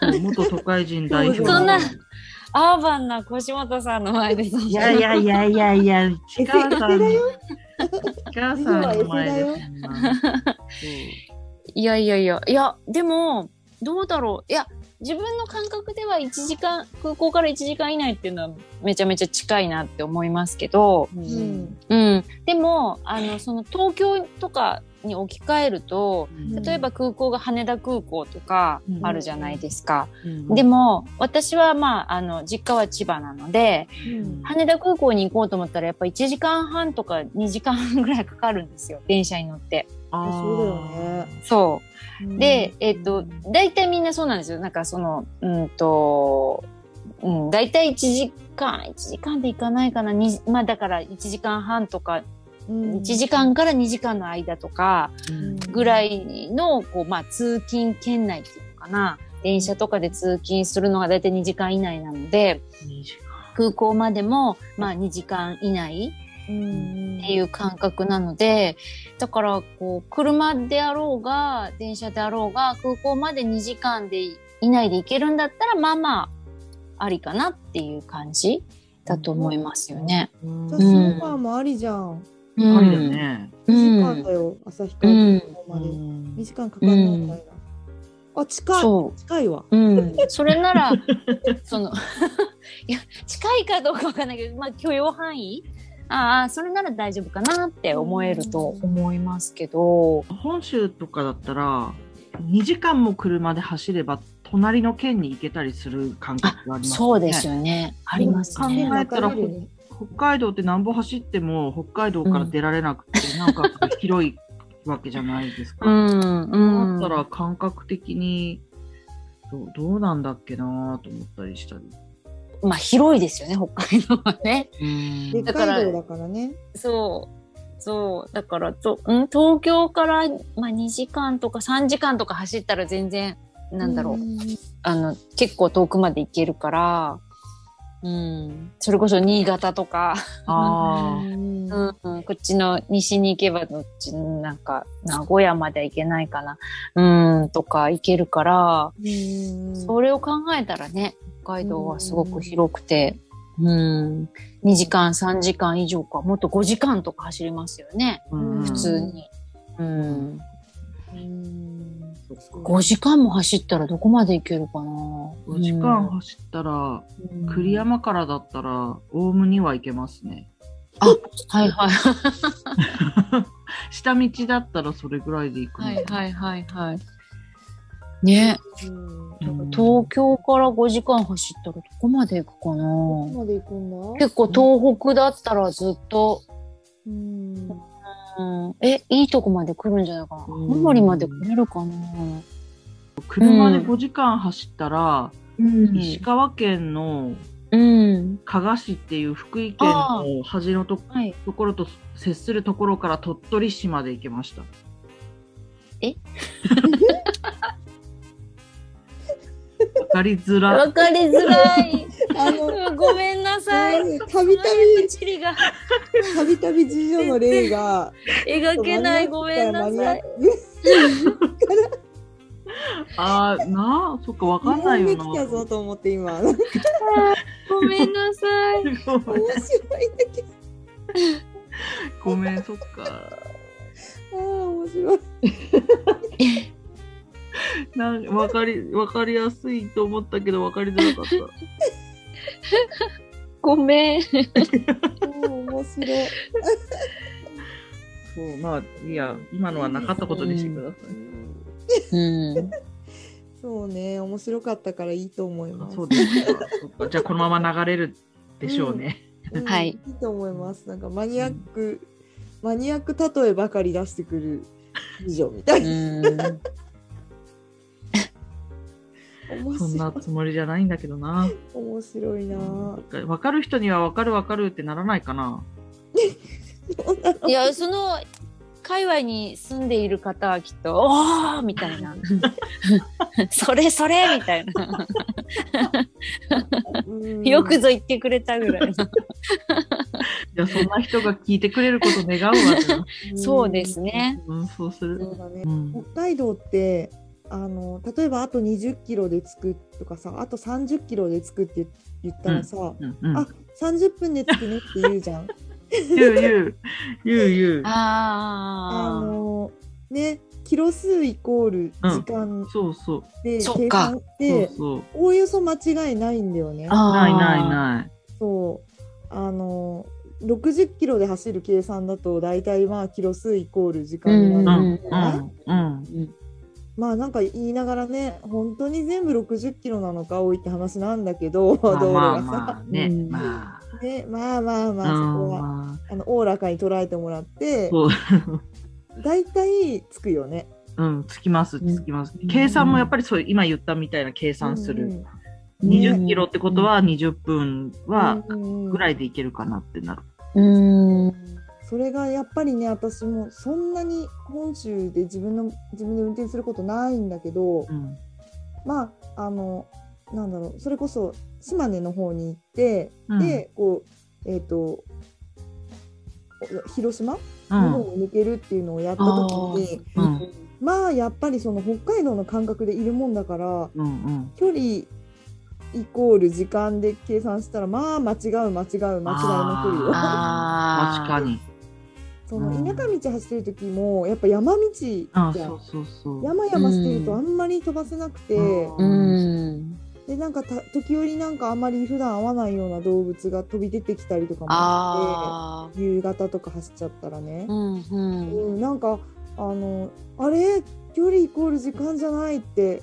S3: だって
S4: うん元都会人代表。
S3: そんなアーバンな腰元さんの前で。
S4: いやいやいやいやいや、市川さんの
S13: エセだ。
S4: 市川さんの前
S13: エ
S4: で
S13: セだよ
S4: そんな。そう
S3: いやいやいや、いや、でも、どうだろう。いや、自分の感覚では1時間、空港から1時間以内っていうのはめちゃめちゃ近いなって思いますけど、
S13: う
S4: うん
S13: ん
S3: うん。でも、あの、その東京とかに置き換えると、
S13: うん
S3: 例えば空港が羽田空港とか
S4: うん
S3: あるじゃないですか。
S4: うん
S3: でも、私はまあ、あの、実家は千葉なので、
S4: うん
S3: 羽田空港に行こうと思ったらやっぱ1時間半とか2時間半ぐらいかかるんですよ、電車に乗って。
S4: あー
S5: そうだよね
S3: そ
S5: う
S3: う。
S5: ん
S3: で、えっ、と、大体みんなそうなんですよ。なんかその、うんと、うん、大体1時間、1時間でいかないかな。にまあだから1時間半とか、
S5: うん
S3: 1時間から2時間の間とか
S4: うん
S3: ぐらいの、こう、まあ通勤圏内っていうのかな。電車とかで通勤するのが大体2時間以内なので、
S4: 二時間
S3: 空港までも、まあ2時間以内
S5: うん
S3: っていう感覚なので、だからこう、車であろうが、電車であろうが、空港まで2時間でい以内で行けるんだったら、まあまあ、ありかなっていう感じだと思いますよね。
S5: じゃあ
S3: う
S5: ス
S3: ん
S5: ーパーもありじゃん。
S3: うん。
S4: ありだね。
S3: う
S5: 2時間
S3: ん
S5: だ。よ、旭川空港ま
S4: う
S5: で。
S4: ん
S5: 2時間かかんないみたいな。あ、近い。
S3: そ
S5: 近いわ。
S3: う。うん。それなら、その、 いや、近いかどうかわかんないけど、まあ許容範囲ああ、それなら大丈夫かなって思えると思いますけど、
S4: 本州とかだったら2時間も車で走れば隣の県に行けたりする感覚があります、ね、
S3: そうですよね。あります
S4: 考
S3: ね。
S4: えたら北海道ってなんぼ走っても北海道から出られなくて、なんか広いわけじゃないですか。
S3: うん、う
S4: だ
S3: ん
S4: った。ら感覚的にどうどうなんだっけなと思ったりしたり。
S3: まあ広いですよね、北海道はね。
S4: うん
S5: でっかい道だからね。
S3: そう。そう。だから、と、ん東京から、まあ2時間とか3時間とか走ったら全然、なんだろう。あの、結構遠くまで行けるから、うん。それこそ新潟とか、
S4: あー
S3: うん、うんこっちの西に行けば、どっち、なんか、名古屋までは行けないかな。うん、とか行けるから、それを考えたらね、北海道はすごく広くて、うん、2時間、3時間以上か、もっと5時間とか走りますよね、
S4: うん
S3: 普通に。うん、
S4: そっか
S3: 5時間も走ったらどこまで行けるかな。
S4: 5時間走ったら、
S3: うん
S4: 栗山からだったら、オウムには行けますね。
S3: はいはい
S4: 下道だったらそれぐらいで行くの
S3: はいはいはいはい。ね、
S4: うん
S3: 東京から5時間走ったらどこまで行く
S5: ど
S3: かな。
S5: こまで行くんだ
S3: 結構東北だったらずっと、
S5: うん
S3: うん、え、いいとこまで来るんじゃないかな。青
S4: うん
S3: 森まで来れるかな。
S4: 車で
S3: うん
S4: 5時間走ったら、石川県の
S3: うん。
S4: 加賀市っていう福井県の端のと
S3: はい。
S4: ところと接するところから鳥取市まで行けました。
S3: え
S4: わかりづら
S3: わかりづらい。
S13: あの
S3: うん ごめんなさい。
S13: たびたび
S3: 地理が
S13: たびたび次女の霊が
S3: 描けない。ごめんなさい。
S4: あーなあそっかわ
S13: マ
S4: かん
S13: ニ
S4: な
S13: ア
S4: い
S13: ック
S4: よ
S13: 日本で来たぞ
S4: な。
S13: と思って今面
S3: ごめんなさい。
S13: 白いんだけど
S4: ごめんそっか。
S13: あー面白い
S4: なんわかりわかりやすいと思ったけどわかりづらかった。
S3: ごめん。
S13: あー面白い
S4: そう、まあ、いや、今のはなかったことにしてください。
S3: うん。
S13: そうね面白かったからいいと思い
S4: あ
S13: ます
S4: そうですか。そっかじゃあ、このまま流れるでしょうね。
S5: うん
S3: はい
S5: いいと思います。なんかマニアック、マニアック例えばかり出してくる以上みたいな。
S3: うん
S5: 面
S4: そんな
S5: 白
S4: つもりじゃないんだけどな。
S5: い面白いなぁ。
S4: わかる人にはわかるわかるってならないかな。
S3: いやその界隈に住んでいる方はきっと 「おー!」みたいな「それそれ!」みたいな
S5: うん
S3: よくぞ言ってくれたぐらいの
S4: じゃあそんな人が聞いてくれること願うわじゃあ。
S3: そうです。ね
S4: うん、そうす
S5: うん
S4: る。
S5: そうだね
S4: う。ん。
S5: 北海道ってあの例えばあと20キロで着くとかさあと30キロで着くって言ったらさ、
S4: うんうん
S5: あ30分で着くねって言うじ ゃん。
S4: ゆうゆう、ゆう ゆう。
S5: あ
S3: ああ
S5: のねキロ数イコール時間
S4: そうそう。
S5: で
S3: そ
S5: 計
S3: っか
S5: 算し
S4: そ
S5: て、
S4: うそう。
S5: おおよそ間違いないんだよね。
S4: ないないない。
S5: そうあの60キロで走る計算だと大体まあキロ数イコール時間に
S4: う
S5: なる
S4: ん
S5: みたいな、
S4: うんうん。
S5: まあなんか言いながらね本当に全部60キロなのか多いって話なんだけど、道
S4: まあ
S5: 路
S4: ま
S5: がさ、
S4: あまあね。
S3: うん
S4: まあ。
S5: ね、まあまあまあ
S4: う
S5: そこ
S4: ん
S5: は
S4: まあ。
S5: あのおおらかに捉えてもらって
S4: そう。
S5: 大体つくよね。
S4: うん、つきます、
S3: うん
S4: つきます。計算もやっぱりそう、今言ったみたいな計算す
S5: うんう
S4: る。
S5: ん
S4: 20キロってことは20分は
S5: うんうん
S4: ぐらいでいけるかなってなる。
S3: うん
S5: それがやっぱりね私もそんなに本州で自分の自分で運転することないんだけど、
S4: うん。
S5: まああのなんだろうそれこそ島根の方に行って、
S4: うん
S5: でこうえっ、と広島
S4: う
S5: の方
S4: ん。
S5: に抜けるっていうのをやった時に、
S4: うん。
S5: まあやっぱりその北海道の感覚でいるもんだから
S4: うん。うん。
S5: 距離イコール時間で計算したらまあ間違う間違う間違いまくるよ。
S3: あー
S4: 確かに。
S5: そ
S4: うん
S5: の田舎道走ってる時もやっぱ山道じゃ
S4: あ
S5: ん
S4: そうそうそう。
S5: 山々してると
S3: うん
S5: あんまり飛ばせなくて、
S4: う
S3: うん
S5: でなんかた時折なんかあんまり普段会わないような動物が飛び出てきたりとかもあ
S3: あ
S5: って夕方とか走っちゃったらね
S3: ー、うんうん
S5: うん、なんかあのあれ距離イコール時間じゃないって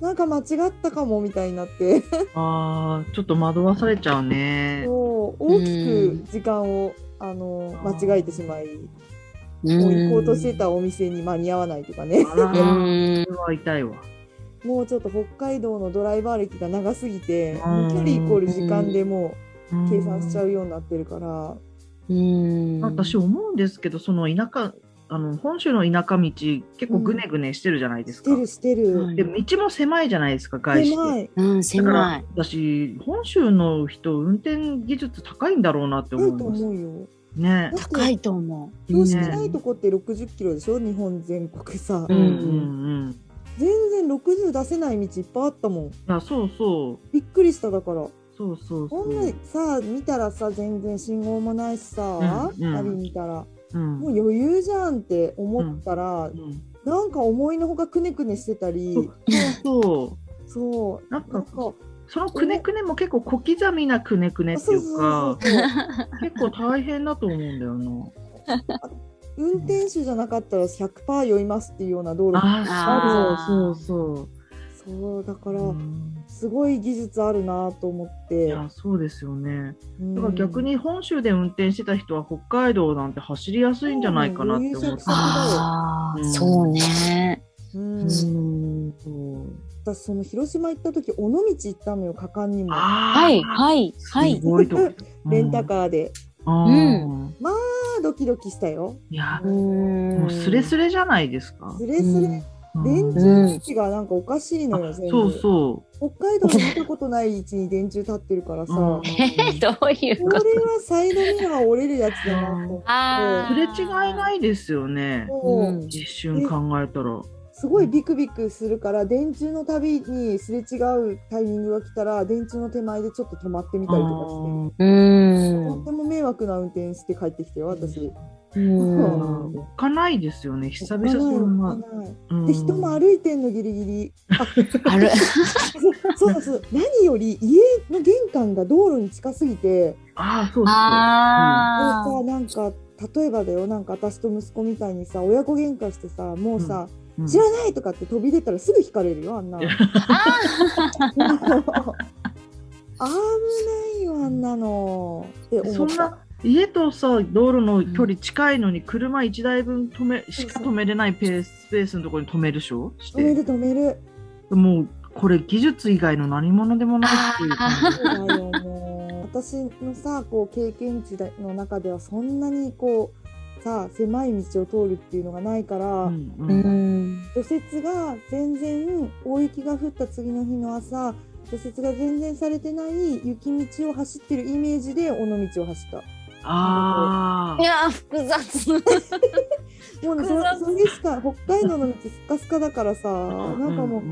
S5: なんか間違ったかもみたいになって
S4: ああ、ちょっと惑わされちゃうね。
S5: もう大きく時間をあの間違えてしまい
S3: うん
S5: もう行こうとしてたお店に間に合わないとかね
S4: あら、
S3: う
S4: そ
S3: ん
S4: れは痛いわ。
S5: もうちょっと北海道のドライバー歴が長すぎて
S4: ん
S5: もう距離イコール時間でもう計算しちゃ
S4: う
S5: うようになってるから。
S3: うん
S4: ん。私思うんですけど、その田舎、あの、本州の田舎道、結構ぐねぐねしてるじゃないです
S5: し
S4: か。
S5: てるして
S3: は
S5: る。
S3: い
S4: で道も狭いじゃないですか外資
S5: 狭
S4: って
S5: い。
S3: う
S4: だか
S3: ん
S4: ら
S3: 狭い
S4: 私本州の人運転技術高いんだろうなって
S5: 高
S4: 思
S5: いと
S4: います
S5: 思うよ。
S4: ね
S5: だ。って
S3: 高いと思
S5: 標識ないとこって60キロでしょ日本全国さ
S4: う。ん
S3: ん
S4: うんうん。い
S5: 全然60出せない道いっぱいあったもん。
S4: やそうそう
S5: びっくりしただから。
S4: そうそうそ
S5: こ
S4: うん
S5: な。さ、見たらさ、全然信号もないしさ、
S4: うんうん
S5: 旅見たら、
S4: うん
S5: もう余裕じゃんって思ったら
S4: う、ん
S5: なんか思いのほかくねくねしてたり、
S4: そうそ
S5: そう
S4: なん
S5: う、なん
S4: か
S5: か、
S4: そのくねくねも結構小刻みなくねくねってい
S5: そう
S4: う
S5: そう
S4: か
S5: そう。
S4: 結構大変だと思うんだよな。
S5: 運転手じゃなかったら100%酔いますっていうような道路。
S4: あ
S3: あ
S4: そ
S3: ー
S4: うそう
S5: そう、だか
S4: そ
S5: ら
S4: う。、うん
S5: すごい技術あるなと思っ
S4: い
S5: て。
S4: やそうですよね。だ
S5: だ
S4: から逆に本州で運転してた人は北海道なんて走りやすいんじゃないかなって思って
S3: うあ
S4: う
S3: ー
S4: ん
S3: そうね
S5: うん、
S3: う
S5: 私
S3: ん
S5: その広島行った時尾道行ったのよ果敢にも
S4: は
S3: はいはいはい
S4: すごいとこ
S5: レンタカーで、
S4: うん。うん
S5: あードキドキしたよ
S4: いや、も
S3: も
S4: うスレスレじゃないですか。
S5: スレスレ、電
S4: うん
S5: 柱位置がなんかおかしいのよ、
S4: あ
S5: 全部
S4: そうそ
S5: 北海道で見たことない位置に電柱立ってるから
S4: う。
S5: さ、
S4: うん
S5: こ
S3: レどういう
S5: れ
S3: こと
S5: はサイドミラー折れるやつだなと思って
S3: あ
S4: すれ違いないですよね。
S5: もう
S3: うん
S4: 一瞬考えたら。
S5: すごいビクビクするから電柱のたびにすれ違うタイミングが来たら電柱の手前でちょっと止まってみたりとかして
S4: あー
S3: う
S5: と
S3: ん
S5: っても迷惑な運転して帰ってきてよ私。
S3: うん
S4: うん置かないですよね。久々
S5: 置かない
S4: そんな
S5: 置。かない
S4: うん
S5: で人も歩いてんのギリギリあ
S3: ある
S5: そうそうそう何より家の玄関が道路に近すぎて
S4: ああ、そう
S3: あ
S5: でさなんか例えばだよなんか私と息子みたいにさ親子喧嘩してさもうさ、
S4: そう
S5: 知
S4: そう。
S5: らないとかって飛び出たらすぐ引かれるよあんな
S4: いや
S5: もう危ないよあんなのって思
S4: そ
S5: っ
S4: ん
S5: た
S4: な家とさ道路の距離近いのに車1台分止めしか止めれないペーススペースのところに止めるでしょし
S5: 止め
S4: て
S5: る止める
S4: もうこれ技術以外の何者でもないっていう感じ
S5: そうだよもう私のさこう経験値の中ではそんなにこうさ狭い道を通るっていうのがないから、
S4: うんう
S3: うんん。
S5: 除雪が全然大雪が降った次の日の朝除雪が全然されてない雪道を走ってるイメージで尾道を走った
S4: あ
S3: い
S4: あ
S3: やー、複雑。
S5: もうねそ
S3: 複雑
S5: それしか北海道の道すっかすかだからさなんかもう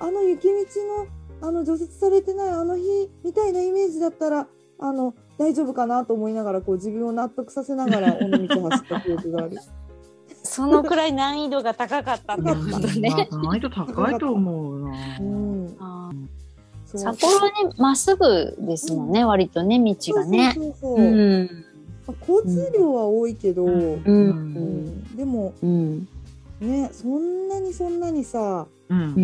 S5: ああの雪道のあの除雪されてないあの日みたいなイメージだったらあの大丈夫かなと思いながらこう自分を納得させながら尾道を走った記憶がある
S3: そのくらい難易度が高かったってこ
S5: う
S3: と
S4: うん
S3: ね。
S4: まあ難易度高いと思うな
S5: うん
S3: あー
S5: そう
S3: 札幌ね、まっすぐですもんね、割とね、道がね。
S5: そうそうそう
S3: う
S5: そう、
S3: ん。
S5: まあ交通量は多いけど、
S4: うん
S3: う。
S5: うんんでも
S3: うん。
S5: ねそんなにそんなにさ
S4: う
S3: うん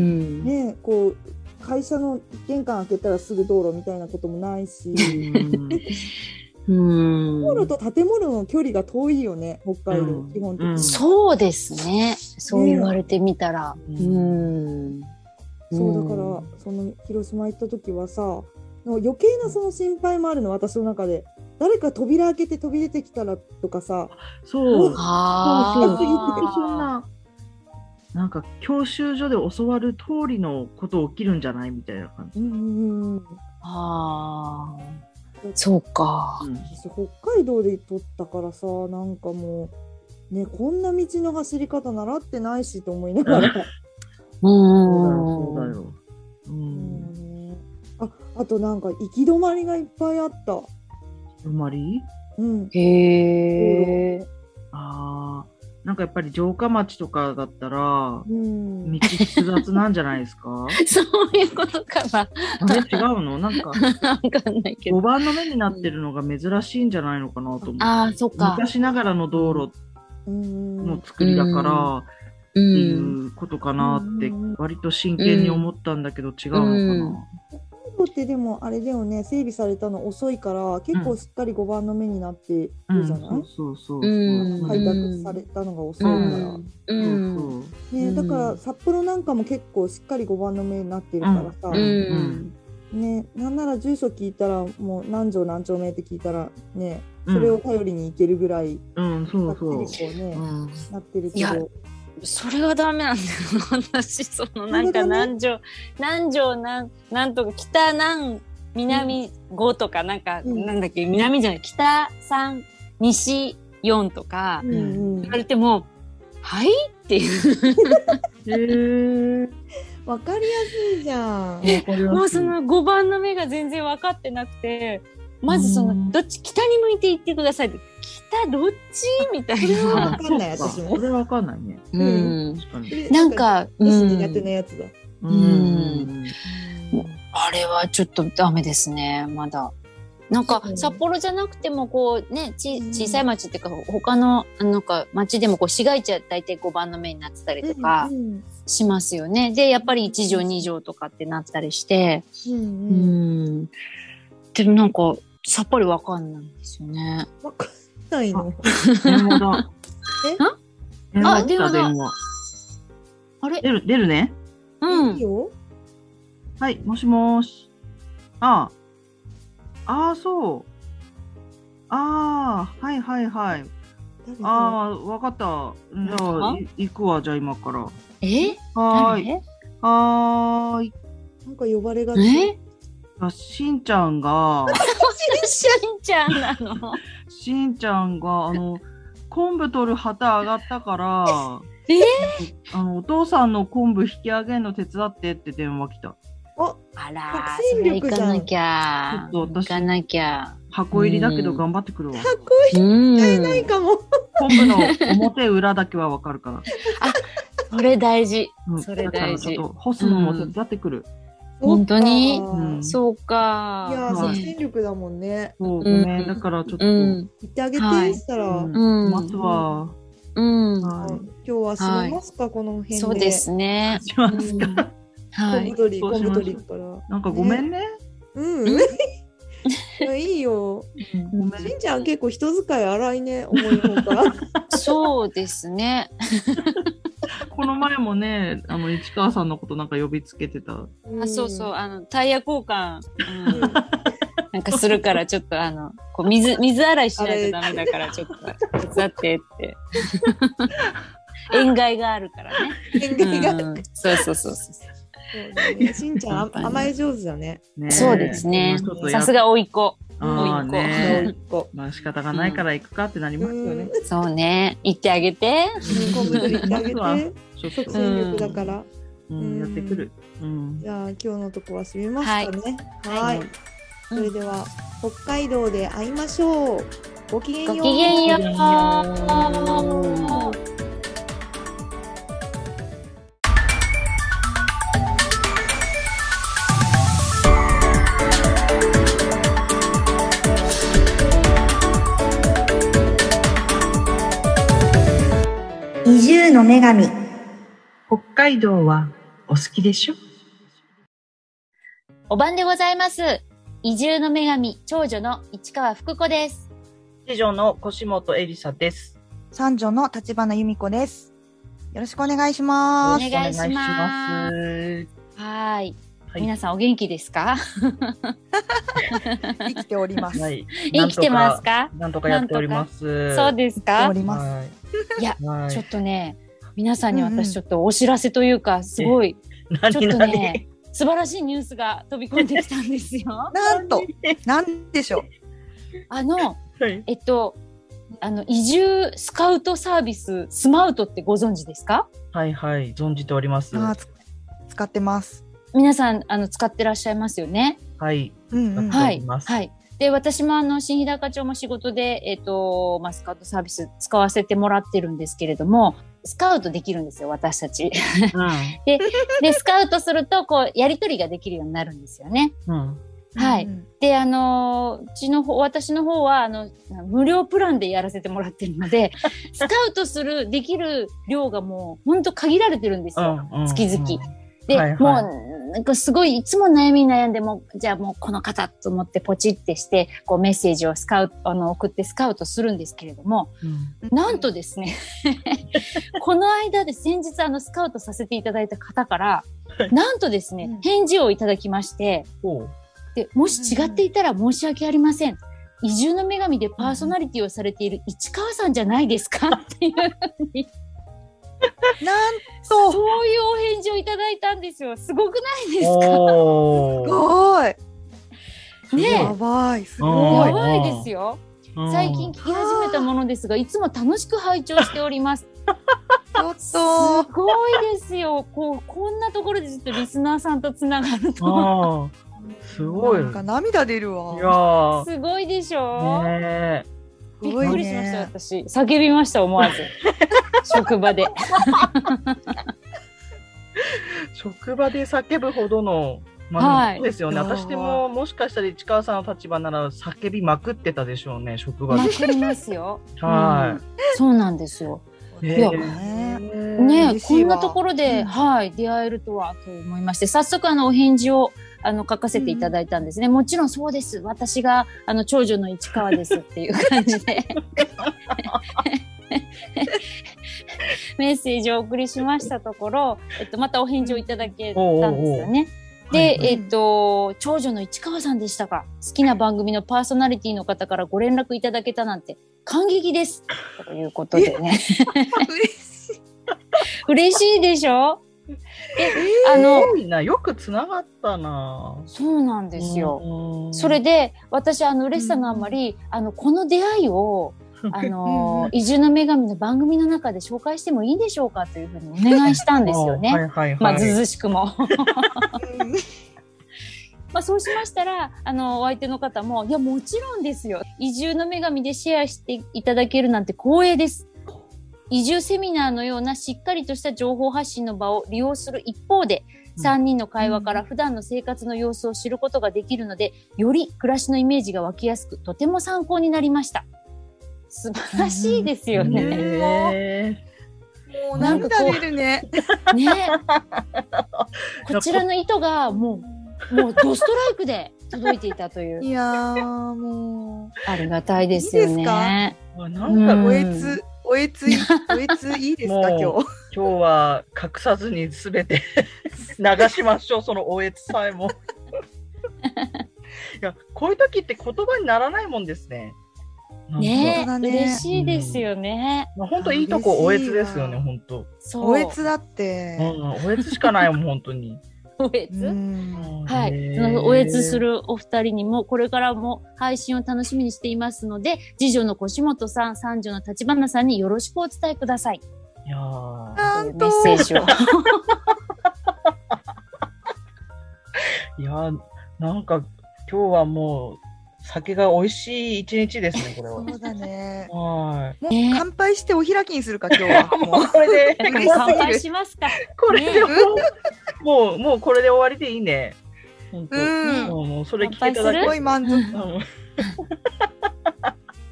S3: ん。
S5: ねこう会社の玄関開けたらすぐ道路みたいなこともないし
S3: うん
S5: 道路と建物の距離が遠いよね北海道、
S4: うん
S5: 基本的に、
S4: うん
S3: そうですね。そう言われてみたら。
S4: う
S3: うん。
S5: そうだからその広島行った時はさの余計なその心配もあるの私の中で誰か扉開けて飛び出てきたらとかさ
S4: そう
S3: ああ。
S4: そんな、なんか教習所で教わる通りのこと起きるんじゃないみたいな感じ。
S5: うんうんうん
S3: ああ。そうか。
S5: 私北海道で撮ったからさなんかもうねこんな道の走り方習ってないしと思いながら。
S3: う
S4: そ
S3: ん。
S4: うだよ、そうだよ。う
S5: も
S4: ん。
S5: うねああとなんか行き止まりがいっぱいあった。
S4: あまり
S5: うん、
S3: へえ。
S4: ああ、なんかやっぱり城下町とかだったら、
S5: うん、
S4: 道複雑なんじゃないですか
S3: そういうことかな。
S4: あれ違うのなん か、
S3: わかんないけど
S4: 5。番の目になってるのが珍しいんじゃないのかなと思って。
S3: ああ、そっか。
S4: 昔ながらの道路
S5: うん
S4: の作りだから、っ
S3: う
S4: てい
S3: ん。
S4: うことかなって
S5: うん
S4: 割と真剣に思ったんだけど違うのかな、
S5: 関東ってでもあれだよね整備されたの遅いから結構しっかり5番の目になってる
S4: うん
S5: じゃない、
S4: そうそうそう、
S3: うん
S5: 開拓されたのが遅いか
S3: う
S5: ら、
S3: ん。うん。
S4: そう
S5: ね、だから札幌なんかも結構しっかり5番の目になってるからさ、
S3: うん。
S5: ね、なんなら住所聞いたらもう何条何丁目って聞いたらね
S4: そう
S5: それを頼りに行けるぐらい
S4: うん、うん、そ
S5: がっ
S4: う
S5: ちり
S4: そ
S5: こ
S4: う、
S5: うね、
S4: うん、
S5: なってるけ
S3: いや
S5: ど
S3: それがダメなんだよ 私そのなんか
S5: それがね
S3: 南条南条なんなんとか北南南5とかなんか、
S5: うん
S3: なんだっけ南じゃない北3西4とか
S5: うんうん
S3: 言われても「はい?」っていう
S4: へえ
S5: わかりやすいじゃん。
S3: もうその5番の目が全然分かってなくてまずそうの「
S4: ん
S3: どっち北に向いて行ってください」って「北どっち?」みたい
S5: それはわ
S3: な。
S5: かんない私も
S4: そ。れはわかんないね
S3: うん
S4: 確かに
S3: なんか、
S5: 女子
S3: うん
S5: 苦手なやつだ。
S4: うんん
S3: あれはちょっとダメですね、まだ。なんか
S5: そう
S3: 札幌じゃなくてもこうねち
S5: うん
S3: 小さい町っていうか他のあのなんか町でもこう市街地は大体5番の目になってたりとか
S5: うん
S3: しますよね。でやっぱり1畳2畳とかってなったりして
S5: うん
S3: う
S5: うん
S3: んでもなんかさっぱりわかんないんですよね。
S5: わかんないの。
S4: 電話 だえ
S3: あ電話だ
S4: 電話
S3: あれ
S4: 出る出るね
S3: う
S5: いい
S3: ん
S5: よ。
S4: はいもしもーしあああーそうああはいはいはい
S5: 誰だ
S4: ああ、わかった。じゃ
S3: な
S4: あ
S3: ん、
S4: い行くわ、じゃあ今から。は
S3: え
S4: ーい。
S3: 誰
S4: はーい。
S5: なんか呼ばれがち。
S3: え
S4: あしんちゃんが、
S3: しんちゃんなの
S4: しんちゃんが、あの、昆布取る旗上がったから、
S3: え
S4: あの、お父さんの昆布引き上げんの手伝ってって電話来た。
S3: あら ーそ
S5: 即戦
S3: れ
S5: 力
S3: 行
S5: じゃん
S3: かなきゃ
S4: ちょっと
S3: 行
S4: 私
S3: かなきゃ。
S4: 箱入りだけど
S3: うん
S4: 頑張ってくるわ。
S3: うん
S5: ないかも。
S4: 昆布の表裏だけはわかるから。
S3: それ大事。
S4: うん
S3: それ大事
S4: だからちょっと干すのも手伝ってくる。
S3: 本当
S5: そ
S3: に
S5: っか
S4: うん
S3: そうか。
S5: いや、
S4: はい
S5: 即戦力だもんね。
S4: そう、ご
S3: うん
S4: めん。だからちょっと、
S3: う
S4: うん
S3: ん。
S5: 言ってあげて
S3: はい
S5: したら。
S4: 待
S3: うん
S4: つわ。
S3: うん。
S4: は
S5: 今日は閉めますかこの辺で。
S3: そうで。すね
S4: い。。します
S5: うん
S4: か。
S3: は
S5: 小
S3: い。
S5: 太り
S4: そう
S5: 小
S4: しましょう
S5: 太りから。
S4: なんかごめんね。
S5: う
S14: うん。 いやいいよ。しんちゃん結構人遣い荒いね、思いのほか。
S3: そうですね。
S6: この前もね、あの、市川さんのことなんか呼びつけてた。
S3: あそうそう、あの、タイヤ交換、うんなんかするから、ちょっとあの、こう水、水洗いしないとダメだから、ちょっと、手伝ってって。塩害があるからね。
S14: うん。限界がある
S3: うんそうそうそうそう。
S14: そうだねしんちゃんあ甘え上手だね。
S6: ね
S3: そうですね
S6: ちょっとや
S3: さすが甥いっ子。
S6: あー
S3: 甥
S6: ね
S14: 一個。
S6: まあ仕方がないから行くかってなりますよね。
S3: そうね。言ってあげて。
S14: 今度言ってあげ
S6: まずは
S14: て。
S6: ちょっ
S14: 即
S6: と、
S14: 戦力だから。
S6: うん、やってくる。うん。
S14: じゃあ今日のとこは閉めますかね。はい。それでは北海道で会いましょう。ごきげんよ
S3: ご
S14: う。
S3: きげんよう。
S1: 移住の女神。
S2: 北海道はお好きでしょ
S3: お晩でございます。移住の女神、長女の市川福子です。
S4: 次女の腰本エリサです。
S1: 三女の立花由美子です。よろしくお願いし
S3: お
S1: ます。
S3: 願いし
S4: お
S3: ま
S4: 願
S3: す。
S4: いし
S3: は
S4: は
S3: ーい。
S4: い
S3: 皆さんお元気ですか
S5: 生きておりま
S4: ます
S5: す。
S4: はい。
S3: 生きてますか
S4: なんとかやっております。
S3: そうですか
S5: おります。
S4: はい。
S3: いや
S4: はい、
S3: ちょっとね、皆さんに
S5: うんうん。
S3: 私ちょっとお知らせというか、すごい、
S4: 何
S3: ちょっと
S4: 何
S3: ね素晴らしいニュースが飛び込んできたん ですよ
S5: なんと、なんでしょう。
S3: あの、
S4: はい
S3: えっと、あの、移住スカウトサービス、スマウトってご存知ですか
S4: はいはい、存じております。
S5: あー
S4: は
S5: つ使ってます。
S3: 皆さん、あの、使ってらっしゃいますよね。
S4: い。
S5: うんうん。
S4: は
S3: はいい。
S4: ます
S3: はい。で、私もあの、新日高町も仕事で、えっ、と、まあ、スカウトサービス使わせてもらってるんですけれども、スカウトできるんですよ、私 たち。で、スカウトすると、こう、やりとりができるようになるんですよね。
S4: うん。うん。
S3: はい
S5: うん
S3: で、あのーうちの方、私の方は、あの、無料プランでやらせてもらってる ので、スカウトする、できる量がもう、ほんと限られてるんですよ。
S4: うん
S3: 月々で、
S4: はいはい
S3: もう、なんかすごい、いつも悩みに悩んでも、じゃあもうこの方と思ってポチってして、こうメッセージをスカウト、あの、送ってスカウトするんですけれども、
S4: うん
S3: なんとですね、 この間で先日あの、スカウトさせていただいた方から、なんとですね
S5: うん、
S3: 返事をいただきまして、
S4: ほう
S3: でもし違っていたら申し訳ありません。移住の女神でパーソナリティをされている市川さんじゃないですかっていうふうに
S5: なん
S3: そう
S5: と、
S3: いうお返事をいただいたんですよ。すごくないですか
S4: お
S5: す
S4: ー
S5: ごい。
S3: ね
S5: やばい。す
S3: え
S5: ご
S4: おー
S5: い
S3: や。ばいですよ。
S4: うん
S3: 最近聞き始めたものですが、いつも楽しく拝聴しております。
S5: ちょっ
S3: す
S5: と。
S3: ごいですよ。こうこんなところでずっとリスナーさんとつながるとは。
S4: あーすごい。い
S5: なんか
S4: や
S5: 涙出るわ。
S4: ー
S3: すごいでしょ、
S4: ねえ。
S5: す
S3: びっ
S5: ごい
S3: くりしました、
S5: ね。
S3: 私。叫びました、思わず。職場で。
S4: 職場で叫ぶほどの、まあ
S3: はい
S4: そうですよね。
S5: いやー
S4: 私でももしかしたら市川さんの立場なら叫びまくってたでしょうね、職場
S3: ま
S4: で。
S3: くりますよ。
S4: は
S3: そうなんですよ。
S4: い。
S3: いや
S5: ね
S4: え
S3: ね
S5: 嬉
S3: こ
S5: しい
S3: ん
S5: わ
S3: なところで、
S5: うん
S3: はい、出会えるとはと思いまして、早速あのお返事をあの書かせていただいたんですね。もちろんそうです。私があの長女の市川ですっていう感じで。メッセージをお送りしましたところ、えっと、またお返事をいただけたんですよね。で、
S4: はいはい
S3: えっと、長女の市川さんでしたか。好きな番組のパーソナリティの方からご連絡いただけたなんて感激です。ということでね。
S5: 嬉しい。
S3: 嬉しいでしょで、あ
S4: す
S3: の、
S4: ごいな、よくつながったな。
S3: そうなんですよ。
S4: うん
S3: それで、私、あの、嬉しさのあまり、あの、この出会いを、あ
S5: うんう
S3: の
S5: ん、
S3: 移住の女神の番組の中で紹介してもいいでしょうかというふうにお願いしたんですよ
S4: あーは
S3: ね。
S4: いはいはい。
S3: まあ、ずうずうしくも。
S5: うん
S3: まあ、そうしましたら、あの、お相手の方も、いや、もちろんですよ。移住の女神でシェアしていただけるなんて光栄です。移住セミナーのようなしっかりとした情報発信の場を利用する一方で、
S4: うん
S3: 3人の会話から普段の生活の様子を知ることができるので、より暮らしのイメージが湧きやすく、とても参考になりました。素晴らしいですよね。
S4: ね
S5: もう涙出るね。
S3: ねこちらの意図がもうもうドストライクで届いていたという
S1: いやー、も
S3: ありがたいですよ
S1: いいです
S3: ね。
S4: あなんか
S3: う
S1: う、
S3: ん
S1: おえつ、おえつい、おえついいですか、今
S4: も
S1: 日。
S4: 今日は隠さずにすべて 流しましょう、そのおえつさえ も。いや、こういう時って言葉にならないもんですね。なんか
S3: ね
S1: 本当だね
S3: 嬉しいですよね。
S4: まあ、本当いいとこおえつですよね、
S1: 嬉しいわ
S4: 本当。
S3: そう。
S1: おえつだっ
S4: う
S1: て。
S4: ん、おえつしかないもん、本当に。
S3: おえ
S1: う
S3: つ。
S1: ん
S3: はい、
S4: へー
S3: あのおえつす。るお二人にもこれからも配信を楽しみにしていますので次女の腰本さん三女の立花さんによろしくお伝えください
S4: いやー
S1: な
S3: というんメ
S1: と
S3: ッセージを
S4: いやーなんか今日はもう酒が美味しい一日ですね、これは。
S1: そうだね。
S4: は
S1: もう
S3: ね
S1: 乾杯してお開きにするか、今日は。
S4: い。 も
S1: も
S4: うこれで、
S1: 嬉しい
S3: 乾杯しますか
S4: これで
S3: ね
S4: もう、もう、もうこれで終わりでいいね。本当。
S1: う。う
S4: も
S1: ん。
S4: うもうそれ聞けただ
S1: すご
S4: け。
S1: い満足。
S4: うん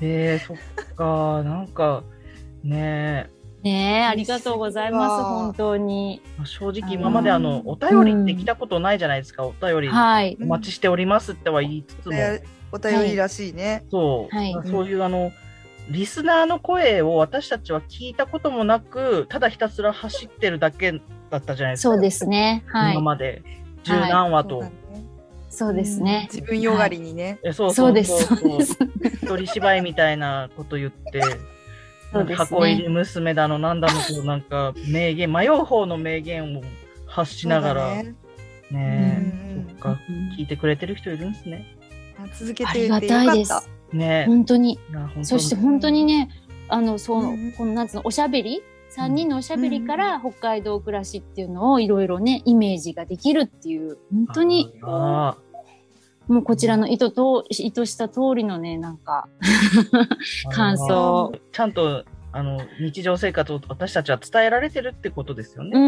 S4: えー、そっか、なんか、ね
S3: ねえありがとうございます
S1: 嬉しいわ
S3: 本当に
S4: え、まあ正
S3: あの
S4: 直
S3: ー
S4: 今まであの、お便りって来たことないじゃないですか、お便り。
S3: はい
S4: お待ちしておりますっては言いつつ
S1: お
S4: も、
S1: 便りお便りらしいね。
S4: そう、
S3: はい
S4: そういうあの、リスナーの声を私たちは聞いたこともなく、ただひたすら走ってるだけだったじゃないですか。
S3: そうですねは
S4: 今
S3: い
S4: まで十何話と、
S1: そうだね
S3: そうですね
S1: 自分よがりにね。
S4: えそう
S3: そうです
S4: そう
S3: そう
S4: そう
S3: です
S4: 一人芝居みたいなこと言って、
S3: そうです
S4: 箱入
S3: ね
S4: り娘だのなんだのとなんか名言迷う方の名言を発しながら
S1: そうだ
S4: ね
S1: ね
S4: え
S1: うん
S4: そっか聞いてくれてる人いるんですね
S1: あ続 け
S3: あ
S1: て
S3: り
S1: い
S3: が
S1: てよか
S3: たい
S1: っ
S3: で
S1: た
S3: す。
S4: ねえ
S3: 本当に
S4: いや本当に
S3: そして本当にね、あの、そうの
S1: ん、
S3: この、なんつうの、おしゃべり ?3 人のおしゃべりから北海道暮らしっていうのをいろいろね、イメージができるっていう、本当に、
S4: あ
S3: もうこちらの意図と、意図した通りのね、なんか、
S4: ー
S3: 感想。
S4: ちゃんとあの日常生活を私たちは伝えられてるってことですよ
S3: う
S4: ね、
S3: ー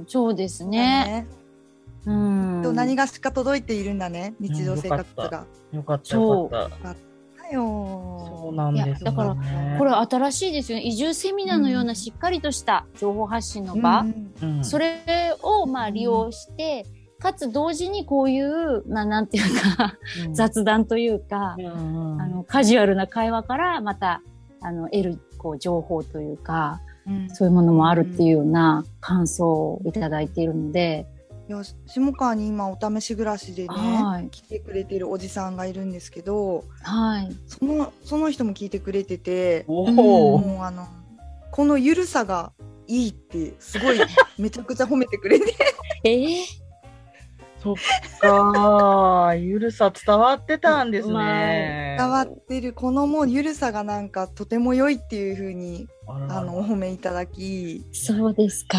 S3: ん、そうですね。
S1: ね。
S3: う
S1: き
S3: ん
S1: っ。と何がしか届いているんだね。日常生活
S4: うんよ
S1: が。
S4: よかった
S3: そ
S4: よ
S3: う
S4: かった
S1: だよ
S4: そうなん
S3: いや
S4: ですよね
S3: だからこれ新しいですよね。移住セミナーのようなしっかりとした情報発信の
S1: ー。
S3: 場。
S1: うん
S4: うん
S3: それをまあ利用して、かつ同時にこういう、まあなんていうか、
S4: うん
S3: 雑談というか、
S4: うんうん
S3: あの、カジュアルな会話からまた、あの、得る、こう、情報というか、
S1: うん
S3: そういうものもあるっていうような感想をいただいているので、
S1: いや下川に今お試し暮らしでね
S3: はい。
S1: 来てくれてるおじさんがいるんですけど
S3: はい。
S1: そのその人も聞いてくれてて
S4: おお、
S3: うん
S1: もうあのこのゆるさがいいって すごいめちゃくちゃ褒めてくれて
S3: ええ
S4: そっかー、ゆるさ伝わってたんです
S3: うま
S4: ね。
S1: 伝わってるこのもうゆるさがなんかとても良いっていう風に
S4: あらら
S1: あのお褒めいただき
S3: そうですか。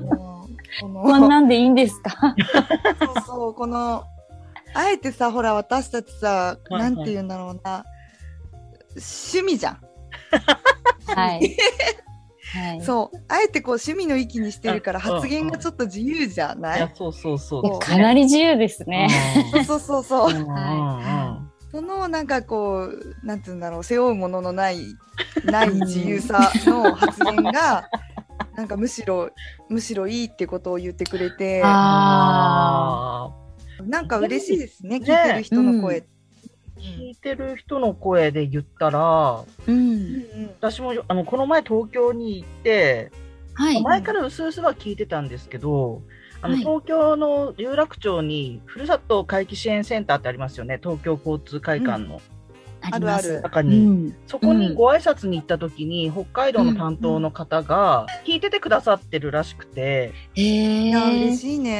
S1: もうこの
S3: こんなんでいいんです か
S1: そうそうこのあえてさほら私たちさ
S4: いはい
S1: なんて言うんだろうな趣味じゃん
S3: はい。はい。
S1: そうあえてこう趣味の域にしてるから
S4: あうん
S1: 発言がちょっと自由じゃない
S4: や
S1: い
S4: そうそうそう。
S3: いやかなり自由ですね。
S1: そうそうそう
S4: うんうんうん
S3: は
S1: そのなんかこうなんて言うんだろう背負うもののないない自由さの発言がなんかむしろむしろいいってことを言ってくれて
S3: ああ。
S4: あ
S1: なんか嬉しいですね聞い
S4: ね
S1: てる人の声、
S4: ー聞いてる人の声で言ったら、
S3: うん。
S1: うんうん
S4: 私もあのこの前東京に行って、
S3: はい。
S4: 前からうすうすは聞いてたんですけど、あの
S3: はい
S4: 東京の有楽町にふるさと回帰支援センターってありますよね、東京交通会館の
S3: あります
S1: あるある
S4: 中
S3: う
S4: に。
S3: ん。
S4: そこにご挨拶に行った時に、北海道の担当の方が聞いててくださってるらしくて、
S3: へ
S1: いや嬉
S3: え。
S1: しいね。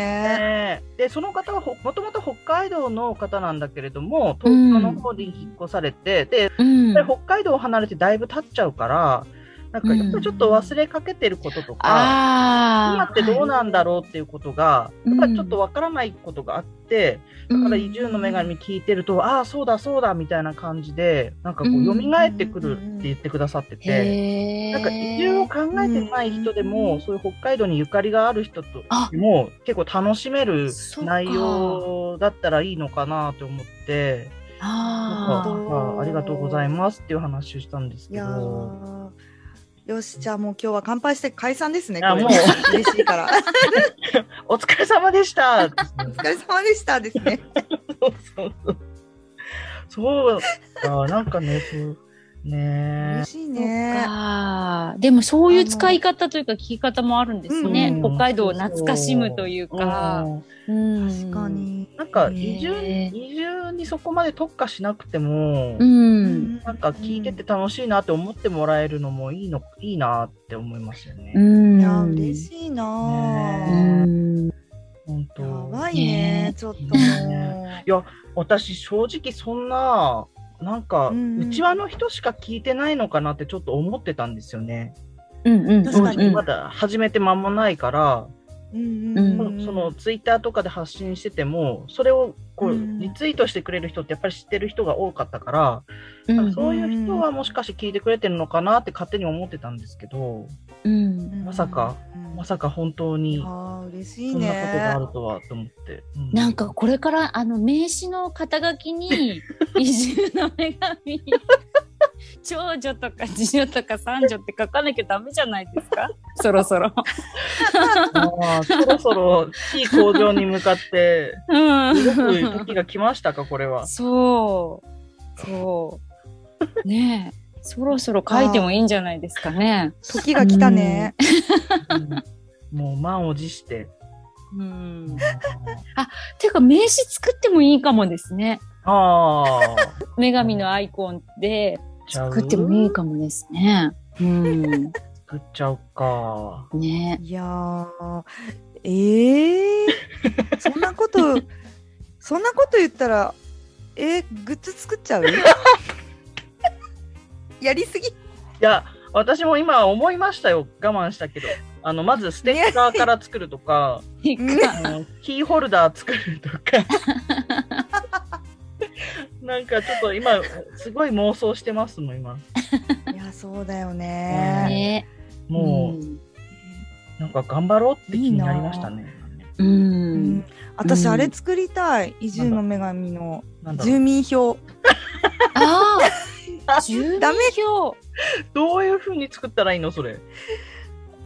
S4: えーでその方はほもともと北海道の方なんだけれども東京の方に引っ越されて、でやっ
S3: うん
S4: ぱり。北海道を離れてだいぶ経っちゃうからなんかやっぱりちょっと忘れかけてることとか、今
S3: あ
S4: っ。
S3: あ
S4: てどうなんだろうっていうことが、
S3: うん
S4: やっぱりちょっとわからないことがあって。だから移住の女神聞いてると、ああそうだそうだみたいな感じでなんかこ
S3: う
S4: うん蘇ってくるって言ってくださってて、
S3: へえ。
S4: なんか移住を考えてない人でも、
S1: うん
S4: そういう北海道にゆかりがある人と
S3: あ
S4: も結構楽しめる
S3: そっか
S4: 内容だったらいいのかなと思ってなんか
S3: あ
S1: なるほど
S4: あありがとうございますっていう話をしたんです
S1: い
S4: け
S1: や
S4: ど。
S1: ーよし、じゃあもう今日は乾杯して解散ですね。
S4: あ
S1: これ
S4: もう
S1: 嬉しいから。
S4: お疲れ様でした。
S1: お疲れ様でしたですね。
S4: そうそうそう。そうあなんかね、そうね
S1: 嬉しいね。
S3: あーでもそういう使い方というか聞き方もあるんですね、
S4: うん
S3: 北海道を懐かしむという
S4: うん
S3: か、うん
S1: 確かに。
S4: なんか
S3: ね
S4: 移住、移住にそこまで特化しなくても、
S3: うん、
S4: なんか聞いてて楽しいなって思ってもらえるのもいいのいいなって思いますよね。
S3: うん
S1: いや、嬉しいな
S3: う
S1: ぁ。
S3: ん
S4: 本当。
S1: やばい
S3: ね
S1: ね、ちょっともう。
S4: 私正直そんななんか
S1: うんうん
S4: うちわの人しか聞いてないのかなってちょっと思ってたんですよね。
S3: うんうん
S1: 確かに
S3: うん
S4: まだ始めて間もないから、
S1: うん
S3: うん
S4: そのツイッターとかで発信しててもそれをこう
S1: うん
S4: リツイートしてくれる人ってやっぱり知ってる人が多かったから、
S3: うん
S4: なんかそういう人はもしかして聞いてくれてるのかなって勝手に思ってたんですけど、
S3: うん
S1: うん
S4: まさか。
S1: うん
S4: まさか本当に
S1: ああ、嬉しい
S4: そんなことが
S1: ね
S4: あ。るとはと思って。う
S3: なん かこれからあの名刺の肩書き に移住の女神長女とか次女とか三女って書かなきゃダメじゃないですかそろそろ。
S4: まあそろそろいい工場に向かって
S3: う
S4: 動く
S3: ん、
S4: 時が来ましたかこれは。
S3: そうそうねえそろそろ書いてもいいんじゃないですかね。
S1: 時が来たね。
S4: もう満を持して。
S3: うん、ていうか名刺作ってもいいかもですね。
S4: ああ。
S3: 女神のアイコンで
S4: ちゃう
S3: 作ってもいいかもですね。うん、
S4: 作っちゃおうか。
S3: ね
S1: いやー、ええ ー、そんなこと、そんなこと言ったら、えー、グッズ作っ ちゃうやりすぎ。
S4: いや、私も今思いましたよ。我慢したけど。あの、まずステッカーから作るとか、
S3: え。
S1: うん
S4: あのキーホルダー作る とか。なんかちょっと今、すごい妄想してますもん、今。
S1: いや、そうだよね。
S3: ね
S4: もう、
S3: ん
S4: なんか頑張ろうって気になりましたね。
S3: う
S1: うんん、私、
S3: うん
S1: あれ作りたい。移住の女神の
S4: なんだろ
S1: 住
S4: う。
S1: 民票。
S3: ああ、住民
S1: ダメ
S3: 票。
S4: どういう風に作ったらいいの、それ。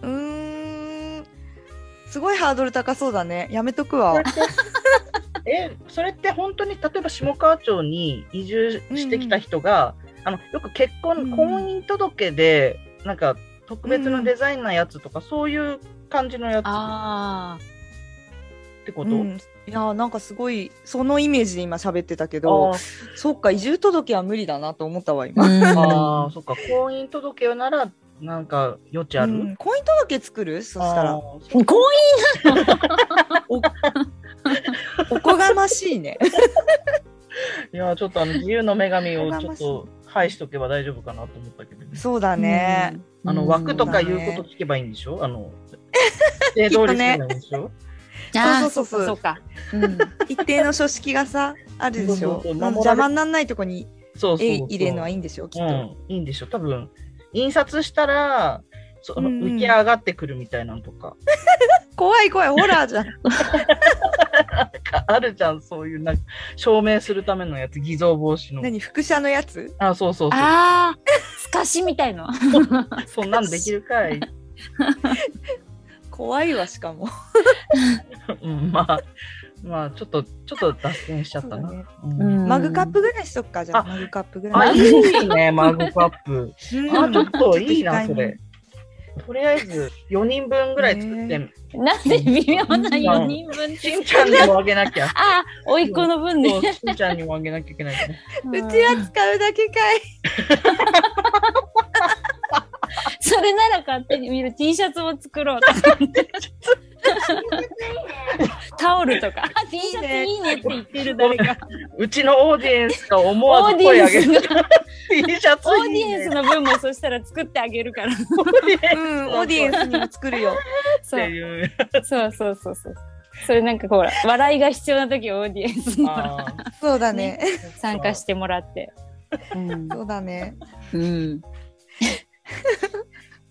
S1: うーん。すごいハードル高そうだね。やめとくわ。
S4: えそれって本当に例えば下川町に移住してきた人が、あのよく結婚、
S1: うん
S4: 婚姻届でなんか特別なデザインなやつとか、そういう感じのやつ
S3: あ
S4: ってこと、
S1: うん、いやーなんかすごいそのイメージで今喋ってたけ
S4: あ
S1: どそっか移住届は無理だなと思ったわ今、
S4: ー
S3: あ。
S4: あーそっか婚姻届ならなんか余地ある、
S1: うん婚姻届作るそした
S4: あー
S1: ら
S4: そ
S3: 婚
S4: う
S1: おこがましいね
S4: いやちょっとあの自由の女神をちょっ
S1: 羨ま
S4: と配しとけば大丈夫かなと思ったけど、
S1: そうだね、
S4: あの枠とかいう
S1: そうだ
S4: こと
S1: ね
S4: 聞けばいいんでしょ、あ の規定通りになんでしょ、
S3: あー
S1: そうそうそ
S3: そ
S1: う そう
S3: うか。
S1: 一定の書式がさあるでし
S4: そう
S1: ょ
S4: そうそう
S1: うん
S4: 守られ
S1: 邪魔にならないとこに
S4: そうそう
S1: 絵
S4: そう
S1: 入れるのはいいんでしょうきっ
S4: う
S1: と、
S4: ん、いいんでしょ多分印刷したらその
S1: うんうん
S4: 浮き上がってくるみたいなのとか,、
S1: 怖い怖いホラーじゃん
S4: あるじゃんそういうなんか証明するためのやつ偽造防止の
S1: 何副写のやつ
S4: あそうそうそ
S3: ああ、透かしみたい
S4: う
S3: の。
S4: そんなんできるかい、
S1: 怖いわしかも
S4: うん、まあまあちょっとちょっと脱線しちゃったな、
S1: そうだね
S4: うん
S1: マグカップ。ぐらいしとくかじゃ
S4: あ
S1: あマグカップぐ
S4: あ
S1: ら
S4: い
S1: い
S4: いねマグカップ
S1: うん
S4: あちょっといいな
S1: ち
S4: そ
S1: ょっと控えめ
S4: れとりあえず4人分ぐらい作って、
S3: なんで微妙な四人分って
S4: しんちゃんにもあげなきゃ
S3: ああ、甥っ子の分
S4: そ
S3: ね
S4: う。しんちゃんにもあげなきゃいけないね
S1: うちは使うだけかい
S3: それなら勝手に見る T シャツを作ろう。タオル とか。あ T シャツいいねって言ってる誰か。
S4: うちのオーディエンスが思
S3: オ
S4: わず
S3: ーディ
S4: 声
S3: エン
S4: 上げ
S3: ス
S4: る
S3: の
S4: T シャツ
S3: オー
S4: い
S3: デ
S4: い
S3: ィ
S4: ね
S3: エンスの分もそしたら作ってあげるから。
S4: オーディエンスっ
S1: うんオーディエンスにも作るよ
S3: そ
S4: て
S3: う。
S4: いう
S3: そうそうそうそう。それなんかほら、笑いが必要な時オーディエ ンスに
S4: あ
S1: そうだね
S4: ー
S3: 参加してもらって。うん。
S1: そうだね
S3: うん。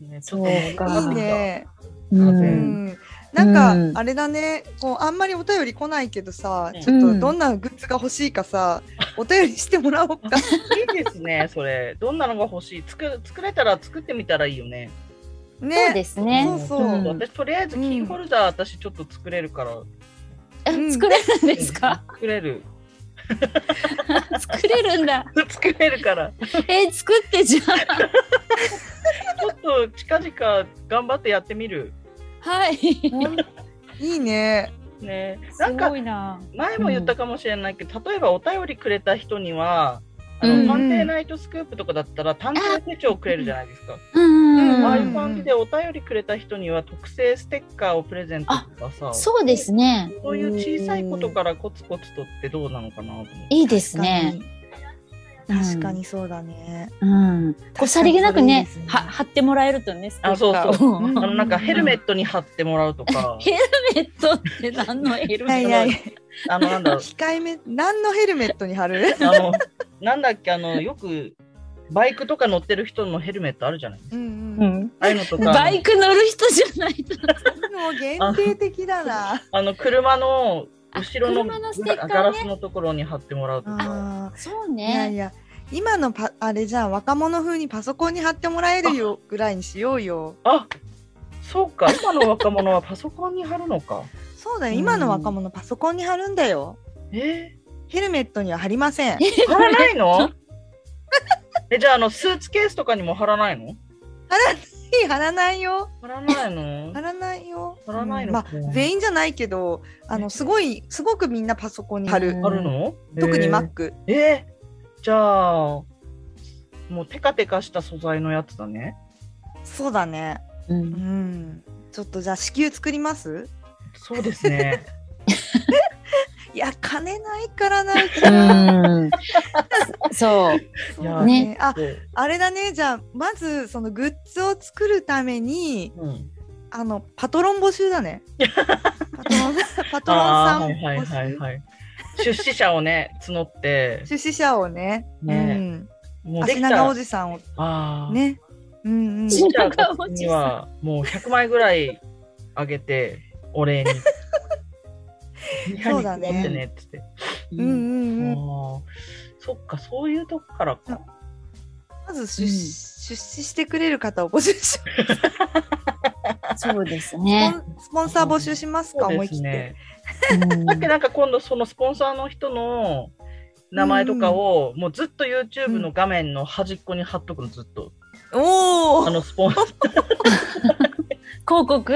S4: ねちょっと盛り上がってきた
S1: いいね
S4: う
S1: うんん、なん
S3: うん
S1: かあれだね、こうあんまりお便り来ないけどさ、
S4: うん
S1: ちょっとどんなグッズが欲しいかさ、お便りしてもらおうか。
S4: いいですね、それ。どんなのが欲しい作作れたら作ってみたらいいよね。
S3: そう
S1: ね、
S3: ですね。
S1: そうそう
S4: ちょっ
S3: ん
S4: と私、とりあえずキーホルダー、私ちょっと作れるから。
S3: え
S1: うん
S3: 作れるんですか、
S4: 作れる。
S3: 作れるんだ。
S4: 作れるから。ち
S3: えー作って じゃあ。
S4: ょっと近々頑張ってやってみる。
S3: はい。
S1: いいね。
S4: ね、な
S3: す
S4: んか
S3: ごいな。
S4: 前も言ったかもしれないけど、例えばお便りくれた人には、あ
S3: うん
S4: の
S3: う
S4: 探
S3: ん
S4: 偵ナイトスクープとかだったら探偵手帳をくれるじゃないですか。
S3: うんう
S1: うん
S4: ああい
S3: ん
S4: う感じでお便りくれた人には特製ステッカーをプレゼントとか
S3: う
S4: さ、
S3: ん。
S4: そ
S3: そうですね。
S4: ういう小さいことからコツコツとってどうなのかなと思って。
S3: いいですね。
S1: 確かに。確かにそうだね。
S3: うん。こうさりげなくね
S1: 確かにそれいいですね
S3: は貼ってもらえるとね。
S4: あそうそう
S3: ステッカーを 、
S4: あのなんかヘルメットに貼ってもらうとか
S3: ヘルメットって何のヘル
S1: は
S3: メ
S1: い
S3: ッ
S1: は
S3: ト
S1: い。
S4: あのなんだろう
S1: 控えめ、何のヘルメットに 貼る
S4: あの、なんだっけ、あの、よく、バイクとか乗ってる人のヘルメットあるじゃない
S1: うん
S3: う
S1: うん。
S3: ん。
S4: ああいうのとか、
S3: バイク乗る人じゃないと。
S1: もう限定的だな。
S4: あの、車の後ろの
S3: あ車のステッカーね
S4: ガラスのところに貼ってもらうとか。
S1: あ
S3: そう
S1: ーいやい
S3: ね。
S1: や。今のパあれじゃん若者風にパソコンに貼ってもらえるよぐらいにしようよ。
S4: あそうか、今の若者はパソコンに貼るのか。
S1: そうだよ
S3: うん
S1: 今の若者パソコンに貼るんだよ。
S4: え
S1: ヘルメットには貼りません。
S4: ー、貼らない のえ、じゃあ、あの、スーツケースとかにも貼らないの
S1: 貼らないよ。
S4: 貼らないの
S1: 貼らないよ。
S4: 貼らない
S1: うん
S4: の
S1: ま
S4: か
S1: あ全員じゃないけど、あのすごいすごくみんなパソコンに貼る。
S4: 貼るの
S1: 特に
S4: えー
S1: Mac。
S4: えー、じゃあ、もうテカテカした素材のやつだね。
S1: そうだね。
S3: う。
S1: うんん。ちょっとじゃあ支給作ります？
S4: そうです ね。
S1: いや金ないか らな。うちは
S3: うん。そう。
S1: そ
S4: い
S1: うだ
S4: や
S1: ね。あ
S4: そう
S1: あれだね。じゃあまずそのグッズを作るために
S4: うん
S1: あのパトロン募集 だね。パトロンパトロン
S4: あ
S1: さん
S4: ーはいはいはい
S1: 募
S4: はい。出資者をね、募って、
S1: 集。出資者をね。
S4: ね、
S1: う
S4: も
S1: ん。
S4: うで
S1: 足
S4: きた
S1: 長お
S4: ら、
S1: じさんを
S4: あー、
S1: ね。うんうん。
S4: できたら
S3: 足長おじさん
S4: には、もう100枚ぐらいあげて、お礼 に。
S1: そうだね
S4: 部屋にこもってねっつって。
S1: うんうんうん。
S4: あーそっか、そういうとこからか。
S1: まず出,、出資してくれる方を募集します
S3: そうです
S1: ス
S3: ね。
S1: ポンスポンサー募集しますか、
S4: そう
S1: 思い
S4: で
S1: 切
S4: す
S1: って、
S4: ね。
S3: うん
S4: で、なんか今度、そのスポンサーの人の名前とかを、もうずっと YouTube の画面の端っこに貼っとくの、ずっと。
S1: お
S4: あ
S1: お
S4: の、スポ ンサー。
S3: 広告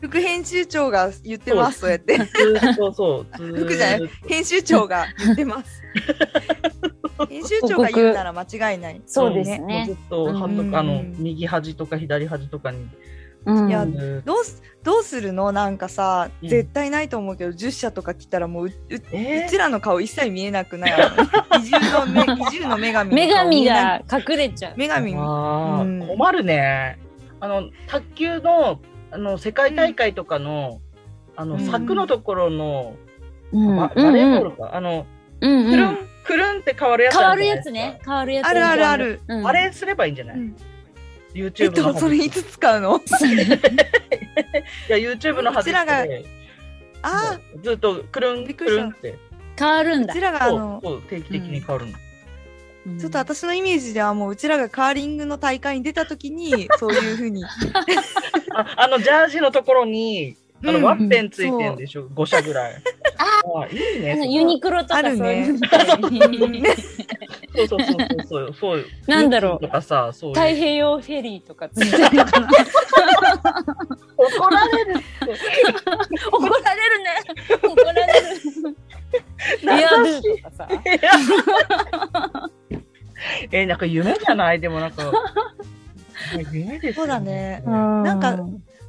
S1: 副編集長が言ってますそうやって
S4: ずーっとそう、ず
S1: 服じゃな
S4: ーっと。
S1: 編集長が言ってます編集長が言うなら間違いない
S3: そうです
S4: もうず
S3: ね。
S4: っと貼っと
S1: うん
S4: く、あの、右端とか左端とかに。
S3: うん
S1: いや
S4: ずーっと
S1: どうすどうするのなんかさ、
S4: うん
S1: 絶対ないと思うけど10社とか来たらもううう,、
S4: えー
S1: ちらの顔一切見えなくない移住のめ移住の女神の顔
S3: 女神
S1: 見えな
S3: が隠れちゃう。
S1: 女神
S4: あー
S1: うん
S4: 困るね。あの、卓球の、あの、世界大会とかの、あ
S1: う
S4: の、
S1: ん
S4: 柵のところの、
S3: うん
S4: ババレーボールか、あの、
S3: うん
S4: く
S3: う
S4: る
S3: ん
S4: ん、くるんって変わるやつ
S3: 変わ
S4: ある
S3: る
S4: じゃな
S3: や
S4: いですか。
S3: つね。変わるやつ。
S1: あるあるある
S3: うん。
S4: あれすればいいんじゃない、
S1: うん
S4: ?YouTube
S1: えっ
S4: の
S1: と
S4: 端
S1: それいつ使うの
S4: いや、YouTube の端っ
S1: うちらが
S4: こで、
S1: あ
S4: ずっとくるん、
S1: びっ
S4: く
S1: くりし
S4: る
S1: た
S4: んって、
S3: 変わるん
S1: ーう
S3: だ
S1: ち。らがあ
S4: そ
S1: の
S4: う、そう定期的に変わるの。
S1: ちょっと私のイメージではもううちらがカーリングの大会に出た時にそういうふうに
S4: ああのジャージのところに、あ
S1: うん
S4: のワッペンついてるでしょ、5社ぐら い。ああ、いい
S3: あ
S4: ね。
S3: のユニクロとか
S1: あ
S3: そう
S1: る ね
S3: いうのみたいに
S4: そうそうそうそうそう そう。
S3: なんだろう
S4: とかさ、そういう。
S3: 太平洋フェリーとかついてるのかな
S4: 怒られる。
S3: 怒られるね怒られるエアドゥとかさ
S4: え、なんか夢じゃないでもなんか。なんか夢ですよ、
S1: そうだね
S3: なん
S1: か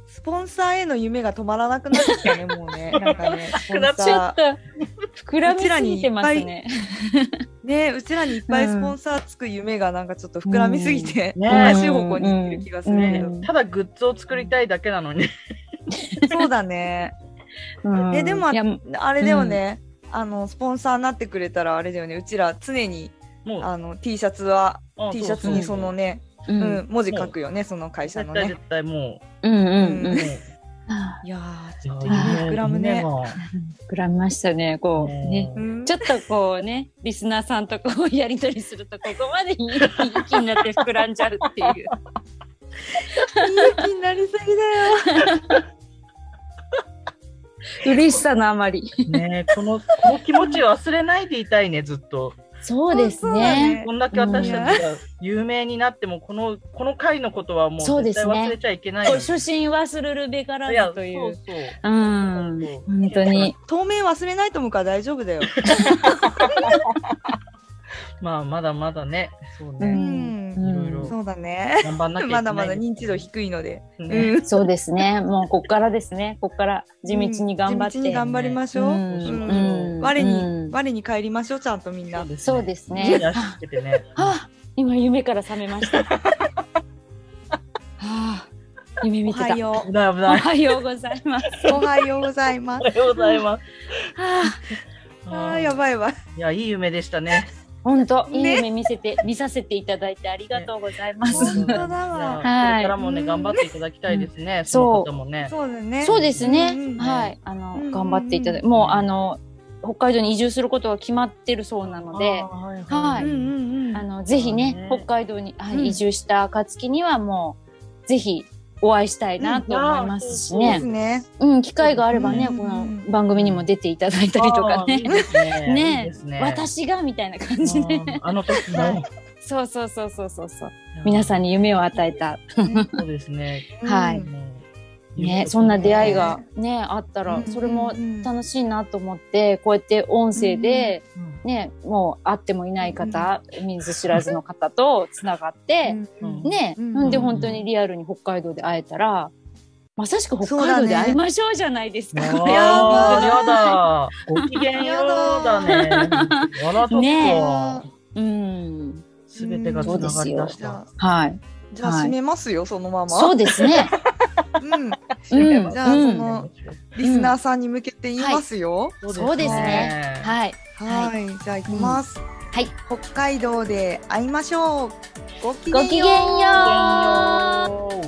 S1: スポンサーへの夢が止まらなくなってきたねもうねなんかねスポン
S3: ちょ
S1: サ
S3: っと膨らみすぎてますね
S1: ーねうちらにいっぱいスポンサーつく夢がなんかちょっと膨らみすぎて、
S4: うんね
S1: 悲しい方向に行ってる気がするけど、
S3: うん
S4: ただグッズを作りたいだけなのに。
S1: そうだね
S3: うん
S1: えでも
S3: いや
S1: あれだよね、あのスポンサーになってくれたらあれだよねうちら常に
S4: もう
S1: あの T シャツは
S4: あ
S1: T シャツにそのね、
S3: う
S1: うん
S3: ん
S1: 文字書くよねその会社
S4: 絶
S1: の
S4: 対
S1: ね
S4: 絶対も
S3: うんう
S4: う、
S3: ん
S4: もう
S3: あ
S1: いやー
S4: い
S1: ち
S4: や
S1: ょっと夢膨らむね。
S4: が
S3: ー膨らみましたね。こうね。
S4: ね
S1: うん
S3: ちょっとこうね、リスナーさんとこうやりとりすると、ここまでいい気になって膨らんじゃうっていう。
S14: 気になりすぎだよ。
S3: 嬉しさのあまり。
S4: ねこの、この気持ち忘れないでいたいね、ずっと。
S3: そうですね。
S4: こんだけ私たちが有名になっても、この、この回のことはもう
S3: そうで
S4: 絶
S3: す
S4: 対
S3: ね
S4: 忘れちゃいけないよね。
S3: 初心忘れるべから
S4: いや、
S3: ず
S4: そ
S3: と
S4: う
S3: いう。
S4: そう。
S3: うん。本当に。
S1: 当面忘れないと思うから大丈夫だよ。
S4: まあ、まだまだね、そう
S3: う
S4: ね、
S3: ん。
S4: いろいろ
S1: そうだね。
S4: 頑張んなきゃいけな
S1: ま
S4: い。
S1: だまだ認知度低いので。
S4: い。
S1: うん
S3: そうですね。もうこっからですね。こっから地道に頑張っ
S1: 地道に
S3: て。
S1: 頑張りましょう。
S3: うん
S1: うん
S3: うん
S1: 我
S3: う
S1: に
S3: ん
S1: 我に帰りましょうちゃんとみんな。
S3: そうですね
S4: 家に足つけてね。
S3: あ、今夢から覚めました。はあ、夢
S1: お
S3: 見てた
S1: は。よ
S4: 危ない危
S3: お
S4: ない。
S3: はようございます。
S1: う。おはようございま
S4: お
S1: す。
S4: はようございます。
S3: あ
S1: ああやばいやばい。
S4: いや、いい夢でしたね。
S3: 本当、いい
S1: ね
S3: 夢見せて、見させていただいてありがとうございます。
S1: 本当だわ
S4: いやこ
S3: は
S4: れ
S3: い
S4: からもね、頑張っていただきたいですね。
S3: ん
S4: その方もね。
S1: そうだね。
S3: そうですね。
S1: うんうん
S3: はい、あの、
S1: うんうんうん
S3: 頑張っていただいて、もうあの北海道に移住することが決まってるそうなので、
S4: あーはい
S3: は
S1: うんうんうん。
S3: あのぜひね
S4: そうね
S3: 北海道に、はい
S1: うん
S3: 移住した暁にはもうぜひお会いしたいなと思いますし
S1: そうで
S3: ね
S1: す。ね。
S3: うん、機会があればね、
S1: うん
S3: この番組にも出ていただいたりとか
S4: あーいい
S3: ね。
S4: ですね
S3: ね
S4: いいですね
S3: 私がみたいな感じで、
S4: あーあの時の、
S3: はいそうそうそうそうそうそう。 皆さんに夢を与えた。
S4: そうですね。
S3: はい
S4: もう
S3: ね、そんな出会いがね、あったら、
S1: うん
S3: それも
S1: うん
S3: 楽しいなと思って、こうやって音声で、
S4: うん
S3: ね、もう会ってもいない方、見ず知らずの方とつながって、
S1: うん
S4: うん
S3: ね、
S1: うん
S3: なんで本当にリアルに北海道で会えたら、まさしく北
S1: そうだ
S3: 海道
S1: ね
S3: で会いましょうじゃないですか。
S4: や
S1: やだ
S4: だ。ごきげんようだね。あら、ちょっ
S3: ね
S4: と、
S3: うん。
S4: すべてがつながりだし
S1: じゃ
S4: た
S1: あ。
S3: はい。
S1: じゃあ
S3: はい
S1: 締めますよそのまま。
S3: そうですね。
S1: うん。
S3: うん。
S1: じゃあ
S3: う
S1: そ
S3: ん
S1: のリスナーさんに向けて言いますよ。
S3: そうですね。はい。
S1: はい、じゃあ行きます。
S3: はい。
S1: 北海道で会いましょう。ごきげ
S3: ごき
S1: ん
S3: げん
S1: よ
S3: よ
S1: う。
S3: う。
S4: おー